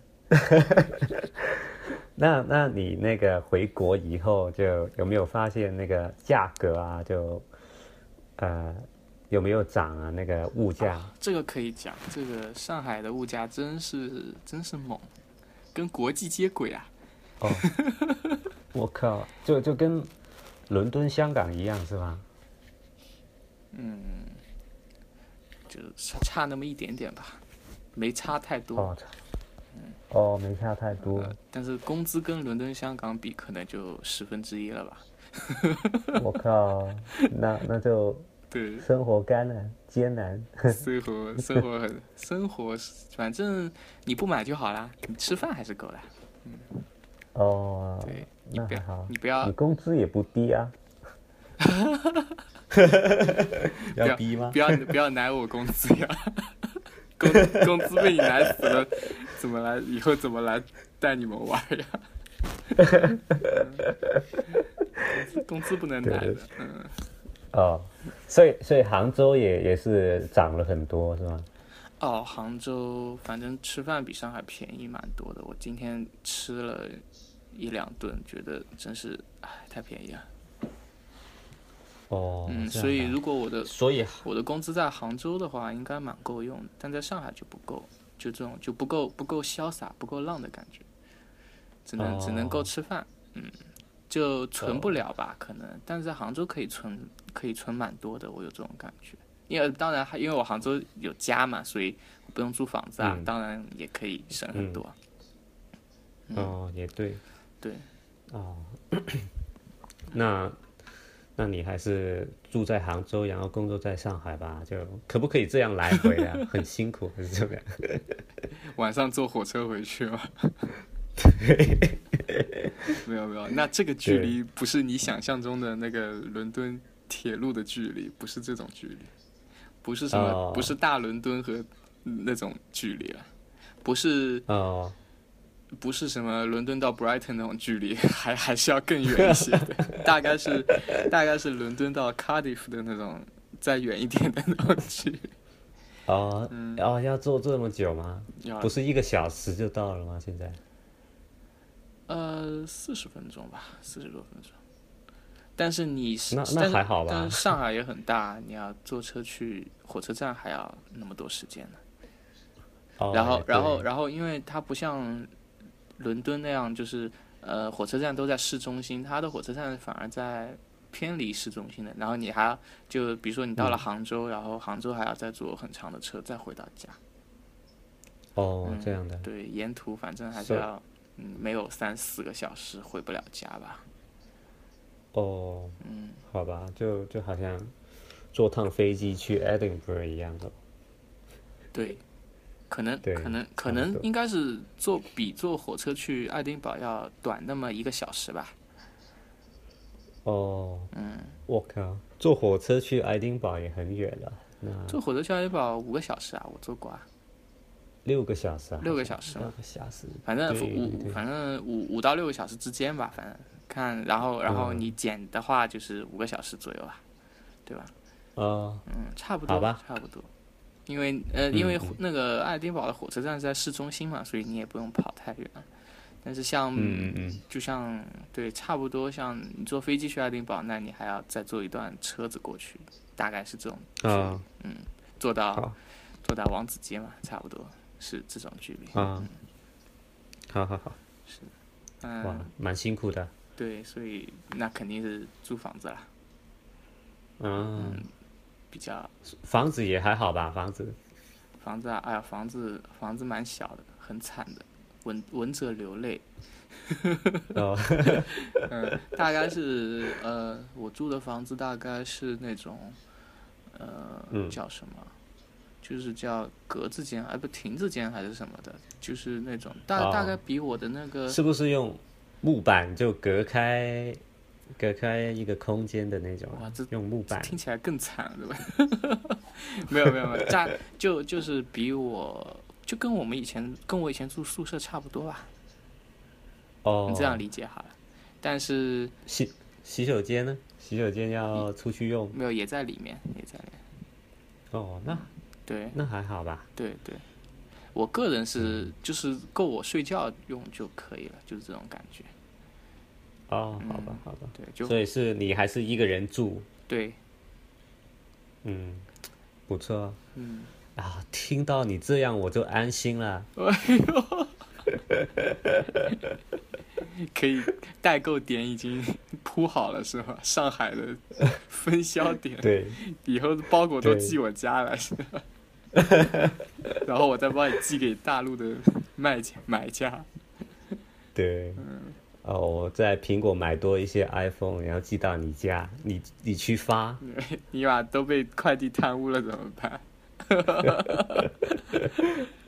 Speaker 2: 那那你那个回国以后，就有没有发现那个价格啊，就呃有没有涨啊？那个物价
Speaker 1: 这个可以讲，这个上海的物价啊真是真是猛，跟国际接轨啊。
Speaker 2: 哦，我靠，就就跟伦敦、香港一样是吧？
Speaker 1: 嗯，就差差那么一点点吧，没差太多。
Speaker 2: 哦，操哦，没差太 多，
Speaker 1: 呃，但是工资跟伦敦、香港比，可能就十分之一了吧。
Speaker 2: 我靠，那那就
Speaker 1: 对，
Speaker 2: 生活干了艰难，
Speaker 1: 生活生活很生活是，反正你不买就好啦，你吃饭还是够的。
Speaker 2: 哦，
Speaker 1: 对，你
Speaker 2: 那
Speaker 1: 不
Speaker 2: 还
Speaker 1: 要
Speaker 2: 好。
Speaker 1: 你啊不要
Speaker 2: 你工资也不 低啊。
Speaker 1: 不要
Speaker 2: 低吗
Speaker 1: 不？要不要奶我工资呀， 工工资被你奶死了，怎么来以后怎么来带你们玩呀？嗯工资不能奶的，嗯，
Speaker 2: 哦，所以所以杭州也也是涨了很多是吗？
Speaker 1: 哦，杭州反正吃饭比上海便宜蛮多的，我今天吃了一两顿，觉得真是哎太便宜了，
Speaker 2: 哦，
Speaker 1: 嗯，
Speaker 2: 这样
Speaker 1: 所以
Speaker 2: 啊
Speaker 1: 如果我的
Speaker 2: 所以
Speaker 1: 我的工资在杭州的话，应该蛮够用的，但在上海就不够，就这种就不够不够潇洒、不够浪的感觉，只能、只能够
Speaker 2: 哦
Speaker 1: 吃饭，嗯，就存不了吧，可能，但是在杭州可以存，可以存蛮多的，我有这种感觉。因为当然还因为我杭州有家嘛，所以不用租房子啊，
Speaker 2: 嗯
Speaker 1: 当然也可以省很
Speaker 2: 嗯
Speaker 1: 多啊。嗯
Speaker 2: 哦也对
Speaker 1: 对，
Speaker 2: 哦，那那你还是住在杭州，然后工作在上海吧？就可不可以这样来回啊？ 很辛苦还是怎么样？
Speaker 1: 晚上坐火车回去吗？ 没有没有，那这个距
Speaker 2: 对
Speaker 1: 离不是你想象中的那个伦敦铁路的距离，不是这种距离，不是什么，
Speaker 2: 哦
Speaker 1: 不啊是大伦敦和那种距离了，不是
Speaker 2: 哦
Speaker 1: 不是什么伦敦到 Brighton 那种距离， 还还是要更远一些的，大概是大概是伦敦到 Cardiff 的那种再远一点的那种距离。
Speaker 2: 哦，
Speaker 1: 嗯
Speaker 2: 哦，要坐这么久吗？
Speaker 1: 要
Speaker 2: 不是一个小时就到了吗？现在？
Speaker 1: 呃，四十分钟吧，四十多分钟。但是你是
Speaker 2: 那那
Speaker 1: 但是
Speaker 2: 还好吧
Speaker 1: 但是上海也很大，你要坐车去火车站还要那么多时间呢。
Speaker 2: 哦，
Speaker 1: 然后，
Speaker 2: 对
Speaker 1: 然后，然后，因为它不像伦敦那样，就是呃，火车站都在市中心，它的火车站反而在偏离市中心的。然后你还要就比如说你
Speaker 2: 嗯
Speaker 1: 到了杭州，然后杭州还要再坐很长的车再回到家。
Speaker 2: 哦，
Speaker 1: 嗯
Speaker 2: 这样的，
Speaker 1: 对，沿途反正还是
Speaker 2: 是
Speaker 1: 要嗯，没有三四个小时回不了家吧。
Speaker 2: 哦，
Speaker 1: 嗯，
Speaker 2: 好吧，就就好像坐趟飞机去 Edinburgh 一样的，
Speaker 1: 对，可能
Speaker 2: 对
Speaker 1: 可能
Speaker 2: 差
Speaker 1: 可
Speaker 2: 不
Speaker 1: 能
Speaker 2: 多
Speaker 1: 应该是坐比坐火车去爱丁堡要短那么一个小时吧。
Speaker 2: 哦，
Speaker 1: 嗯，
Speaker 2: 我靠，坐火车去爱丁堡也很远啊了，那
Speaker 1: 坐火车去爱丁堡五个小时啊，我坐过啊，
Speaker 2: 六个小时啊，
Speaker 1: 六个小时
Speaker 2: 六
Speaker 1: 嘛，
Speaker 2: 个小时，
Speaker 1: 反正
Speaker 2: 对
Speaker 1: 五
Speaker 2: 对
Speaker 1: 反正五五到六个小时之间吧，反正看然后然后
Speaker 2: 嗯
Speaker 1: 你减的话就是五个小时左右啊，对吧？
Speaker 2: 哦，
Speaker 1: 嗯，差不
Speaker 2: 好
Speaker 1: 多，
Speaker 2: 吧嗯
Speaker 1: 差不多。因为呃，因为火那个爱丁堡的火车站是在市中心嘛，所以你也不用跑太远。但是像
Speaker 2: 嗯嗯嗯，
Speaker 1: 就像对，差不多像你坐飞机去爱丁堡，那你还要再坐一段车子过去，大概是这种距离
Speaker 2: 啊
Speaker 1: 坐到
Speaker 2: 好
Speaker 1: 坐到王子街嘛，差不多是这种距离。
Speaker 2: 啊，好好好，哇
Speaker 1: 嗯，，
Speaker 2: 蛮辛苦的，啊
Speaker 1: 对，所以那肯定是租房子啦，
Speaker 2: 嗯，
Speaker 1: 比较
Speaker 2: 房子也还好吧，房子，
Speaker 1: 房子啊，哎呀，房子房子蛮小的，很惨的，闻闻者流泪。
Speaker 2: 哦，
Speaker 1: 嗯，大概是呃，我住的房子大概是那种，呃，
Speaker 2: 嗯
Speaker 1: 叫什么？就是叫格子间，哎，不，亭子间还是什么的，就是那种大、大
Speaker 2: 哦
Speaker 1: 概比我的那个，
Speaker 2: 是不是用木板就隔开隔开一个空间的那种啊？
Speaker 1: 哇这
Speaker 2: 用木板
Speaker 1: 听起来更惨，对吧？ 没有没有没有，大就就是比我就跟我们以前跟我以前住宿舍差不多吧，
Speaker 2: 哦
Speaker 1: 你，这样理解好了。但是
Speaker 2: 洗洗手间呢？洗手间要出去用
Speaker 1: 没有也在里面，也在里面，嗯
Speaker 2: 哦，那
Speaker 1: 对。
Speaker 2: 那还好吧？
Speaker 1: 对对，我个人是就是够我睡觉用就可以了，就是这种感觉。
Speaker 2: 哦，好吧，好吧，
Speaker 1: 对，嗯就
Speaker 2: 所以是你还是一个人住，
Speaker 1: 对，
Speaker 2: 嗯，不错
Speaker 1: 嗯，
Speaker 2: 啊，听到你这样我就安心 了。
Speaker 1: 可以代购点已经铺好了是吧？上海的分销点，
Speaker 2: 对，
Speaker 1: 以后包裹都
Speaker 2: 对
Speaker 1: 寄我家来是吧？然后我再帮你寄给大陆的卖家买家。
Speaker 2: 对，
Speaker 1: 嗯
Speaker 2: 哦，我在苹果买多一些 iPhone，然后寄到你家，你你去发，
Speaker 1: 你把都被快递贪污了怎么办？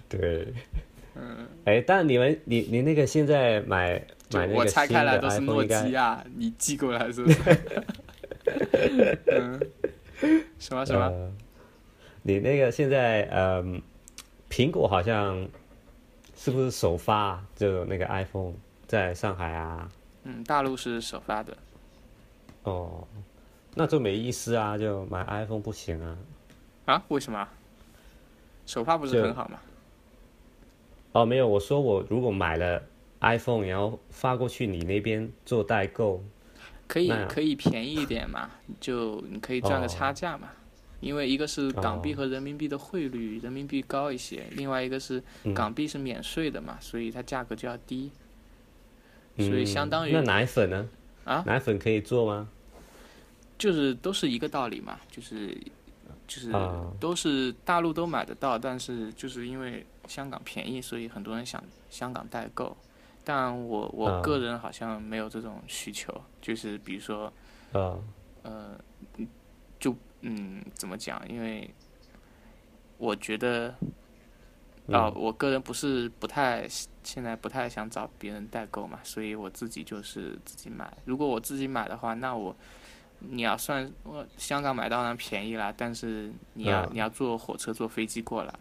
Speaker 2: 对，嗯，哎，但你们你你那个现在买
Speaker 1: 就
Speaker 2: 买那
Speaker 1: 我
Speaker 2: 个
Speaker 1: 拆
Speaker 2: 新
Speaker 1: 开来
Speaker 2: 的
Speaker 1: 都是诺
Speaker 2: iPhone 应
Speaker 1: 基
Speaker 2: 该
Speaker 1: 亚，你寄过来是不是？ 嗯，什么什么？
Speaker 2: 呃，你那个现在嗯，苹果好像是不是首发就那个 iPhone 在上海啊？
Speaker 1: 嗯，大陆是首发的，
Speaker 2: 哦，那就没意思啊，就买 iPhone 不行啊。
Speaker 1: 啊？为什么？首发不是
Speaker 2: 就
Speaker 1: 很好吗？
Speaker 2: 哦，没有，我说我如果买了 iPhone，然后发过去你那边做代购，
Speaker 1: 可以
Speaker 2: 那样
Speaker 1: 可以便宜一点嘛，就你可以赚个
Speaker 2: 哦
Speaker 1: 差价嘛。因为一个是港币
Speaker 2: 哦
Speaker 1: 和人民币的汇率，人民币高一些；另外一个是
Speaker 2: 嗯
Speaker 1: 港币是免税的嘛，所以它价格就要低。所以相当于
Speaker 2: 嗯那奶粉呢？
Speaker 1: 啊
Speaker 2: 奶粉可以做吗？
Speaker 1: 就是都是一个道理嘛，就是就是
Speaker 2: 啊
Speaker 1: 都是大陆都买得到，但是就是因为香港便宜，所以很多人想香港代购。但我我
Speaker 2: 啊
Speaker 1: 个人好像没有这种需求，就是比如说
Speaker 2: 啊、
Speaker 1: 呃，就嗯，怎么讲？因为我觉得
Speaker 2: 嗯
Speaker 1: 啊、我个人不是不太现在不太想找别人代购嘛，所以我自己就是自己买。如果我自己买的话，那我你要算我香港买当然便宜啦，但是你要、
Speaker 2: 嗯
Speaker 1: 你要坐火车坐飞机过来，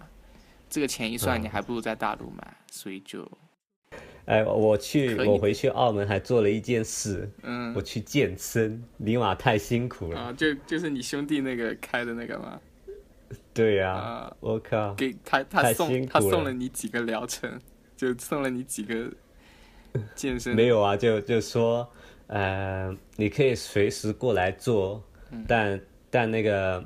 Speaker 1: 这个钱一算，
Speaker 2: 嗯
Speaker 1: 你还不如在大陆买，所以就
Speaker 2: 哎，我去，
Speaker 3: 可以
Speaker 2: 我回去澳门还做了一件事，
Speaker 3: 嗯
Speaker 2: 我去健身，尼玛太辛苦了。
Speaker 3: 啊，就就是你兄弟那个开的那个嘛，
Speaker 2: 对呀、
Speaker 3: 啊
Speaker 2: 我靠，
Speaker 3: 给他他
Speaker 2: 嗯太
Speaker 3: 送
Speaker 2: 辛
Speaker 3: 他
Speaker 2: 苦
Speaker 3: 送
Speaker 2: 了
Speaker 3: 了你几个疗程，就送了你几个健身
Speaker 2: 没有啊，就就说，呃，你可以随时过来做，
Speaker 3: 嗯
Speaker 2: 但但那个，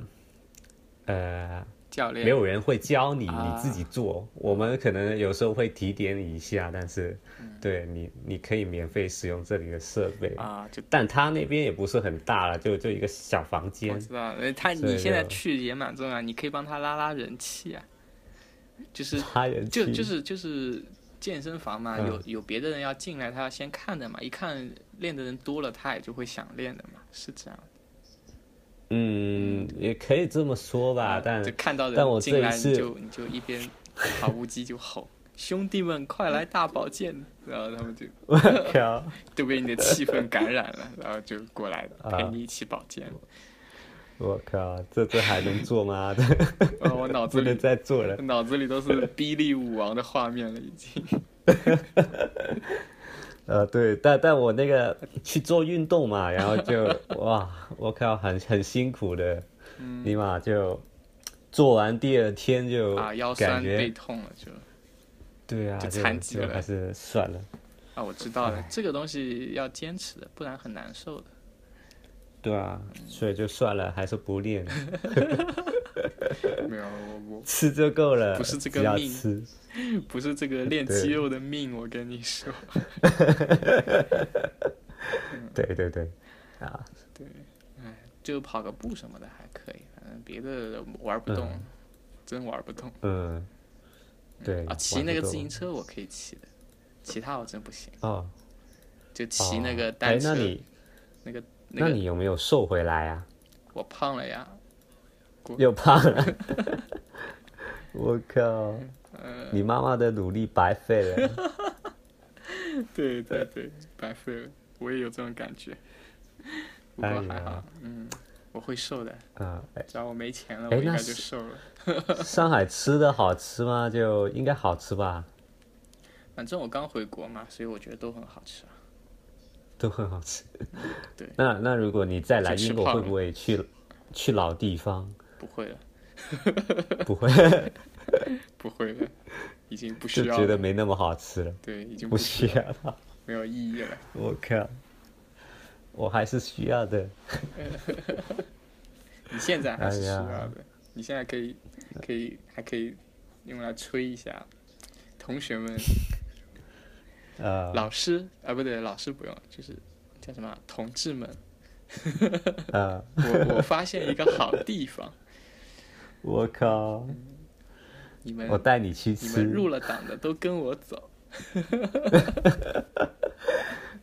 Speaker 2: 呃，
Speaker 3: 教练，
Speaker 2: 没有人会教你，
Speaker 3: 啊
Speaker 2: 你自己做。我们可能有时候会提点你一下，但是，对你你可以免费使用这里的设备。
Speaker 3: 嗯啊，就
Speaker 2: 但他那边也不是很大了，就就一个小房
Speaker 3: 我
Speaker 2: 间。
Speaker 3: 知道，呃他
Speaker 2: 所以
Speaker 3: 你现在
Speaker 2: 就
Speaker 3: 去也蛮重要，啊你可以帮他拉拉人气啊，就是
Speaker 2: 他人
Speaker 3: 就
Speaker 2: 去
Speaker 3: 就是就是健身房嘛，
Speaker 2: 嗯
Speaker 3: 有有别的人要进来，他要先看的嘛，一看练的人多了，他也就会想练的嘛，是这样。
Speaker 2: 嗯，也可以这么说吧，但
Speaker 3: 就看到
Speaker 2: 嗯但我
Speaker 3: 人
Speaker 2: 这
Speaker 3: 进
Speaker 2: 一
Speaker 3: 来，你
Speaker 2: 次
Speaker 3: 就你就一边跑步机就 吼：“兄弟们，快来大保健！”然后他们就
Speaker 2: 我靠，
Speaker 3: 就被你的气氛感染了，然后就过来
Speaker 2: 啊
Speaker 3: 陪你一起保健。
Speaker 2: 我靠，这这还能做吗？
Speaker 3: 然后我脑子
Speaker 2: 不
Speaker 3: 里
Speaker 2: 能再做了。
Speaker 3: 脑子里都是霹雳舞王的画面了，已经。
Speaker 2: 呃，对，但但我那个去做运动嘛，然后就哇，我靠，很很辛苦的，
Speaker 3: 嗯
Speaker 2: 尼玛就做完第二天就
Speaker 3: 啊，腰酸
Speaker 2: 感
Speaker 3: 背
Speaker 2: 觉
Speaker 3: 痛了就。
Speaker 2: 对啊，
Speaker 3: 就
Speaker 2: 就
Speaker 3: 残疾
Speaker 2: 就
Speaker 3: 了
Speaker 2: 还是算了。
Speaker 3: 啊，我知道了，这个东西要坚持的，不然很难受的。
Speaker 2: 对啊，
Speaker 3: 嗯
Speaker 2: 所以就算了，还是不练了，
Speaker 3: 没有，我
Speaker 2: 吃就够了，
Speaker 3: 不是这个
Speaker 2: 只要
Speaker 3: 命
Speaker 2: 吃。
Speaker 3: 我不是这个练
Speaker 2: 对
Speaker 3: 肌肉的命，我跟你说。 嗯
Speaker 2: 对对对，啊，
Speaker 3: 就跑个步什么的还可以，反正别的玩不动，
Speaker 2: 嗯
Speaker 3: 真玩不动。
Speaker 2: 嗯，对
Speaker 3: 啊，骑那个自行
Speaker 2: 车
Speaker 3: 车我可以骑的，其他我真不行。
Speaker 2: 哦，
Speaker 3: 就骑那
Speaker 2: 哦
Speaker 3: 个单车，
Speaker 2: 哎，那你
Speaker 3: 那个
Speaker 2: 那
Speaker 3: 个
Speaker 2: 你有没有瘦回来啊？
Speaker 3: 我胖了呀，
Speaker 2: 又胖了，我靠！
Speaker 3: 嗯呃
Speaker 2: 你妈妈的努力白费了。
Speaker 3: 对对对，白费了，我也有这种感觉。不过
Speaker 2: 哎
Speaker 3: 还
Speaker 2: 呀
Speaker 3: 好，嗯，我会瘦的，
Speaker 2: 啊、
Speaker 3: 只要我没钱了，
Speaker 2: 哎
Speaker 3: 我应
Speaker 2: 那
Speaker 3: 该就是瘦了。
Speaker 2: 哎上海吃的好吃吗？就应该好吃吧，
Speaker 3: 反正我刚回国嘛，所以我觉得都很好吃啊。
Speaker 2: 都很好吃。
Speaker 3: 嗯对
Speaker 2: 那那如果你再来
Speaker 3: 就吃
Speaker 2: 英国，
Speaker 3: 胖了
Speaker 2: 会不会去去老地方？
Speaker 3: 不会了，
Speaker 2: 不会，
Speaker 3: 不会了，已经不
Speaker 2: 就
Speaker 3: 需要
Speaker 2: 觉得
Speaker 3: 了。
Speaker 2: 没那么好吃了，
Speaker 3: 对，已经
Speaker 2: 不
Speaker 3: 不需
Speaker 2: 需要了。
Speaker 3: 没有意义了。
Speaker 2: 我靠，我还是需要的。
Speaker 3: 你现在还是
Speaker 2: 哎
Speaker 3: 需
Speaker 2: 呀
Speaker 3: 要的，你现在可以，可以，还可以用来吹一下同学们、
Speaker 2: 呃
Speaker 3: 老师啊，不对，老师不用，就是叫什么啊同志们。
Speaker 2: 呃，
Speaker 3: 我我发现一个好地方，
Speaker 2: 我靠，
Speaker 3: 你们
Speaker 2: 我带你去
Speaker 3: 你们
Speaker 2: 吃。
Speaker 3: 入了党的都跟 我走。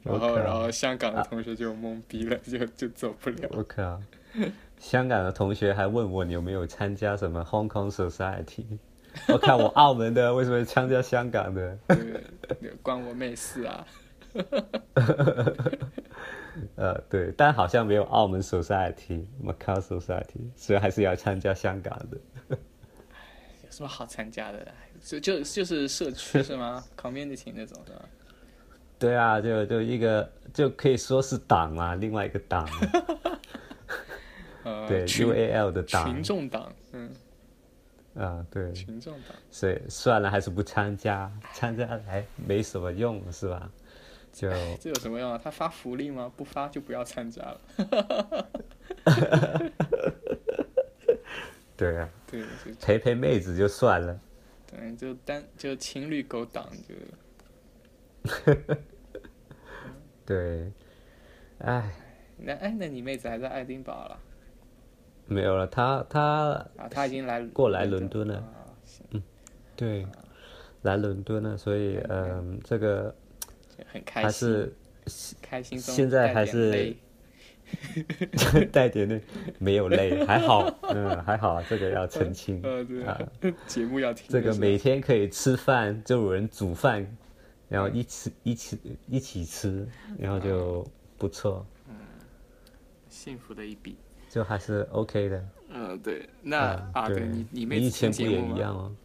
Speaker 3: 然
Speaker 2: 我
Speaker 3: 后
Speaker 2: 靠
Speaker 3: 然后香港的同学就懵逼了，就就走不了。
Speaker 2: 我靠！香港的同学还问我你有没有参加什么 Hong Kong Society。我看我澳门的为什么参加香港的？
Speaker 3: 对，对关我妹事啊！
Speaker 2: 呃，对，但好像没有澳门 Society、Macau Society，所以还是要参加香港的。
Speaker 3: 有什么好参加的？啊就就就是社区是吗 ？community 那种是吧？
Speaker 2: 对啊，就就一个就可以说是党嘛，另外一个党，
Speaker 3: 呃，
Speaker 2: 对
Speaker 3: 群
Speaker 2: UAL 的党
Speaker 3: 群众党，嗯，
Speaker 2: 啊、对，
Speaker 3: 群众党，
Speaker 2: 所以算了，还是不参加，参加来没什么用是吧？就
Speaker 3: 这有什么用啊？他发福利吗？不发就不要参加了。
Speaker 2: 对啊，
Speaker 3: 对，就
Speaker 2: 陪陪妹子就算了。
Speaker 3: 等就单就情侣狗党就
Speaker 2: 对，唉，
Speaker 3: 那哎，那你妹子还在爱丁堡了
Speaker 2: 没有了，他他
Speaker 3: 啊？她已经来
Speaker 2: 过来伦敦了
Speaker 3: 啊，行，
Speaker 2: 对来伦敦了，所以嗯，这个
Speaker 3: 就很开
Speaker 2: 还
Speaker 3: 心，
Speaker 2: 是
Speaker 3: 开心中
Speaker 2: 现在
Speaker 3: 带
Speaker 2: 还
Speaker 3: 点
Speaker 2: 是
Speaker 3: 泪
Speaker 2: 带点那没有累，还好，嗯，还好，这个要澄 清
Speaker 3: 呃对
Speaker 2: 啊，，
Speaker 3: 节目要听
Speaker 2: 这
Speaker 3: 就
Speaker 2: 个
Speaker 3: 是
Speaker 2: 每天可以吃饭，就有人煮饭，然后一起一起一起吃，然后就不错，
Speaker 3: 幸福的一笔。
Speaker 2: 就还是 OK 的。
Speaker 3: 嗯，对，那啊，对
Speaker 2: 对
Speaker 3: 你你
Speaker 2: 你
Speaker 3: 妹
Speaker 2: 以
Speaker 3: 子
Speaker 2: 前
Speaker 3: 听
Speaker 2: 不
Speaker 3: 节
Speaker 2: 也
Speaker 3: 目
Speaker 2: 一
Speaker 3: 吗？
Speaker 2: 样吗？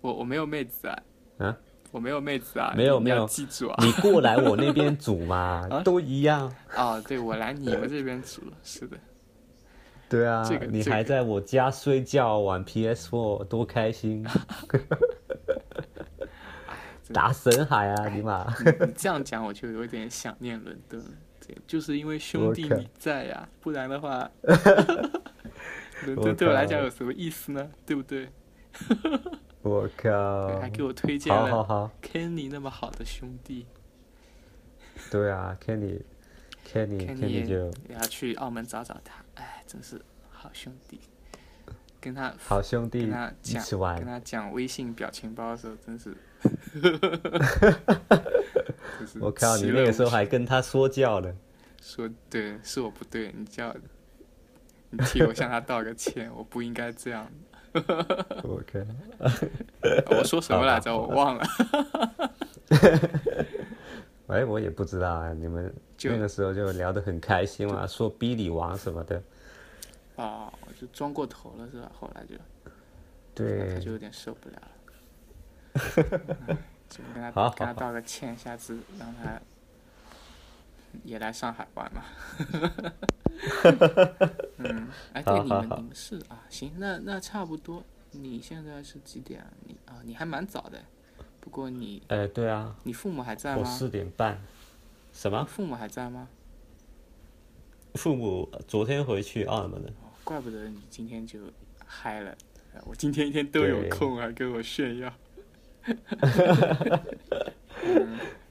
Speaker 3: 我我没有妹子啊，
Speaker 2: 啊，
Speaker 3: 我没有妹子啊，
Speaker 2: 没有
Speaker 3: 你
Speaker 2: 没
Speaker 3: 要
Speaker 2: 有
Speaker 3: 记住啊。
Speaker 2: 你过来我那边煮嘛，都一样。
Speaker 3: 啊，对我来你们这边煮了，是的，
Speaker 2: 对啊，
Speaker 3: 这个
Speaker 2: 你
Speaker 3: 这
Speaker 2: 还
Speaker 3: 个
Speaker 2: 在我家睡觉玩 PS4，多开 心！打神海啊，
Speaker 3: 哎
Speaker 2: 尼玛！
Speaker 3: 你这样讲我就有点想念伦敦了。对，就是因为兄弟
Speaker 2: 我靠
Speaker 3: 你在呀、不然 的话，伦
Speaker 2: 我
Speaker 3: 敦对我来讲
Speaker 2: 靠
Speaker 3: 有什么意思呢？对不对？
Speaker 2: 我靠
Speaker 3: 对，还给我推荐
Speaker 2: 啊好好
Speaker 3: 了
Speaker 2: 好，
Speaker 3: Kenny 那么好的兄弟
Speaker 2: 对啊，Kenny，Kenny，Kenny 嗯就
Speaker 3: 也要去澳门找找他。哎，真是好兄弟，跟他
Speaker 2: 好兄弟
Speaker 3: 跟他
Speaker 2: 一
Speaker 3: 讲
Speaker 2: 起玩
Speaker 3: 跟，他讲微信表情包的时候，真是， 真是
Speaker 2: 我靠，
Speaker 3: 其
Speaker 2: 你
Speaker 3: 乐
Speaker 2: 那个
Speaker 3: 无
Speaker 2: 时候
Speaker 3: 穷
Speaker 2: 还跟他说教 呢，
Speaker 3: 说对，是我不对，你叫， 你替我向他道个歉，我不应该这样。啊
Speaker 2: 我靠，
Speaker 3: 我说什么来着？我忘了。
Speaker 2: 哎，我也不知道啊，你们
Speaker 3: 就
Speaker 2: 那个时候就聊得很开心嘛，说逼你王什么的，
Speaker 3: 啊，我就装过头了是吧？后来就，他
Speaker 2: 对，
Speaker 3: 就有点受不了 了。就跟他
Speaker 2: 好好
Speaker 3: 跟他
Speaker 2: 好
Speaker 3: 道个歉，下次让他也来上海玩嘛。 嗯，哎，对，
Speaker 2: 好
Speaker 3: 你
Speaker 2: 好
Speaker 3: 们
Speaker 2: 好
Speaker 3: 你们是啊，行，那那差不多。你现在是几点啊？你啊，你还蛮早的。不过你
Speaker 2: 哎，对啊，
Speaker 3: 你父母还在
Speaker 2: 我
Speaker 3: 吗？
Speaker 2: 四点半，什么？
Speaker 3: 父母还在吗？
Speaker 2: 父母昨天回去澳门了。
Speaker 3: 哦怪不得你今天就嗨了。呃我今天一天都有
Speaker 2: 对
Speaker 3: 空，还跟我炫耀。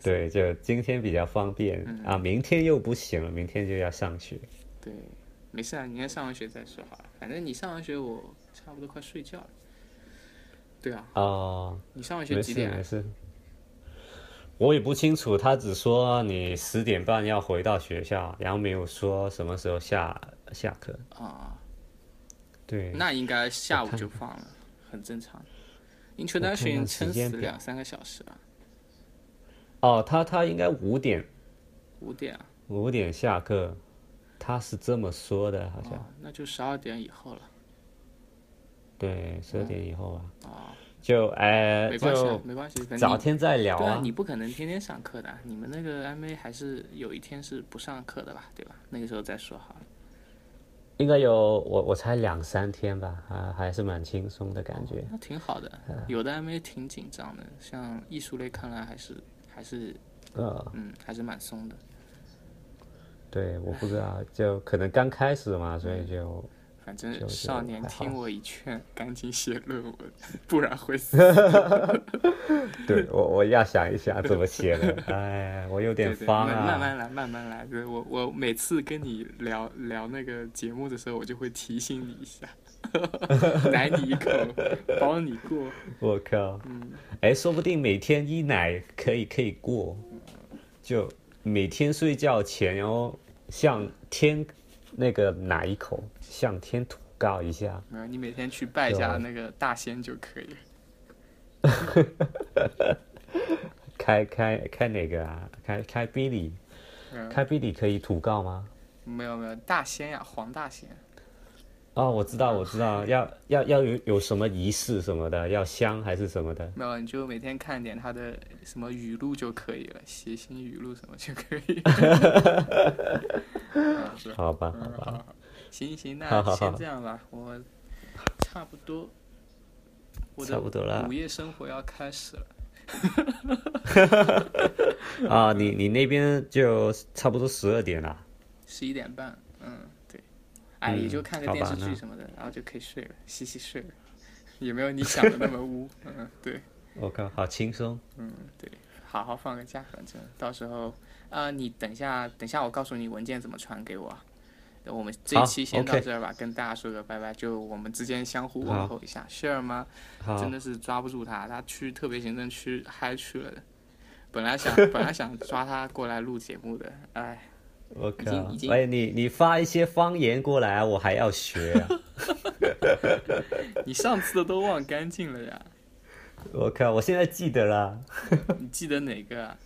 Speaker 2: 对，就今天比较方便、
Speaker 3: 嗯
Speaker 2: 啊，明天又不行了，明天就要上学。
Speaker 3: 对，没事啊，你先上完学再说好了。反正你上完学，我差不多快睡觉了。对啊，
Speaker 2: 哦，
Speaker 3: 你上完学
Speaker 2: 没
Speaker 3: 几
Speaker 2: 事
Speaker 3: 点啊
Speaker 2: 没？事。我也不清楚，他只说你十点半要回到学校，然后没有说什么时候下下课。
Speaker 3: 啊、
Speaker 2: 对，
Speaker 3: 那应该下午就放了，很正常。Introduction
Speaker 2: 看
Speaker 3: 撑
Speaker 2: 时
Speaker 3: 死
Speaker 2: 间表
Speaker 3: 两三个小时啊，
Speaker 2: 哦，他他应该五点
Speaker 3: 五点啊，
Speaker 2: 五点下课，他是这么说的，好像、
Speaker 3: 哦、那就十二点以后了
Speaker 2: 对，十二点以后吧。
Speaker 3: 啊、
Speaker 2: 就哎、
Speaker 3: 没关系啊
Speaker 2: 就，
Speaker 3: 没关系， 反正
Speaker 2: 早
Speaker 3: 你
Speaker 2: 天再聊
Speaker 3: 对啊
Speaker 2: 啊，。
Speaker 3: 你不可能天天上课的啊，你们那个 MA 还是有一天是不上课的吧，对吧？那个时候再说好了。
Speaker 2: 应该有我我才两三天吧，啊，还是蛮轻松的感觉。
Speaker 3: 那挺好的，
Speaker 2: 嗯
Speaker 3: 有的 MA 挺紧张的，像艺术类看来还是还是
Speaker 2: 呃，
Speaker 3: 嗯还是蛮松的，
Speaker 2: 对，我不知道，就可能刚开始嘛，所以 就
Speaker 3: 反
Speaker 2: 就
Speaker 3: 正
Speaker 2: 是
Speaker 3: 少年
Speaker 2: 还好
Speaker 3: 听我一劝，赶紧写论文， 不然会死。
Speaker 2: 对我我要想一下怎么写 了。哎，我有点
Speaker 3: 对对，
Speaker 2: 方
Speaker 3: 慢慢
Speaker 2: 啊。
Speaker 3: 慢来，慢慢来。对我我每次跟你聊聊那个节目的时候，我就会提醒你一下， 奶你一口，保你过。
Speaker 2: 我靠，
Speaker 3: 嗯
Speaker 2: 哎，说不定每天一奶可以可以过，就每天睡觉前，然后向天那个奶一口，向天祷告一下。
Speaker 3: 没有，你每天去拜一下
Speaker 2: 对
Speaker 3: 那个大仙就可以了。
Speaker 2: 开开开哪个啊？开开 Billy，
Speaker 3: 嗯
Speaker 2: 开 Billy 可以祷告吗？
Speaker 3: 没有没有，大仙呀、黄大仙。
Speaker 2: 哦，我知道，我知 道，要要要有有什么仪式什么的，要香还是什么的？
Speaker 3: 没有，你就每天看点他的什么语录就可以了，谐星语录什么就可以。啊是吧
Speaker 2: 好吧，好
Speaker 3: 嗯好
Speaker 2: 吧，
Speaker 3: 好行行，
Speaker 2: 好
Speaker 3: 那
Speaker 2: 好
Speaker 3: 先
Speaker 2: 好
Speaker 3: 这样吧，我差不多，我
Speaker 2: 差不多啦
Speaker 3: 的午夜生活要开始了。
Speaker 2: 啊，你你那边就差不多十二点了。
Speaker 3: 十一点半，嗯，对，哎，
Speaker 2: 嗯
Speaker 3: 也就看个
Speaker 2: 好
Speaker 3: 电
Speaker 2: 吧
Speaker 3: 视剧
Speaker 2: 那
Speaker 3: 什么的，然后就可以睡了，洗洗睡了， 也没有你想的那么污， 嗯，对。
Speaker 2: 我靠，好轻松。
Speaker 3: 嗯，对，好好放个假，反正到时候，啊、你等一下，等一下，我告诉你文件怎么传给我啊。那我们这一
Speaker 2: 好
Speaker 3: 期先到
Speaker 2: ，OK
Speaker 3: 这儿吧跟大家说个拜拜，就我们之间相互问
Speaker 2: 好
Speaker 3: 候一下。share 吗？
Speaker 2: 好
Speaker 3: 真，的是抓不住他，他去特别行政区嗨去了的。本 来想本来想抓他过来录节目的，哎，
Speaker 2: 我
Speaker 3: 已经
Speaker 2: 靠
Speaker 3: 已，经
Speaker 2: 哎，你你发一些方言过来啊，我还要学啊。
Speaker 3: 你上次的都忘干净了呀？
Speaker 2: 我靠，我现在记得啦。
Speaker 3: 你记得哪个、啊？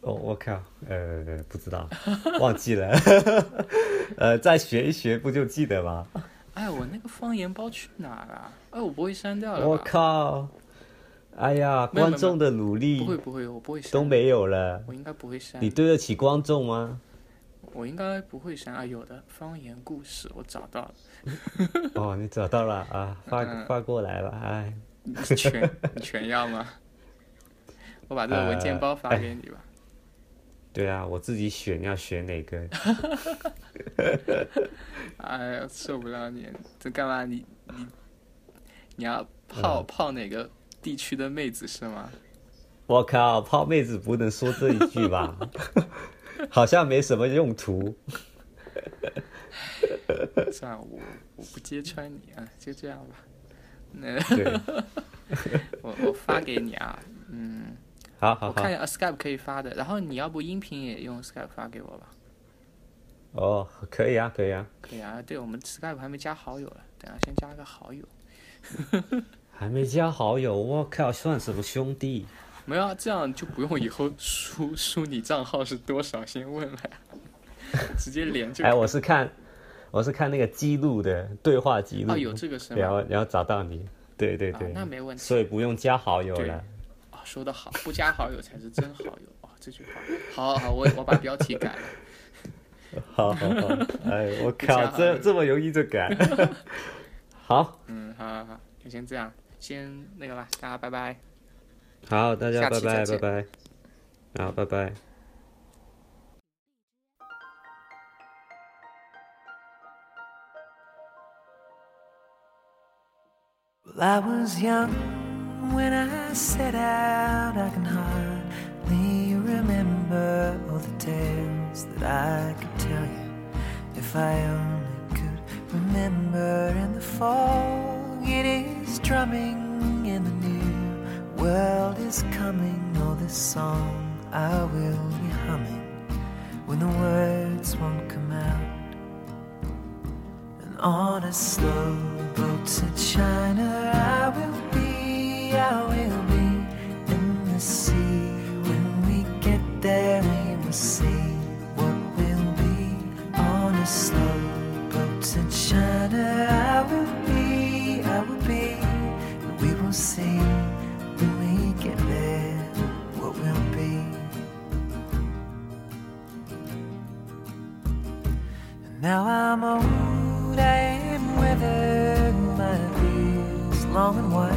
Speaker 2: 哦，我靠，呃，不知 道，忘记了。 呃，再学一学不就记得吗？
Speaker 3: 啊哦哎，我那个方言包去哪了？哎，我不会删掉了吧？
Speaker 2: 我靠！哎呀，
Speaker 3: 没有没有
Speaker 2: 观众的努
Speaker 3: 不
Speaker 2: 力
Speaker 3: 会不会，我不会删，
Speaker 2: 都没有了，
Speaker 3: 我应该不会删
Speaker 2: 你，对得起观众 吗？
Speaker 3: 我应该不会删啊。有的方言故事我找到了，
Speaker 2: 哦，你找到了啊，发
Speaker 3: 嗯
Speaker 2: 发过来吧，哎，
Speaker 3: 你全你全要吗？ 我把这个文件包发给你吧。
Speaker 2: 对啊，我自己选要选哪个，呃
Speaker 3: 哎呀，受不了你！这干嘛你？你你要泡、
Speaker 2: 嗯
Speaker 3: 泡哪个地区的妹子是吗？
Speaker 2: 我靠，泡妹子不能说这一句 吧，好像没什么用途。
Speaker 3: 算了，我我不揭穿你啊，就这样吧。那
Speaker 2: 对，
Speaker 3: 我我发给你啊，嗯，
Speaker 2: 好好
Speaker 3: 我
Speaker 2: 好
Speaker 3: 看，一下、啊、Skype 可以发的，然后你要不音频也用 Skype 发给我吧？
Speaker 2: 哦，可以啊，可以啊，
Speaker 3: 可以啊，对我们 Skype 还没加好友了，等下先加个好友。
Speaker 2: 还没加好友，我靠，算什么兄弟？
Speaker 3: 没有啊，这样就不用以后输输你账号是多少先问了呀， 直接连就可以。
Speaker 2: 哎，我是看，我是看那个记录的对话记录，
Speaker 3: 哦，有这个是
Speaker 2: 然
Speaker 3: 吗？
Speaker 2: 后然后找到你，对对
Speaker 3: 啊
Speaker 2: 对，
Speaker 3: 那没问题
Speaker 2: 所以不用加好友了。
Speaker 3: 啊、说得好，不加好友才是真好友啊、哦！这句话，好好好，我我把标题改了。
Speaker 2: 好好好， 哎，我
Speaker 3: 不加
Speaker 2: 靠，
Speaker 3: 好友
Speaker 2: 这这么容易就改？ 好
Speaker 3: 嗯，好好好，就先这样，先那个吧，大家拜拜。
Speaker 2: 好，大家
Speaker 3: 下
Speaker 2: 拜
Speaker 3: 期
Speaker 2: 拜
Speaker 3: 再
Speaker 2: 拜
Speaker 3: 见
Speaker 2: 拜，好，拜拜。
Speaker 4: Well, I was young when I set out. I can hardly remember all the tales that I could tell you if I only could remember. In the fog, it is drumming, and the new world is coming. Oh, this song I will be humming when the words won't come out and on a slow boat to China I will be, I will be in the sea. When we get there, we will see what we'll be. On a slow boat to China I will be, I will be, and we will see when we get there what we'll be. Now I'm old and withered, my beard's long and white,